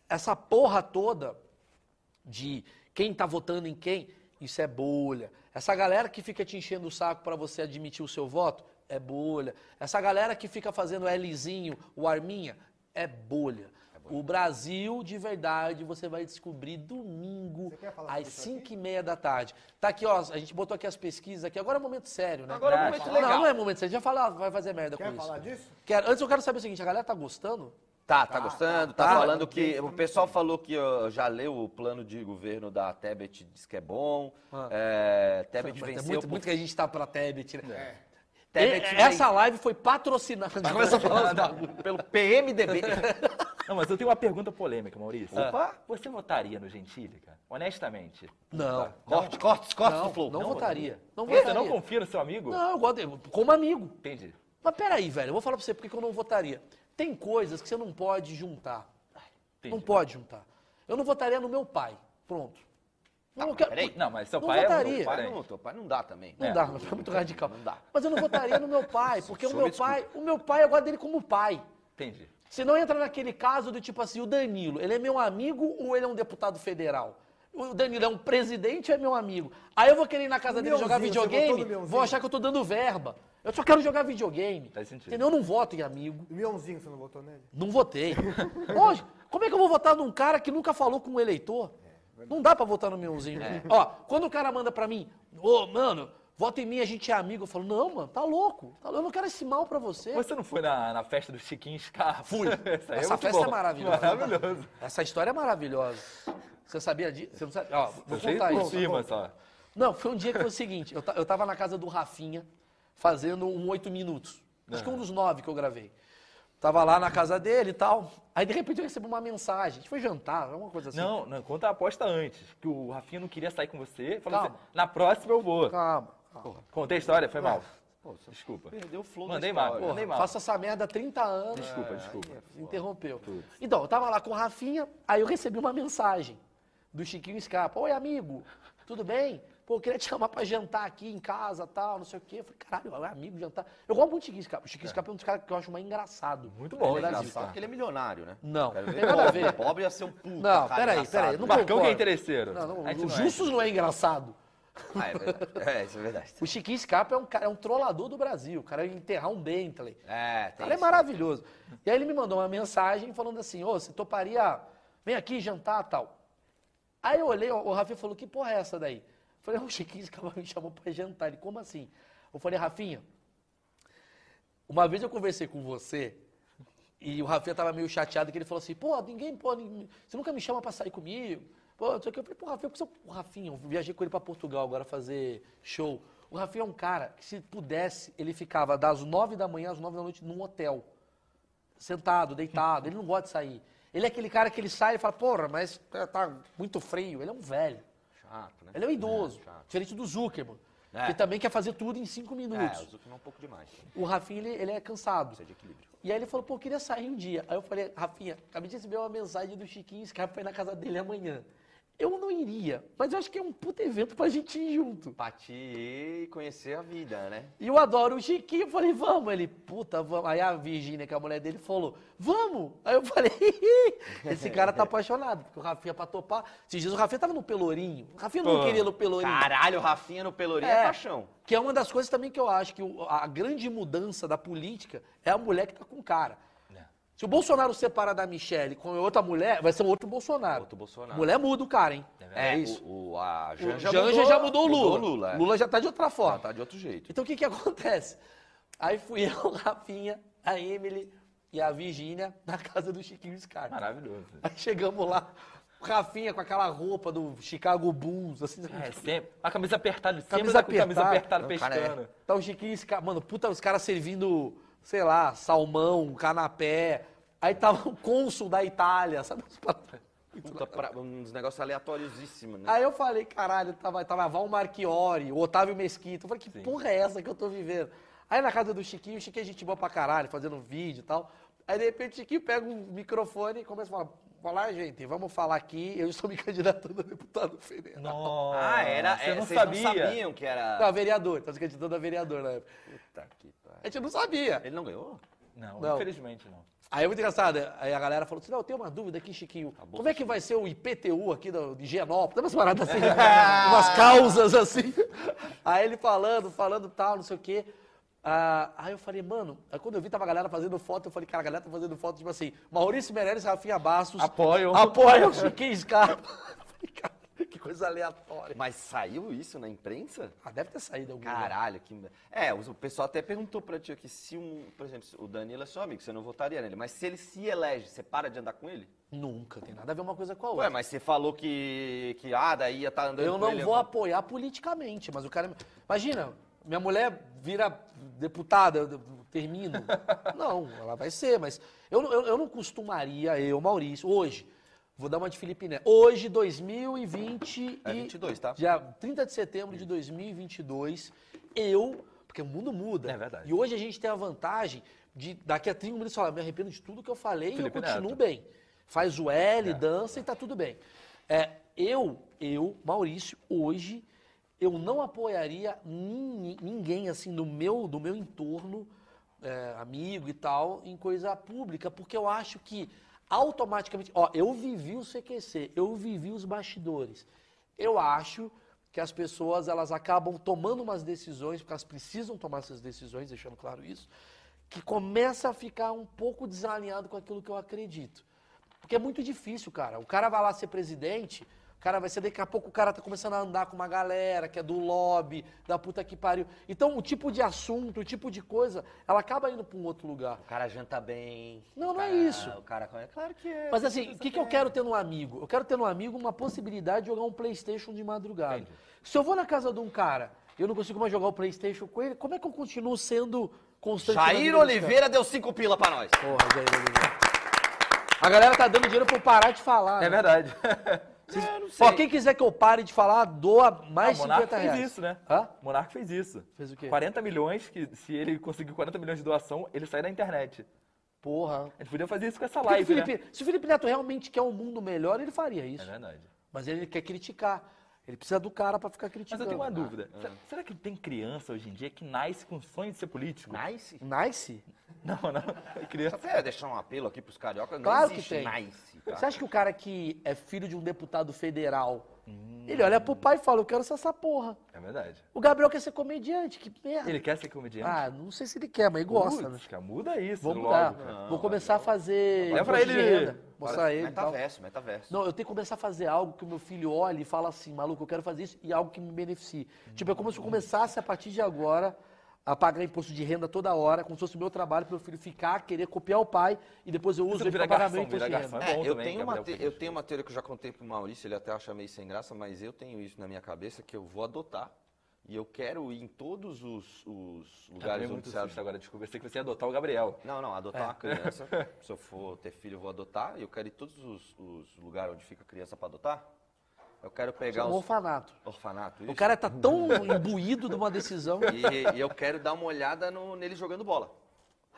Speaker 1: essa porra toda de quem tá votando em quem, isso é bolha. Essa galera que fica te enchendo o saco para você admitir o seu voto, é bolha. Essa galera que fica fazendo Lzinho, o arminha, é bolha. O Brasil de verdade você vai descobrir domingo
Speaker 4: quer falar
Speaker 1: às
Speaker 4: sobre isso
Speaker 1: 5 e meia da tarde. Tá aqui, ó, a gente botou aqui as pesquisas aqui. Agora é um momento sério, né?
Speaker 3: Agora é um momento
Speaker 1: Não,
Speaker 3: legal.
Speaker 1: não é momento sério. Já fala, vai fazer merda
Speaker 4: Quer
Speaker 1: com
Speaker 4: falar
Speaker 1: isso. né?
Speaker 4: disso?
Speaker 1: Quero- antes eu quero saber o seguinte, a galera tá gostando?
Speaker 3: Tá, tá gostando, tá,
Speaker 1: tá.
Speaker 3: falando que. O pessoal falou que ó, já leu o plano de governo da Tebet, diz que é bom.
Speaker 1: Ah.
Speaker 3: É, Tebet
Speaker 1: Mas
Speaker 3: venceu.
Speaker 1: é muito,
Speaker 3: por-
Speaker 1: muito que a gente tá pra Tebet,
Speaker 2: É.
Speaker 1: né?
Speaker 3: Tebet
Speaker 1: E-
Speaker 3: vem-
Speaker 1: essa live foi patrocinada. Já começa a falar Tá. os bagulho.
Speaker 3: Pelo PMDB.
Speaker 2: Não, mas eu tenho uma pergunta polêmica, Maurício.
Speaker 3: Opa!
Speaker 2: Você votaria no Gentili, cara? Honestamente.
Speaker 1: Não.
Speaker 3: Corte, corte, corte
Speaker 1: Não,
Speaker 3: do flow.
Speaker 1: não, votaria. Não
Speaker 2: Você
Speaker 1: votaria.
Speaker 2: não confia no seu amigo?
Speaker 1: Não, eu gosto dele. Como amigo.
Speaker 2: Entendi.
Speaker 1: Mas peraí, velho, eu vou falar pra você porque que eu não votaria. Tem coisas que você não pode juntar.
Speaker 2: entendi.
Speaker 1: Não pode juntar. Eu não votaria no meu pai. Pronto. Não, eu quero-
Speaker 5: peraí.
Speaker 2: Não, mas seu
Speaker 1: Não
Speaker 2: pai é
Speaker 1: votaria.
Speaker 2: muito
Speaker 3: Pai
Speaker 2: parente.
Speaker 3: não, teu pai não dá também.
Speaker 1: Não
Speaker 2: É.
Speaker 1: dá, mas é muito radical.
Speaker 3: Não dá.
Speaker 1: Mas eu não votaria no meu pai, porque o
Speaker 3: Senhor,
Speaker 1: meu
Speaker 3: me desculpe.
Speaker 1: pai, o meu pai, eu gosto dele como pai.
Speaker 2: Entendi.
Speaker 1: Você não entra naquele caso do tipo assim, o Danilo, ele é meu amigo ou ele é um deputado federal? O Danilo é um presidente ou é meu amigo? Aí eu vou querer ir na casa dele jogar
Speaker 4: Mionzinho, você
Speaker 1: videogame,
Speaker 4: botou no Mionzinho?
Speaker 1: vou achar que eu tô dando verba. Eu só quero jogar videogame.
Speaker 2: Faz sentido.
Speaker 1: Entendeu? Eu não voto em amigo.
Speaker 4: O Mionzinho, você não votou nele?
Speaker 1: Não votei. Hoje, como é que eu vou votar num cara que nunca falou com um eleitor?
Speaker 4: É,
Speaker 1: Não dá pra votar no meuzinho.
Speaker 2: É.
Speaker 1: Ó, quando o cara manda pra mim, ô, mano, vota em mim, a gente é amigo. Eu falo, não, mano, tá louco. Tá louco, Eu não quero esse mal pra você.
Speaker 2: Você não foi na, na festa do Chiquinho Scarpa?
Speaker 1: Fui.
Speaker 2: Essa, aí
Speaker 1: Essa
Speaker 2: muito
Speaker 1: festa
Speaker 2: boa.
Speaker 1: é maravilhosa.
Speaker 2: Maravilhoso.
Speaker 1: Essa história é maravilhosa. Você sabia disso? Você não sabe? Ó, vou
Speaker 2: Eu sei
Speaker 1: contar
Speaker 2: por
Speaker 1: isso.
Speaker 2: cima só.
Speaker 1: Não, foi um dia que foi o seguinte: eu, ta- eu tava na casa do Rafinha fazendo um oito minutos. Acho que um dos nove que eu gravei. Tava lá na casa dele e tal. Aí de repente eu recebi uma mensagem. A gente foi jantar, alguma coisa assim.
Speaker 2: Não, não, conta a aposta antes. Que o Rafinha não queria sair com você. Falou
Speaker 1: Calma.
Speaker 2: assim, na próxima eu vou.
Speaker 1: Calma. calma.
Speaker 2: Contei a história, foi mal. Desculpa.
Speaker 3: Perdeu o flow da
Speaker 2: Mandei
Speaker 3: história.
Speaker 2: mal,
Speaker 1: Porra,
Speaker 2: mandei mal.
Speaker 1: faço essa merda há 30 anos.
Speaker 2: Desculpa,
Speaker 1: é,
Speaker 2: desculpa.
Speaker 1: Interrompeu. Então, eu tava lá com o Rafinha, aí eu recebi uma mensagem do Chiquinho Scarpa. Oi, amigo, tudo bem? Pô, eu queria te chamar pra jantar aqui em casa, tal, não sei o quê. Eu falei, caralho, é amigo, jantar. Eu gosto muito do Chiquinho Scarpa. O Chiquinho Scarpa é um dos caras que eu acho mais engraçado.
Speaker 2: Muito bom,
Speaker 1: no
Speaker 2: né,
Speaker 1: Brasil.
Speaker 3: Engraçado que ele é milionário, né?
Speaker 1: Não,
Speaker 3: Quero
Speaker 1: não
Speaker 3: ver
Speaker 1: tem nada a
Speaker 3: pobre.
Speaker 1: ver.
Speaker 3: Pobre ia ser um puta.
Speaker 1: Não,
Speaker 3: cara
Speaker 1: peraí,
Speaker 3: engraçado.
Speaker 1: peraí, eu não
Speaker 2: Marcão que
Speaker 1: concordo.
Speaker 2: é interesseiro.
Speaker 1: Não, não,
Speaker 2: A gente
Speaker 1: o
Speaker 2: não é.
Speaker 1: Justus não é engraçado.
Speaker 3: Ah, é verdade. É, isso é verdade.
Speaker 1: O Chiquinho Scarpa é um, cara, é um trollador do Brasil. O cara ia enterrar um Bentley.
Speaker 3: É,
Speaker 1: O
Speaker 3: tem
Speaker 1: cara é
Speaker 3: isso.
Speaker 1: maravilhoso. E aí ele me mandou uma mensagem falando assim, ô, você toparia, vem aqui jantar tal. Aí eu olhei, o Rafinha falou, que porra é essa daí? Eu falei, "Ah, o Chiquinho Scarpa me chamou pra jantar. Ele, como assim? Eu falei, Rafinha, uma vez eu conversei com você e o Rafinha tava meio chateado que ele falou assim, pô, ninguém, pô, ninguém- você nunca me chama pra sair comigo. Pô, não sei o que. Eu falei, pô, Rafinha, por que você... é o Rafinha, eu viajei com ele pra Portugal agora fazer show. O Rafinha é um cara que se pudesse, ele ficava das nove da manhã às nove da noite num hotel. Sentado, deitado, ele não gosta de sair. Ele é aquele cara que ele sai e fala, porra, mas tá- tá muito frio. Ele é um velho.
Speaker 3: Chato, né?
Speaker 1: Ele é um idoso.
Speaker 3: chato.
Speaker 1: diferente do Zuckerman.
Speaker 3: É.
Speaker 1: Que também quer fazer tudo em cinco
Speaker 3: É,
Speaker 1: minutos.
Speaker 3: o Zuckerman é um pouco demais. Precisa
Speaker 1: O Rafinha, ele, ele é cansado.
Speaker 3: de equilíbrio.
Speaker 1: E aí ele falou, pô, eu queria sair um dia. Aí eu falei, Rafinha, acabei de receber uma mensagem do Chiquinho Scarpa pra ir na casa dele amanhã. Eu não iria, mas eu acho que é um puta evento pra gente ir junto.
Speaker 3: Pra te conhecer a vida, né?
Speaker 1: E eu adoro o Chiquinho, eu falei, vamos. Ele, puta, vamos. Aí a Virgínia, que é a mulher dele, falou, vamos. Aí eu falei, esse cara tá apaixonado, porque o Rafinha pra topar. Esses dias o Rafinha tava no Pelourinho. O Rafinha não
Speaker 2: Pô.
Speaker 1: queria ir no Pelourinho.
Speaker 3: Caralho, Rafinha no Pelourinho é,
Speaker 1: É.
Speaker 3: paixão.
Speaker 1: Que é uma das coisas também que eu acho que o- a grande mudança da política é a mulher que tá com o cara. Se o Bolsonaro separar da Michelle com outra mulher, vai ser um outro Bolsonaro.
Speaker 3: Outro Bolsonaro.
Speaker 1: Mulher muda o cara, hein?
Speaker 3: É, isso. O, o- a
Speaker 1: O
Speaker 3: Janja,
Speaker 1: Janja já mudou o Lula.
Speaker 3: Lula, é.
Speaker 1: Lula já tá de outra forma.
Speaker 3: Já tá de outro jeito.
Speaker 1: Então o que que acontece? Aí fui eu, Rafinha, a Emily e a Virgínia na casa do Chiquinho Scarpa.
Speaker 2: Maravilhoso.
Speaker 1: Aí chegamos lá, o Rafinha com aquela roupa do Chicago Bulls, assim,
Speaker 2: É, sempre. A camisa apertada, sempre
Speaker 1: Camisa
Speaker 2: tá com a camisa
Speaker 1: apertada. é.
Speaker 2: apertada
Speaker 3: O cara
Speaker 2: pescando.
Speaker 1: Tá o Chiquinho Scarpa. Mano, puta, os caras servindo sei lá, salmão, canapé. Aí tava o cônsul da Itália, sabe? Uns pat-
Speaker 3: Puta, pra- uns negócios aleatóriosíssimos, né?
Speaker 1: Aí eu falei, caralho, tava, tava Val Marchiori, o Otávio Mesquita. Eu falei, que porra é essa que eu tô vivendo? Aí na casa do Chiquinho, o Chiquinho é gente boa pra caralho, fazendo vídeo e tal. Aí de repente o Chiquinho pega um microfone e começa a falar, olá gente, vamos falar aqui, eu estou me candidatando a deputado federal.
Speaker 2: Nossa,
Speaker 3: Ah, era.
Speaker 2: Você
Speaker 3: é,
Speaker 2: não
Speaker 3: vocês
Speaker 2: sabia.
Speaker 3: não sabiam que era.
Speaker 1: Não, a vereador, tá se candidatando a vereador na época.
Speaker 3: Puta que pariu.
Speaker 1: A gente não sabia.
Speaker 3: Ele não ganhou?
Speaker 2: Não,
Speaker 1: Não.
Speaker 2: infelizmente não.
Speaker 1: Aí é muito engraçado, aí a galera falou assim, não, eu tenho uma dúvida aqui, Chiquinho, como é que vai ser o IPTU aqui do, de Genópolis? Tem umas paradas assim, umas causas assim. Aí ele falando, falando tal, não sei o quê. Ah, aí eu falei, mano, aí quando eu vi tava a galera fazendo foto, eu falei, cara, a galera tá fazendo foto, tipo assim, Maurício Meirelles, Rafinha Bastos.
Speaker 2: Apoiam.
Speaker 1: Apoiam o Chiquinho Scarpa. Eu falei, cara, que coisa aleatória.
Speaker 3: Mas saiu isso na imprensa?
Speaker 1: Ah, deve ter saído algum. lugar.
Speaker 3: Caralho, que. mer- É, o pessoal até perguntou pra ti aqui se um. Por exemplo, se o Danilo é seu amigo, você não votaria nele. Mas se ele se elege, você para de andar com ele?
Speaker 1: Nunca, tem nada a ver uma coisa com a outra.
Speaker 3: Ué, é, mas você falou que. que ah, daí ia estar andando
Speaker 1: Eu
Speaker 3: com
Speaker 1: não
Speaker 3: ele. né?
Speaker 1: vou apoiar politicamente, mas o cara. Imagina, minha mulher vira deputada, eu termino. Não, ela vai ser, mas eu, não- eu, eu não costumaria, eu, Maurício, hoje. Vou dar uma de Felipe Neto. Hoje, 2020
Speaker 3: É
Speaker 1: e-
Speaker 3: 22, tá?
Speaker 1: Dia 30 de setembro de 2022, eu... Porque o mundo muda.
Speaker 2: É verdade.
Speaker 1: E hoje a gente tem a vantagem de, daqui a 30 minutos, falar, me arrependo de tudo que eu falei
Speaker 2: Felipe
Speaker 1: e eu continuo
Speaker 2: Neto. É.
Speaker 1: bem. Faz o L, dança e tá tudo bem. É, eu, eu, Maurício, hoje, eu não apoiaria nin- ninguém, assim, do meu, do meu entorno, é, amigo e tal, em coisa pública, porque eu acho que automaticamente... Ó, eu vivi o CQC, eu vivi os bastidores. Eu acho que as pessoas, elas acabam tomando umas decisões, porque elas precisam tomar essas decisões, deixando claro isso, que começa a ficar um pouco desalinhado com aquilo que eu acredito. Porque é muito difícil, cara. O cara vai lá ser presidente, o cara vai ser, daqui a pouco o cara tá começando a andar com uma galera que é do lobby, da puta que pariu. Então, o tipo de assunto, o tipo de coisa, ela acaba indo pra um outro lugar.
Speaker 5: O cara janta bem.
Speaker 1: Não,
Speaker 5: o
Speaker 1: não é
Speaker 5: cara-
Speaker 1: isso.
Speaker 5: O cara... Claro que é.
Speaker 1: Mas assim, o que, que eu quero ter num amigo? Eu quero ter num amigo uma possibilidade de jogar um Playstation de madrugada. Se eu vou na casa de um cara e eu não consigo mais jogar o Playstation com ele, como é que eu continuo sendo constante? na vida
Speaker 3: Jair
Speaker 1: desse cara?
Speaker 3: Oliveira deu cinco pila pra nós.
Speaker 1: Porra, Jair Oliveira. A galera tá dando dinheiro pra eu parar de falar.
Speaker 2: É
Speaker 1: né?
Speaker 2: verdade. É,
Speaker 1: Vocês- Ó, quem quiser que eu pare de falar, doa mais
Speaker 2: Ah, o
Speaker 1: 50
Speaker 2: Monarca
Speaker 1: reais.
Speaker 2: fez isso, né?
Speaker 1: Hã?
Speaker 2: O Monarca fez isso.
Speaker 1: Fez o quê?
Speaker 2: 40 milhões, que se ele conseguir 40 milhões de doação, ele sai da internet.
Speaker 1: Porra.
Speaker 2: A gente podia fazer isso com essa
Speaker 1: Por que
Speaker 2: live,
Speaker 1: que o
Speaker 2: né?
Speaker 1: Felipe- Se o Felipe Neto realmente quer um mundo melhor, ele faria
Speaker 2: É
Speaker 1: isso.
Speaker 2: verdade.
Speaker 1: Mas ele quer criticar. Ele precisa do cara pra ficar
Speaker 2: Mas
Speaker 1: criticando.
Speaker 2: eu tenho uma dúvida. Será- Será que tem criança hoje em dia que nasce com sonho de ser político?
Speaker 3: Nice?
Speaker 1: Nice?
Speaker 2: Não, não. Criança.
Speaker 3: Você ia deixar um apelo aqui pros cariocas? Não
Speaker 1: Claro que
Speaker 3: existe
Speaker 1: tem.
Speaker 3: Nice, tá?
Speaker 1: Você acha que o cara que é filho de um deputado federal,
Speaker 2: Hum.
Speaker 1: ele olha pro pai e fala, eu quero ser essa porra.
Speaker 2: É verdade.
Speaker 1: O Gabriel quer ser comediante, que merda.
Speaker 2: Ele quer ser comediante?
Speaker 1: Ah, não sei se ele quer, mas ele gosta, né?
Speaker 2: Putz, cara, muda isso
Speaker 1: Vou
Speaker 2: logo,
Speaker 1: mudar.
Speaker 2: cara.
Speaker 1: Vou começar a fazer.
Speaker 2: Leva
Speaker 1: imposto de
Speaker 2: ele-
Speaker 1: renda, Mostrar
Speaker 3: Parece-
Speaker 1: ele. e
Speaker 2: tá
Speaker 1: tal.
Speaker 3: Metaverso, metaverso.
Speaker 1: então. Não, eu tenho que começar a fazer algo que o meu filho olhe e fala assim, maluco, eu quero fazer isso e algo que me beneficie.
Speaker 2: Hum.
Speaker 1: Tipo, é como se eu começasse a partir de agora a pagar imposto de renda toda hora, como se fosse o meu trabalho para meu filho ficar, querer copiar o pai e depois eu uso
Speaker 2: não
Speaker 1: ele para
Speaker 2: vira
Speaker 1: pagar
Speaker 2: garçom,
Speaker 1: meu imposto de
Speaker 2: vira
Speaker 1: renda.
Speaker 2: garçom.
Speaker 3: É,
Speaker 2: Tá bom
Speaker 3: eu,
Speaker 2: também, né?
Speaker 3: tenho uma
Speaker 2: Gabriel
Speaker 3: te-
Speaker 2: Pires.
Speaker 3: eu tenho uma teoria que eu já contei pro Maurício, ele até acha meio sem graça, mas eu tenho isso na minha cabeça que eu vou adotar. E eu quero ir em todos
Speaker 2: Eu
Speaker 3: os, os
Speaker 2: tomei
Speaker 3: lugares onde
Speaker 2: muito
Speaker 3: se
Speaker 2: susto
Speaker 3: adota.
Speaker 2: agora, desculpa. Eu sei que você ia adotar o Gabriel.
Speaker 3: Não, não,
Speaker 1: É.
Speaker 3: adotar uma criança. Se eu for ter filho, eu vou adotar. E eu quero ir em todos os, os lugares onde fica criança pra adotar. Eu quero pegar
Speaker 1: É um
Speaker 3: uns
Speaker 1: orfanato.
Speaker 3: orfanato, isso.
Speaker 1: O cara tá tão imbuído de uma decisão.
Speaker 3: E, e eu quero dar uma olhada no- nele jogando bola.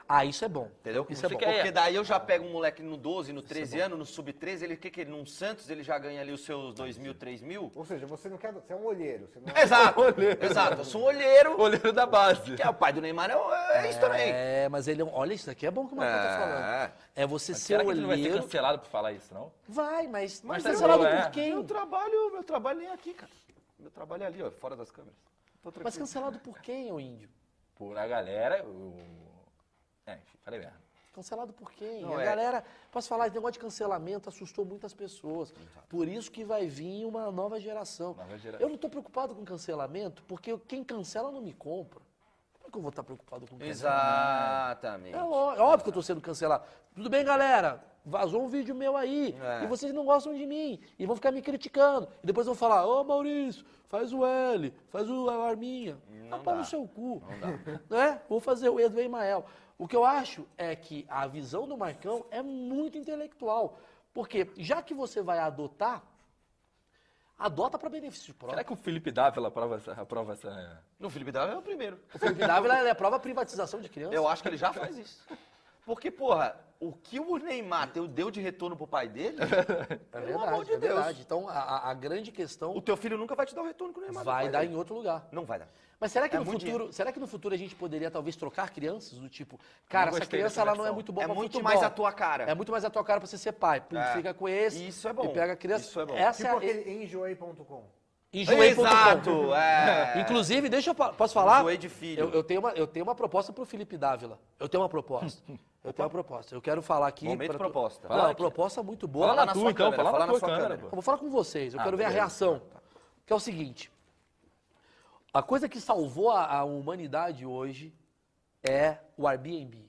Speaker 1: Ah, isso é bom.
Speaker 3: Entendeu?
Speaker 1: Isso é
Speaker 3: Você
Speaker 1: bom. é
Speaker 3: quer- Porque daí eu já pego um moleque no 12, no 13 ano, no sub-13, ele o que que ele num Santos, ele já ganha ali os seus 2 mil, 3 mil.
Speaker 4: Ou seja, você não quer. Você é um olheiro. Você não
Speaker 3: Exato, exato. Eu sou um olheiro,
Speaker 2: Goleiro da base.
Speaker 3: que é o pai do Neymar, é, o- é isso
Speaker 2: assim.
Speaker 3: também.
Speaker 1: É, mas ele é um- Olha, isso daqui é bom que o Marcão tá
Speaker 3: É.
Speaker 1: falando. É você ser
Speaker 2: Será que ele não vai ser
Speaker 1: olheiro.
Speaker 2: cancelado por falar isso, não?
Speaker 1: Vai, mas. Mas
Speaker 2: tá
Speaker 1: cancelado
Speaker 2: bom, é.
Speaker 1: por quem?
Speaker 3: trabalho, meu trabalho nem aqui, cara. Meu trabalho é ali, ó, fora das câmeras. Tô
Speaker 1: Mas
Speaker 3: tranquilo.
Speaker 1: cancelado por quem, ô índio?
Speaker 2: Por a galera, o... É, enfim, falei merda.
Speaker 1: Cancelado por quem?
Speaker 3: Não,
Speaker 1: a
Speaker 3: é-
Speaker 1: galera, posso falar, esse negócio de cancelamento assustou muitas pessoas. Por isso que vai vir uma nova geração.
Speaker 2: Nova gera-
Speaker 1: Eu não estou preocupado com cancelamento, porque eu- quem cancela não me compra. Como é que eu vou estar preocupado com cancelamento? Tá
Speaker 3: Exatamente.
Speaker 1: É ó- é óbvio que eu estou sendo cancelado. Tudo bem, galera? vazou um vídeo meu aí,
Speaker 3: É.
Speaker 1: e vocês não gostam de mim, e vão ficar me criticando. E depois vão falar, ô Maurício, faz o L, faz o a Arminha. Não pau no seu cu. Não dá. Né? Vou fazer o Edu Emael. O que eu acho é que a visão do Marcão é muito intelectual. Porque já que você vai adotar, adota para benefício próprio.
Speaker 2: Será que o Felipe Dávila aprova essa. Aprova essa...
Speaker 3: No Felipe Dávila é o primeiro.
Speaker 1: O Felipe Dávila ele aprova a privatização de criança. É
Speaker 3: Eu acho que ele já faz isso. Porque, porra, o que o Neymar deu- deu de retorno pro pai dele,
Speaker 1: É
Speaker 3: pelo amor
Speaker 1: verdade,
Speaker 3: de
Speaker 1: é verdade.
Speaker 3: Deus.
Speaker 1: Então, a- a, a grande questão
Speaker 3: O teu filho nunca vai te dar o retorno que o Neymar
Speaker 1: vai
Speaker 3: deu pro pai
Speaker 1: dar
Speaker 3: dele.
Speaker 1: em outro lugar.
Speaker 3: Não vai dar.
Speaker 1: Mas será que
Speaker 3: É
Speaker 1: no
Speaker 3: muito
Speaker 1: futuro,
Speaker 3: dinheiro.
Speaker 1: será que no futuro a gente poderia talvez trocar crianças do tipo, cara, essa
Speaker 2: gostei
Speaker 1: criança
Speaker 2: dessa
Speaker 1: ela não é
Speaker 2: versão.
Speaker 1: muito boa
Speaker 3: É
Speaker 1: pra
Speaker 3: muito
Speaker 1: futebol.
Speaker 3: mais a tua cara.
Speaker 1: É muito mais a tua cara pra você ser pai. Pum,
Speaker 3: É.
Speaker 1: Fica com esse.
Speaker 3: Isso é bom.
Speaker 1: E pega a criança.
Speaker 3: Isso é bom.
Speaker 1: Essa
Speaker 4: Tipo
Speaker 1: é a-
Speaker 4: aquele enjoei.com.
Speaker 1: enjoei.com.
Speaker 3: Exato, é.
Speaker 1: Inclusive, deixa eu fa- posso falar?
Speaker 3: Enjoei de filho.
Speaker 1: Eu, eu tenho uma, eu tenho uma proposta pro Felipe Dávila. Eu tenho uma proposta. Eu tenho uma proposta. Eu quero falar aqui.
Speaker 3: Momento
Speaker 1: pra tu-
Speaker 3: proposta.
Speaker 1: Não,
Speaker 2: Fala
Speaker 1: uma
Speaker 2: aqui.
Speaker 1: proposta muito boa.
Speaker 2: Fala
Speaker 3: lá
Speaker 2: na
Speaker 3: na
Speaker 2: tua,
Speaker 3: sua
Speaker 2: então,
Speaker 3: câmera,
Speaker 2: fala,
Speaker 3: fala
Speaker 2: na tua
Speaker 3: na sua
Speaker 2: câmera,
Speaker 3: câmera.
Speaker 1: Eu
Speaker 2: pô.
Speaker 1: vou falar com vocês, eu
Speaker 3: Ah,
Speaker 1: quero ver a
Speaker 3: beleza.
Speaker 1: reação.
Speaker 2: Tá,
Speaker 1: Que é o seguinte: a coisa que salvou a, a humanidade hoje é o Airbnb.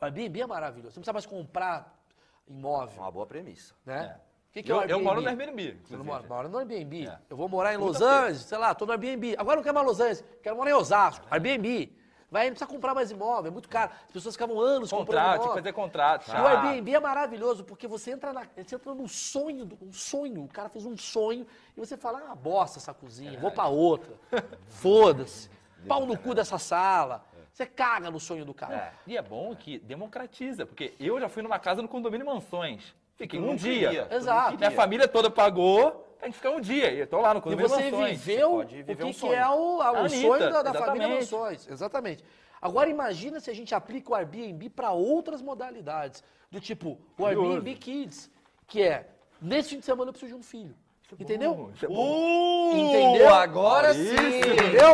Speaker 1: O Airbnb é maravilhoso. Você não precisa mais comprar
Speaker 3: É
Speaker 1: imóvel,
Speaker 3: Uma boa premissa.
Speaker 1: né? O que, que é o
Speaker 2: Eu, eu
Speaker 1: Airbnb?
Speaker 2: moro no Airbnb.
Speaker 1: Você não
Speaker 2: inclusive.
Speaker 1: mora, mora no Airbnb.
Speaker 2: É.
Speaker 1: Eu vou morar em Los Angeles, sei lá, tô no Airbnb. Agora eu não quero mais Los Angeles, quero morar em
Speaker 2: É.
Speaker 1: Osasco. Airbnb. Vai, não precisa comprar mais imóvel, é muito caro. As pessoas ficavam anos comprando
Speaker 2: é, Contrato, tinha
Speaker 1: imóvel.
Speaker 2: que fazer contrato.
Speaker 1: E o
Speaker 2: chato.
Speaker 1: Airbnb é maravilhoso, porque você entra, na, você entra num sonho, do- um sonho, o cara fez um sonho, e você fala, ah, bosta essa cozinha, vou pra outra, foda-se, pau no cu dessa sala.
Speaker 2: É.
Speaker 1: Você caga no sonho do cara.
Speaker 2: E é bom que democratiza, porque eu já fui numa casa no condomínio Mansões. Fiquei
Speaker 3: Tu
Speaker 2: um
Speaker 3: não
Speaker 2: dia.
Speaker 3: queria.
Speaker 1: Exato.
Speaker 2: Minha família toda pagou, tem que ficar um dia. E eu tô lá no
Speaker 1: E
Speaker 2: condomínio
Speaker 1: você
Speaker 2: Mansões.
Speaker 1: viveu
Speaker 3: você
Speaker 1: o
Speaker 3: pode viver
Speaker 1: que,
Speaker 3: um
Speaker 1: que
Speaker 3: sonho.
Speaker 1: é o, a- o
Speaker 2: Anitta,
Speaker 1: sonho da, da família
Speaker 2: exatamente.
Speaker 1: Mansões. Exatamente. Agora imagina se a gente aplica o Airbnb para outras modalidades, do tipo o Airbnb Kids, que é, nesse fim de semana eu preciso de um filho. Entendeu?
Speaker 2: Isso é bom.
Speaker 3: Uh,
Speaker 1: Entendeu?
Speaker 3: Agora
Speaker 1: Isso,
Speaker 3: sim!
Speaker 1: Entendeu?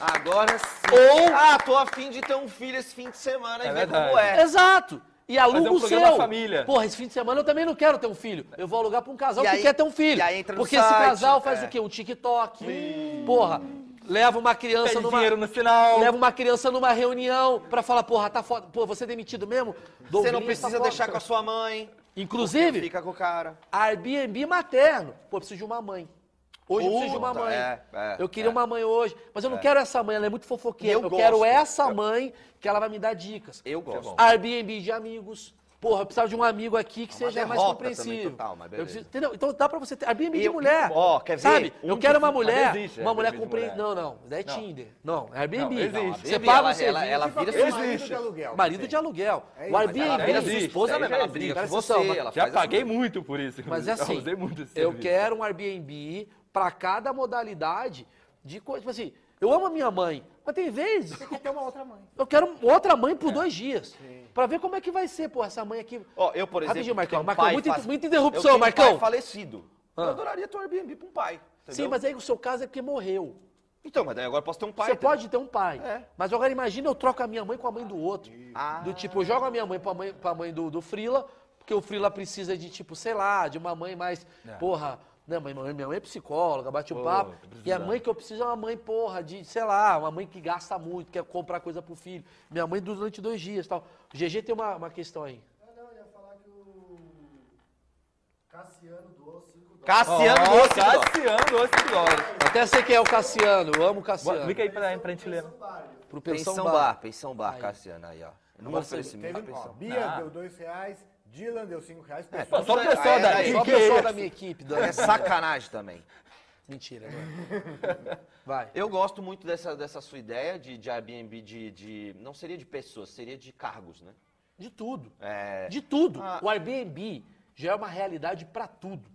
Speaker 3: Agora sim!
Speaker 1: Ou-
Speaker 3: Ah, tô afim de ter um filho esse fim de semana e
Speaker 2: É
Speaker 3: ver como
Speaker 2: verdade.
Speaker 3: é.
Speaker 1: Exato. E aluga
Speaker 2: Fazer um
Speaker 1: o
Speaker 2: programa
Speaker 1: seu.
Speaker 2: família.
Speaker 1: Porra, esse fim de semana eu também não quero ter um filho. Eu vou alugar pra um casal
Speaker 3: É. E
Speaker 1: que
Speaker 3: aí-
Speaker 1: quer ter um filho.
Speaker 3: e aí entra no
Speaker 1: Porque esse
Speaker 3: site,
Speaker 1: casal faz
Speaker 3: é.
Speaker 1: o quê? Um TikTok. Porra, leva uma é criança
Speaker 2: Pede
Speaker 1: numa.
Speaker 2: dinheiro no sinal.
Speaker 1: Leva uma criança numa reunião pra falar, porra, tá foda. Pô, você é demitido mesmo?
Speaker 3: Você
Speaker 1: Douglas tá
Speaker 3: não precisa
Speaker 1: foda.
Speaker 3: deixar com a sua mãe.
Speaker 1: Inclusive,
Speaker 3: Fica com o cara.
Speaker 1: Airbnb materno. Pô, eu preciso de uma mãe. Hoje eu preciso de uma
Speaker 3: Puta,
Speaker 1: mãe.
Speaker 3: é, é,
Speaker 1: eu queria
Speaker 3: é.
Speaker 1: uma mãe hoje, mas eu não quero essa mãe, ela é muito fofoqueira.
Speaker 3: Eu
Speaker 1: Eu, quero
Speaker 3: gosto.
Speaker 1: essa mãe que ela vai me dar dicas.
Speaker 3: Eu gosto.
Speaker 1: Airbnb de amigos. Porra, eu precisava de um amigo aqui que
Speaker 3: É uma
Speaker 1: seja mais
Speaker 3: derrota
Speaker 1: compreensível.
Speaker 3: também total, mas
Speaker 1: Eu
Speaker 3: beleza.
Speaker 1: preciso- entendeu? Então dá pra você ter. Airbnb de
Speaker 3: Eu-
Speaker 1: mulher.
Speaker 3: ó, quer ver?
Speaker 1: Sabe?
Speaker 3: Um
Speaker 1: eu quero uma
Speaker 3: que-
Speaker 1: mulher.
Speaker 2: mas existe
Speaker 1: uma mulher
Speaker 2: Airbnb de
Speaker 1: compreensível. Não,
Speaker 2: mulher.
Speaker 1: não. É
Speaker 2: Não.
Speaker 1: Tinder. Não, é Airbnb.
Speaker 2: Não, existe.
Speaker 1: Você
Speaker 3: Airbnb,
Speaker 1: paga
Speaker 3: ela-
Speaker 1: o serviço.
Speaker 3: ela- ela vira
Speaker 4: Tipo Aquele
Speaker 3: sua-
Speaker 4: marido
Speaker 3: Existe.
Speaker 4: de aluguel.
Speaker 1: Marido de
Speaker 4: Tem.
Speaker 1: aluguel.
Speaker 4: É
Speaker 1: o
Speaker 4: isso.
Speaker 1: Airbnb.
Speaker 3: Ela vira sua
Speaker 2: Existe,
Speaker 1: é
Speaker 3: esposa
Speaker 2: aí
Speaker 3: mesmo,
Speaker 2: já
Speaker 3: ela
Speaker 2: existe.
Speaker 3: briga com
Speaker 2: Cara,
Speaker 1: vocês são,
Speaker 3: você. Ela
Speaker 2: Já
Speaker 3: faz as
Speaker 2: paguei muito por isso.
Speaker 1: Mas
Speaker 2: inclusive.
Speaker 1: é assim,
Speaker 2: Já usei muito esse
Speaker 1: eu
Speaker 2: serviço.
Speaker 1: quero um Airbnb pra cada modalidade de coisa. Tipo assim, eu amo a minha mãe, mas tem vezes
Speaker 4: Você quer ter uma outra mãe.
Speaker 1: eu quero outra mãe
Speaker 2: É.
Speaker 1: por dois dias. Pra ver como é que vai ser, pô, essa mãe aqui.
Speaker 3: Ó, eu, por exemplo.
Speaker 1: Rapidinho, Marcão.
Speaker 3: tenho um
Speaker 1: Marcão,
Speaker 3: pai
Speaker 1: muita-
Speaker 3: faz-
Speaker 1: muita interrupção,
Speaker 3: eu tenho um
Speaker 1: Marcão.
Speaker 3: pai falecido. Eu
Speaker 1: Ah.
Speaker 3: adoraria ter um Airbnb pra um pai.
Speaker 1: Sim,
Speaker 3: entendeu?
Speaker 1: mas aí o seu caso é porque morreu.
Speaker 3: Então, mas daí agora eu posso ter um pai.
Speaker 1: Você
Speaker 3: também.
Speaker 1: pode ter um pai.
Speaker 3: É.
Speaker 1: Mas agora imagina eu troco a minha mãe com a mãe do outro.
Speaker 3: Ah.
Speaker 1: Do tipo, eu jogo a minha mãe pra mãe, pra mãe do, do Frila, porque o Frila precisa de, tipo, sei lá, de uma mãe mais. Porra. Não, mas minha mãe- minha mãe é psicóloga, bate um
Speaker 2: Pô,
Speaker 1: papo.
Speaker 2: tô
Speaker 1: E a
Speaker 2: precisando.
Speaker 1: mãe que eu preciso é uma mãe, porra, de, sei lá, uma mãe que gasta muito, quer comprar coisa pro filho. Minha mãe durante dois dias e tal. O GG tem uma, uma questão aí.
Speaker 4: Não, não, eu ia falar que o Cassiano doou 5 dólares.
Speaker 3: Cassiano
Speaker 2: Ó,
Speaker 3: Rossi, ó.
Speaker 2: Cassiano, 12 dólares.
Speaker 1: Até sei quem é o Cassiano, eu amo o
Speaker 2: Bora,
Speaker 1: Cassiano.
Speaker 2: Clica aí pra, pra gente ler. né?
Speaker 1: Pro Pensão,
Speaker 3: Pensão
Speaker 1: Bar.
Speaker 3: Bar. Pensão Bar,
Speaker 1: Aí.
Speaker 3: Cassiano, aí, ó. Não
Speaker 1: Agora
Speaker 3: oferecimento.
Speaker 4: Teve, um,
Speaker 3: a
Speaker 4: ó,
Speaker 3: pensão.
Speaker 4: Bia
Speaker 2: Ah.
Speaker 4: deu 2 reais, Dylan deu 5 reais.
Speaker 2: Pô,
Speaker 4: pessoal.
Speaker 2: só o
Speaker 3: Aí,
Speaker 2: pessoal
Speaker 3: aí,
Speaker 2: daqui.
Speaker 3: aí,
Speaker 1: É, Só o
Speaker 2: que
Speaker 1: pessoal
Speaker 2: é
Speaker 1: da
Speaker 2: isso?
Speaker 1: minha equipe, Dan.
Speaker 3: É sacanagem também.
Speaker 1: Mentira, agora. Vai.
Speaker 3: Eu gosto muito dessa, dessa sua ideia de, de Airbnb de, de- Não seria de pessoas, seria de cargos, né?
Speaker 1: De tudo.
Speaker 3: É.
Speaker 1: De tudo.
Speaker 3: Ah.
Speaker 1: O Airbnb já é uma realidade pra tudo.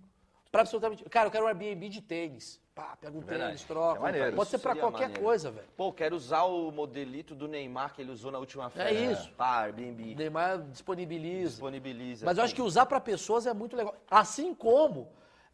Speaker 1: Pra absolutamente. Cara, eu quero um Airbnb de tênis. Pá, pega um
Speaker 2: Verdade.
Speaker 1: tênis, troca.
Speaker 2: É maneiro.
Speaker 1: Pode ser pra
Speaker 3: Seria
Speaker 1: qualquer
Speaker 3: maneiro.
Speaker 1: coisa, velho.
Speaker 3: Pô, quero usar o modelito do Neymar que ele usou na última festa.
Speaker 1: É isso.
Speaker 3: Pá,
Speaker 1: O
Speaker 3: Airbnb.
Speaker 1: Neymar disponibiliza.
Speaker 3: Disponibiliza.
Speaker 1: Mas eu acho que usar pra pessoas é muito legal. Assim como,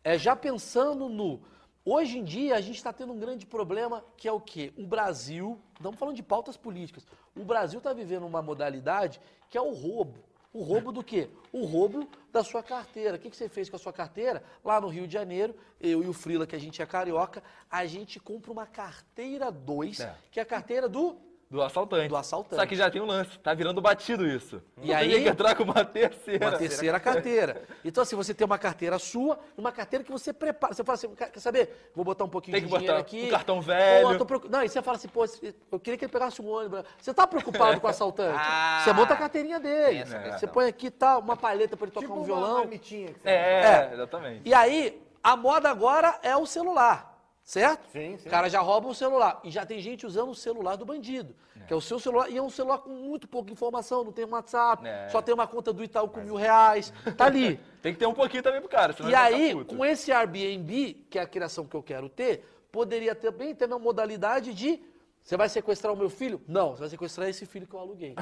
Speaker 1: é, já pensando no. Hoje em dia, a gente está tendo um grande problema que é o quê? O Brasil. Estamos falando de pautas políticas. O Brasil está vivendo uma modalidade que é o roubo. O roubo do quê? O roubo da sua carteira. O que, que você fez com a sua carteira? Lá no Rio de Janeiro, eu e o Frila, que a gente é carioca, a gente compra uma carteira 2,
Speaker 2: É.
Speaker 1: que é a carteira do
Speaker 2: Do assaltante.
Speaker 1: Do assaltante.
Speaker 2: Só que já tem um lance, tá virando batido isso.
Speaker 1: E
Speaker 2: Então
Speaker 1: aí-
Speaker 2: Tem que entrar com uma terceira.
Speaker 1: Uma terceira carteira. Então, assim, você tem uma carteira sua e uma carteira que você prepara. Você fala assim, "Quer- quer saber? Vou botar um pouquinho
Speaker 2: Tem
Speaker 1: de
Speaker 2: que
Speaker 1: dinheiro
Speaker 2: botar
Speaker 1: aqui.
Speaker 2: um cartão velho.
Speaker 1: Pô, eu tô preocu- Não, e você fala assim, pô, esse- eu queria que ele pegasse um ônibus. Você tá preocupado com o assaltante?
Speaker 3: Ah.
Speaker 1: você monta a carteirinha dele.
Speaker 3: Essa
Speaker 1: Você
Speaker 3: questão.
Speaker 1: põe aqui, tá, uma palheta pra ele tocar um
Speaker 4: tipo Uma
Speaker 1: violão.
Speaker 4: marmitinha que você
Speaker 2: É,
Speaker 1: É.
Speaker 2: exatamente.
Speaker 1: E aí, a moda agora é o celular, certo?
Speaker 4: Sim, sim.
Speaker 1: O cara já rouba o celular. E já tem gente usando o celular do bandido, que é o seu celular. E é um celular com muito pouca informação, não tem um WhatsApp,
Speaker 2: É.
Speaker 1: só tem uma conta do Itaú com mil reais. Tá ali.
Speaker 2: Tem que ter um pouquinho também pro cara, senão
Speaker 1: e
Speaker 2: ele vai ficar
Speaker 1: aí,
Speaker 2: tá puto.
Speaker 1: com esse Airbnb, que é a criação que eu quero ter, poderia também ter uma modalidade de... Você vai sequestrar o meu filho? Não, você vai sequestrar esse filho que eu aluguei.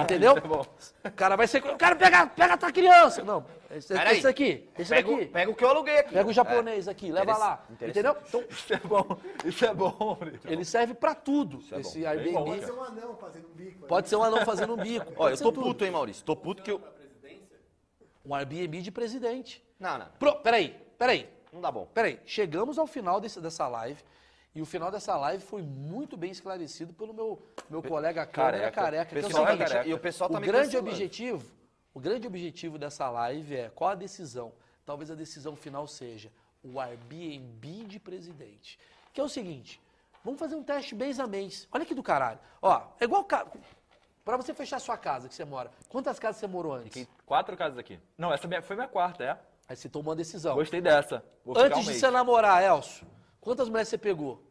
Speaker 1: Entendeu? O cara vai sequestrar. O cara pega, pega a tua criança! Não, esse,
Speaker 3: Peraí.
Speaker 1: esse aqui. Esse
Speaker 3: Pega,
Speaker 1: daqui. É,
Speaker 3: o- pega o que eu aluguei aqui.
Speaker 1: Pega o japonês aqui, leva
Speaker 3: Interessa-
Speaker 1: lá. Entendeu? Então,
Speaker 2: Isso é bom, isso é bom. Brito.
Speaker 1: ele serve pra tudo,
Speaker 3: é
Speaker 1: esse Airbnb.
Speaker 2: bom,
Speaker 4: Pode
Speaker 1: pode,
Speaker 4: ser
Speaker 1: ser...
Speaker 4: um anão fazendo um bico. ali.
Speaker 1: um anão fazendo um bico.
Speaker 3: Olha,
Speaker 1: pode
Speaker 3: eu
Speaker 1: ser
Speaker 3: tô
Speaker 1: tudo.
Speaker 3: puto, hein, Maurício? Tô puto que eu.
Speaker 1: Um Airbnb de presidente.
Speaker 3: Não, não.
Speaker 1: Pro... Peraí, peraí,
Speaker 3: Não dá bom.
Speaker 1: peraí. Chegamos ao final desse- dessa live. E o final dessa live foi muito bem esclarecido pelo meu, meu colega Careca.
Speaker 2: Careca.
Speaker 1: careca que é o
Speaker 2: Pessoal é
Speaker 1: seguinte,
Speaker 2: careca.
Speaker 3: E o pessoal tá
Speaker 1: o
Speaker 3: me
Speaker 1: grande
Speaker 3: cancelando.
Speaker 1: objetivo, o grande objetivo dessa live é qual a decisão? Talvez a decisão final seja o Airbnb de presidente. Que é o seguinte, vamos fazer um teste mês a mês. Olha que do caralho. Ó, é igual ca... para você fechar sua casa que você mora. Quantas casas você morou antes?
Speaker 2: Tem quatro casas aqui. Não, essa minha- foi minha quarta, é?
Speaker 1: Aí você tomou uma decisão.
Speaker 2: Gostei dessa. Vou ficar um
Speaker 1: Antes de
Speaker 2: mês.
Speaker 1: você namorar, Elcio, quantas mulheres você pegou?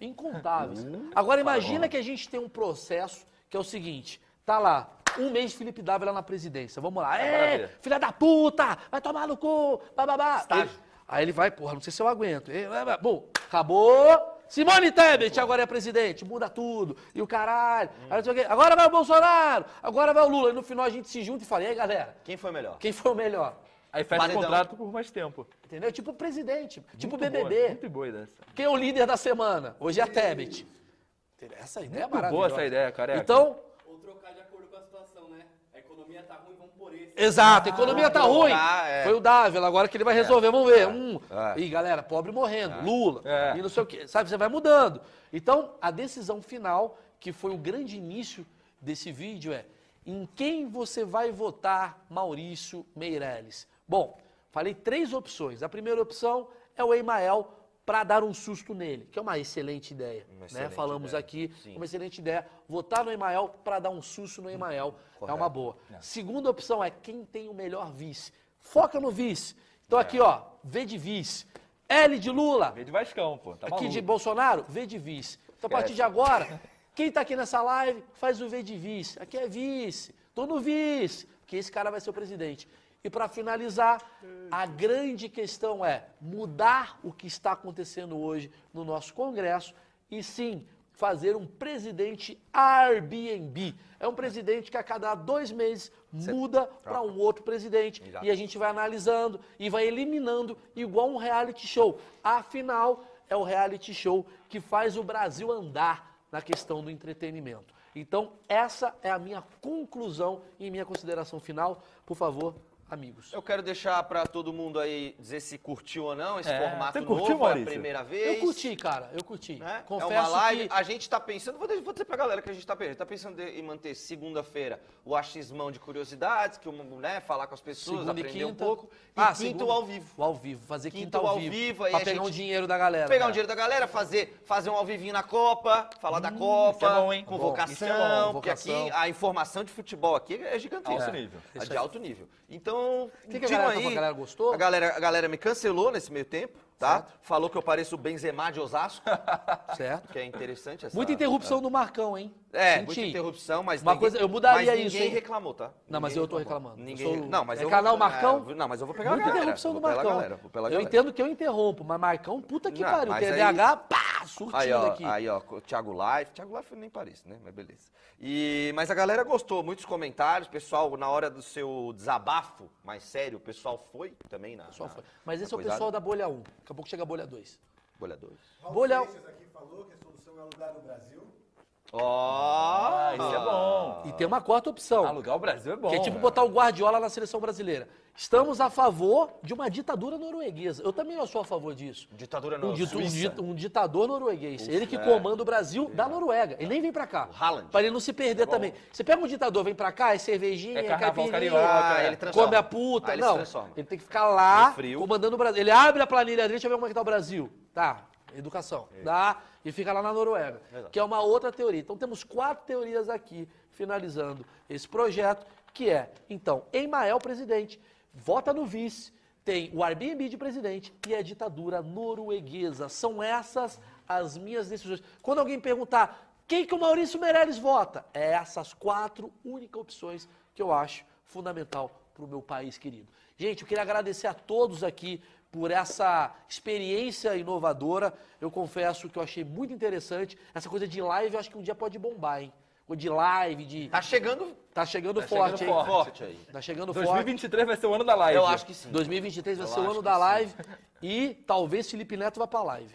Speaker 1: Incontáveis.
Speaker 2: Hum,
Speaker 1: Incontáveis. Agora imagina que a gente tem um processo que é o seguinte, tá lá, um mês Felipe Dávila na presidência, vamos lá, é,
Speaker 2: maravilha.
Speaker 1: filha da puta, vai tomar no cu, bababá. Ele- aí ele vai, porra, não sei se eu aguento. Ele- vai, vai, bom, acabou. Simone Tebet agora é presidente, muda tudo, e o caralho,
Speaker 2: Hum.
Speaker 1: aí não sei o quê. agora vai o Bolsonaro, agora vai o Lula, e no final a gente se junta e fala, e aí galera,
Speaker 3: Quem foi melhor?
Speaker 1: quem foi o melhor?
Speaker 2: Aí fecha
Speaker 3: Paredão.
Speaker 2: o contrato por mais tempo.
Speaker 1: Entendeu? Tipo o presidente, tipo o
Speaker 2: Muito boa,
Speaker 1: BBB.
Speaker 2: Muito boa dessa.
Speaker 1: Quem é o líder da semana? Hoje é a Tebet. Essa ideia é maravilhosa.
Speaker 2: boa essa ideia, careca.
Speaker 1: Então,
Speaker 7: Ou trocar de acordo com a situação, né? A economia tá ruim, vamos por esse.
Speaker 1: exato, a economia tá ruim.
Speaker 3: Ah, é.
Speaker 1: Foi o Dávila, agora que ele vai resolver, vamos ver. Hum. Ih, galera, pobre morrendo, Lula,
Speaker 2: É.
Speaker 1: e não sei o quê. Sabe, você vai mudando. Então, a decisão final, que foi o grande início desse vídeo, é em quem você vai votar Maurício Meirelles? Bom, falei três opções. A primeira opção é o Emael para dar um susto nele, que é uma excelente ideia. né?
Speaker 3: excelente
Speaker 1: Falamos
Speaker 3: ideia.
Speaker 1: aqui,
Speaker 3: Sim.
Speaker 1: uma excelente ideia. Votar no Emael para dar um susto no Emael é uma boa. Segunda opção é quem tem o melhor vice. Foca no vice. Então aqui, ó, V de vice. L de Lula,
Speaker 2: Veio de Vascão, pô. Tá
Speaker 1: aqui de
Speaker 2: maluco. É.
Speaker 1: Bolsonaro, V de vice. Então a partir de agora, quem tá aqui nessa live faz o V de vice. Aqui é vice. Tô no vice, porque esse cara vai ser o presidente. E para finalizar, a grande questão é mudar o que está acontecendo hoje no nosso Congresso e sim fazer um presidente Airbnb. É um presidente que a cada dois meses muda para um outro presidente e a gente vai analisando e vai eliminando igual um reality show. Afinal, é o reality show que faz o Brasil andar na questão do entretenimento. Então, essa é a minha conclusão e minha consideração final. Por favor, amigos.
Speaker 3: Eu quero deixar pra todo mundo aí dizer se curtiu ou não esse
Speaker 2: É.
Speaker 3: formato
Speaker 2: Você curtiu,
Speaker 3: novo, é a
Speaker 2: Maurício?
Speaker 3: primeira vez.
Speaker 1: Eu curti, cara, eu curti.
Speaker 3: né?
Speaker 1: Confesso
Speaker 3: é uma live.
Speaker 1: que...
Speaker 3: A gente tá pensando, vou, de- vou dizer pra galera que a gente tá pensando. Tá pensando em manter segunda-feira o achismão de curiosidades, que o mundo, né, falar com as pessoas,
Speaker 1: Segunda e
Speaker 3: aprender um
Speaker 1: quinta.
Speaker 3: pouco. E
Speaker 1: Ah,
Speaker 3: quinto
Speaker 1: segunda.
Speaker 3: ao vivo.
Speaker 1: O ao vivo, fazer
Speaker 3: Quinto
Speaker 1: quinta ao,
Speaker 3: ao
Speaker 1: vivo.
Speaker 3: vivo, aí
Speaker 1: pra
Speaker 3: a
Speaker 1: pegar
Speaker 3: gente-
Speaker 1: um dinheiro da galera.
Speaker 3: Pegar
Speaker 1: cara.
Speaker 3: um dinheiro da galera, fazer, fazer um ao vivinho na Copa, falar
Speaker 1: Hum,
Speaker 3: da
Speaker 2: isso
Speaker 3: Copa,
Speaker 2: é bom, hein?
Speaker 3: convocação,
Speaker 2: Bom, isso é bom,
Speaker 3: porque aqui
Speaker 1: convocação.
Speaker 3: a informação de futebol aqui é gigantesca.
Speaker 2: Alto nível.
Speaker 3: É de alto nível. Então,
Speaker 1: que a
Speaker 3: digam
Speaker 1: galera tá
Speaker 3: aí,
Speaker 1: falando? A galera gostou?
Speaker 3: A galera, a galera me cancelou nesse meio tempo, tá? Falou que eu pareço o Benzema de Osasco,
Speaker 1: Certo?
Speaker 3: que é interessante essa...
Speaker 1: Muita interrupção do Marcão, hein?
Speaker 3: É,
Speaker 1: Senti.
Speaker 3: muita interrupção, mas
Speaker 1: Uma
Speaker 3: ninguém,
Speaker 1: coisa- eu mudaria
Speaker 3: mas
Speaker 1: isso,
Speaker 3: ninguém
Speaker 1: hein?
Speaker 3: reclamou, tá?
Speaker 1: Não, mas
Speaker 3: Ninguém
Speaker 1: eu tô
Speaker 3: reclamou.
Speaker 1: reclamando. Eu
Speaker 3: Ninguém,
Speaker 1: sou-
Speaker 3: não, mas
Speaker 1: é
Speaker 3: eu
Speaker 1: canal
Speaker 3: vou-
Speaker 1: Marcão?
Speaker 3: é, não, mas eu vou pegar
Speaker 1: Muita
Speaker 3: a galera.
Speaker 1: interrupção
Speaker 3: vou
Speaker 1: do
Speaker 3: pegar a
Speaker 1: Marcão.
Speaker 3: galera, vou pegar a
Speaker 1: eu
Speaker 3: galera.
Speaker 1: entendo que eu interrompo, mas Marcão, puta que
Speaker 3: Não,
Speaker 1: pariu.
Speaker 3: mas
Speaker 1: TDAH, pá, surtindo
Speaker 3: Aí, ó,
Speaker 1: aqui.
Speaker 3: aí, ó, o Thiago Life. Thiago Life nem parece, né? Mas beleza. E, mas a galera gostou, muitos comentários. Pessoal, na hora do seu desabafo mais sério, o pessoal foi também na.
Speaker 1: Pessoal
Speaker 3: na-
Speaker 1: foi. Mas
Speaker 3: na
Speaker 1: esse é o
Speaker 3: coisada.
Speaker 1: pessoal da bolha 1. Daqui a pouco chega a bolha 2.
Speaker 3: Bolha 2.
Speaker 4: Raul
Speaker 1: Bolha-
Speaker 4: Seixas aqui falou que a solução é alugar o Brasil.
Speaker 3: Ó!
Speaker 2: Ah, isso é bom.
Speaker 1: E tem uma quarta opção.
Speaker 3: Ah.
Speaker 2: Alugar o Brasil é bom.
Speaker 1: Ah. tipo que é tipo botar o Guardiola na seleção brasileira. Estamos a favor de uma ditadura norueguesa. Eu também não sou a favor disso.
Speaker 3: Ditadura
Speaker 1: Um, dito- um
Speaker 3: Suíça. é.
Speaker 1: dito- um ditador norueguês. Ele que comanda o Brasil da Noruega. Ele nem vem pra cá.
Speaker 3: Haaland. É
Speaker 1: Pra ele não se perder também. Você pega um ditador, vem pra cá, é cervejinha,
Speaker 2: É
Speaker 1: é,
Speaker 2: carnaval
Speaker 1: caipirinha,
Speaker 2: carioca, é.
Speaker 3: ele transforma.
Speaker 1: come a puta.
Speaker 3: Aí ele se
Speaker 1: não,
Speaker 3: transforma.
Speaker 1: ele tem que ficar lá,
Speaker 3: No frio.
Speaker 1: comandando o Brasil. Ele abre a planilha dele, deixa eu ver como é que tá o Brasil. Tá, educação. Dá, e fica lá na Noruega. Que é uma outra teoria. Então temos quatro teorias aqui, finalizando esse projeto, que é, então, Emael presidente, vota no vice, tem o Airbnb de presidente e a ditadura norueguesa. São essas as minhas decisões. Quando alguém perguntar quem que o Maurício Meirelles vota, é essas quatro únicas opções que eu acho fundamental para o meu país querido. Gente, eu queria agradecer a todos aqui por essa experiência inovadora. Eu confesso que eu achei muito interessante. Essa coisa de live, eu acho que um dia pode bombar, hein? Ou de live, de.
Speaker 3: Tá chegando
Speaker 1: Tá chegando forte,
Speaker 3: chegando
Speaker 1: hein?
Speaker 3: forte aí.
Speaker 1: Tá chegando forte.
Speaker 2: 2023 vai ser o ano da live.
Speaker 3: Eu acho que sim.
Speaker 1: 2023 vai
Speaker 3: Eu
Speaker 1: ser o
Speaker 3: acho
Speaker 1: ano
Speaker 3: que
Speaker 1: da
Speaker 3: sim.
Speaker 1: live e talvez Felipe Neto vá pra live.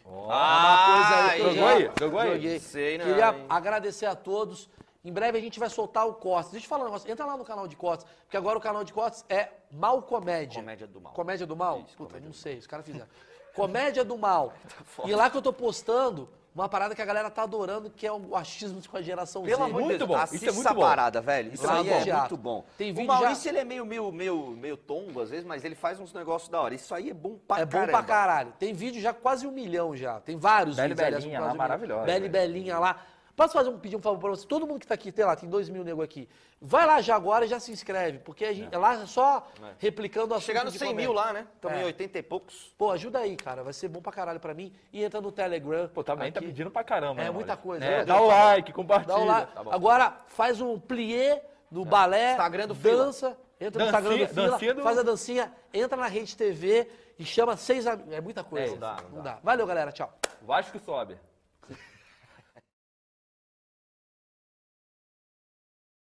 Speaker 1: é Coisa aí
Speaker 3: Ah,
Speaker 1: que eu
Speaker 2: jogou
Speaker 1: já-
Speaker 2: aí? Jogou aí?
Speaker 1: Joguei.
Speaker 3: Sei não,
Speaker 1: Queria
Speaker 3: hein?
Speaker 1: agradecer a todos. Em breve a gente vai soltar o Cortes. Deixa eu te falar um negócio. Entra lá no canal de Cortes, porque agora o canal de Cortes é Mal Comédia.
Speaker 3: Comédia do Mal.
Speaker 1: Comédia do Mal? Puta, não sei, os caras fizeram. Comédia do Mal.
Speaker 3: Tá
Speaker 1: E lá que eu tô postando uma parada que a galera tá adorando, que é o achismo com a geração Z.
Speaker 3: Pelo amor de
Speaker 2: Muito
Speaker 3: Deus,
Speaker 2: bom,
Speaker 3: assista
Speaker 2: isso é muito
Speaker 3: essa
Speaker 2: bom.
Speaker 3: parada, velho. Isso
Speaker 1: Lá
Speaker 3: aí
Speaker 1: no
Speaker 3: é
Speaker 1: teatro.
Speaker 3: muito bom.
Speaker 1: Tem vídeo
Speaker 3: o Maurício,
Speaker 1: já?
Speaker 3: ele é meio, meio, meio, meio tombo às vezes, mas ele faz uns negócios da hora. Isso aí é bom pra
Speaker 1: é bom
Speaker 3: caramba.
Speaker 1: pra caralho. Tem vídeo já quase um milhão já. Tem vários
Speaker 2: Bela e
Speaker 1: vídeos. aliás,
Speaker 2: Belinha
Speaker 1: com
Speaker 2: lá,
Speaker 1: quase um milhão.
Speaker 2: maravilhosa,
Speaker 1: Bela e
Speaker 2: velho.
Speaker 1: Belinha lá. Posso fazer um, pedir um favor pra você? Todo mundo que tá aqui, tem lá, tem dois mil nego aqui. Vai lá já agora e já se inscreve, porque a gente, lá é só replicando a
Speaker 3: Chegar nos 100 mil lá, né?
Speaker 1: tipo
Speaker 3: Estamos
Speaker 1: É.
Speaker 3: em 80 e poucos.
Speaker 1: Pô, ajuda aí, cara. Vai ser bom pra caralho pra mim. E entra no Telegram.
Speaker 2: Pô, também tá
Speaker 1: aqui.
Speaker 2: pedindo pra caramba.
Speaker 1: É
Speaker 2: né,
Speaker 1: muita
Speaker 2: Maurício?
Speaker 1: coisa,
Speaker 2: É,
Speaker 1: meu
Speaker 2: dá
Speaker 1: Deus,
Speaker 2: o
Speaker 1: tá bom.
Speaker 2: like, compartilha.
Speaker 1: Dá um lá.
Speaker 3: Tá bom.
Speaker 1: Agora faz um plié no balé.
Speaker 3: Instagram do Fila.
Speaker 1: Dança. Entra no
Speaker 2: Dancinha-
Speaker 1: Instagram do Fila,
Speaker 2: dancinha do-
Speaker 1: faz a dancinha, entra na Rede TV e chama seis amigos. É muita coisa.
Speaker 2: É, não dá,
Speaker 1: não dá. Valeu, galera. Tchau.
Speaker 2: Vasco sobe.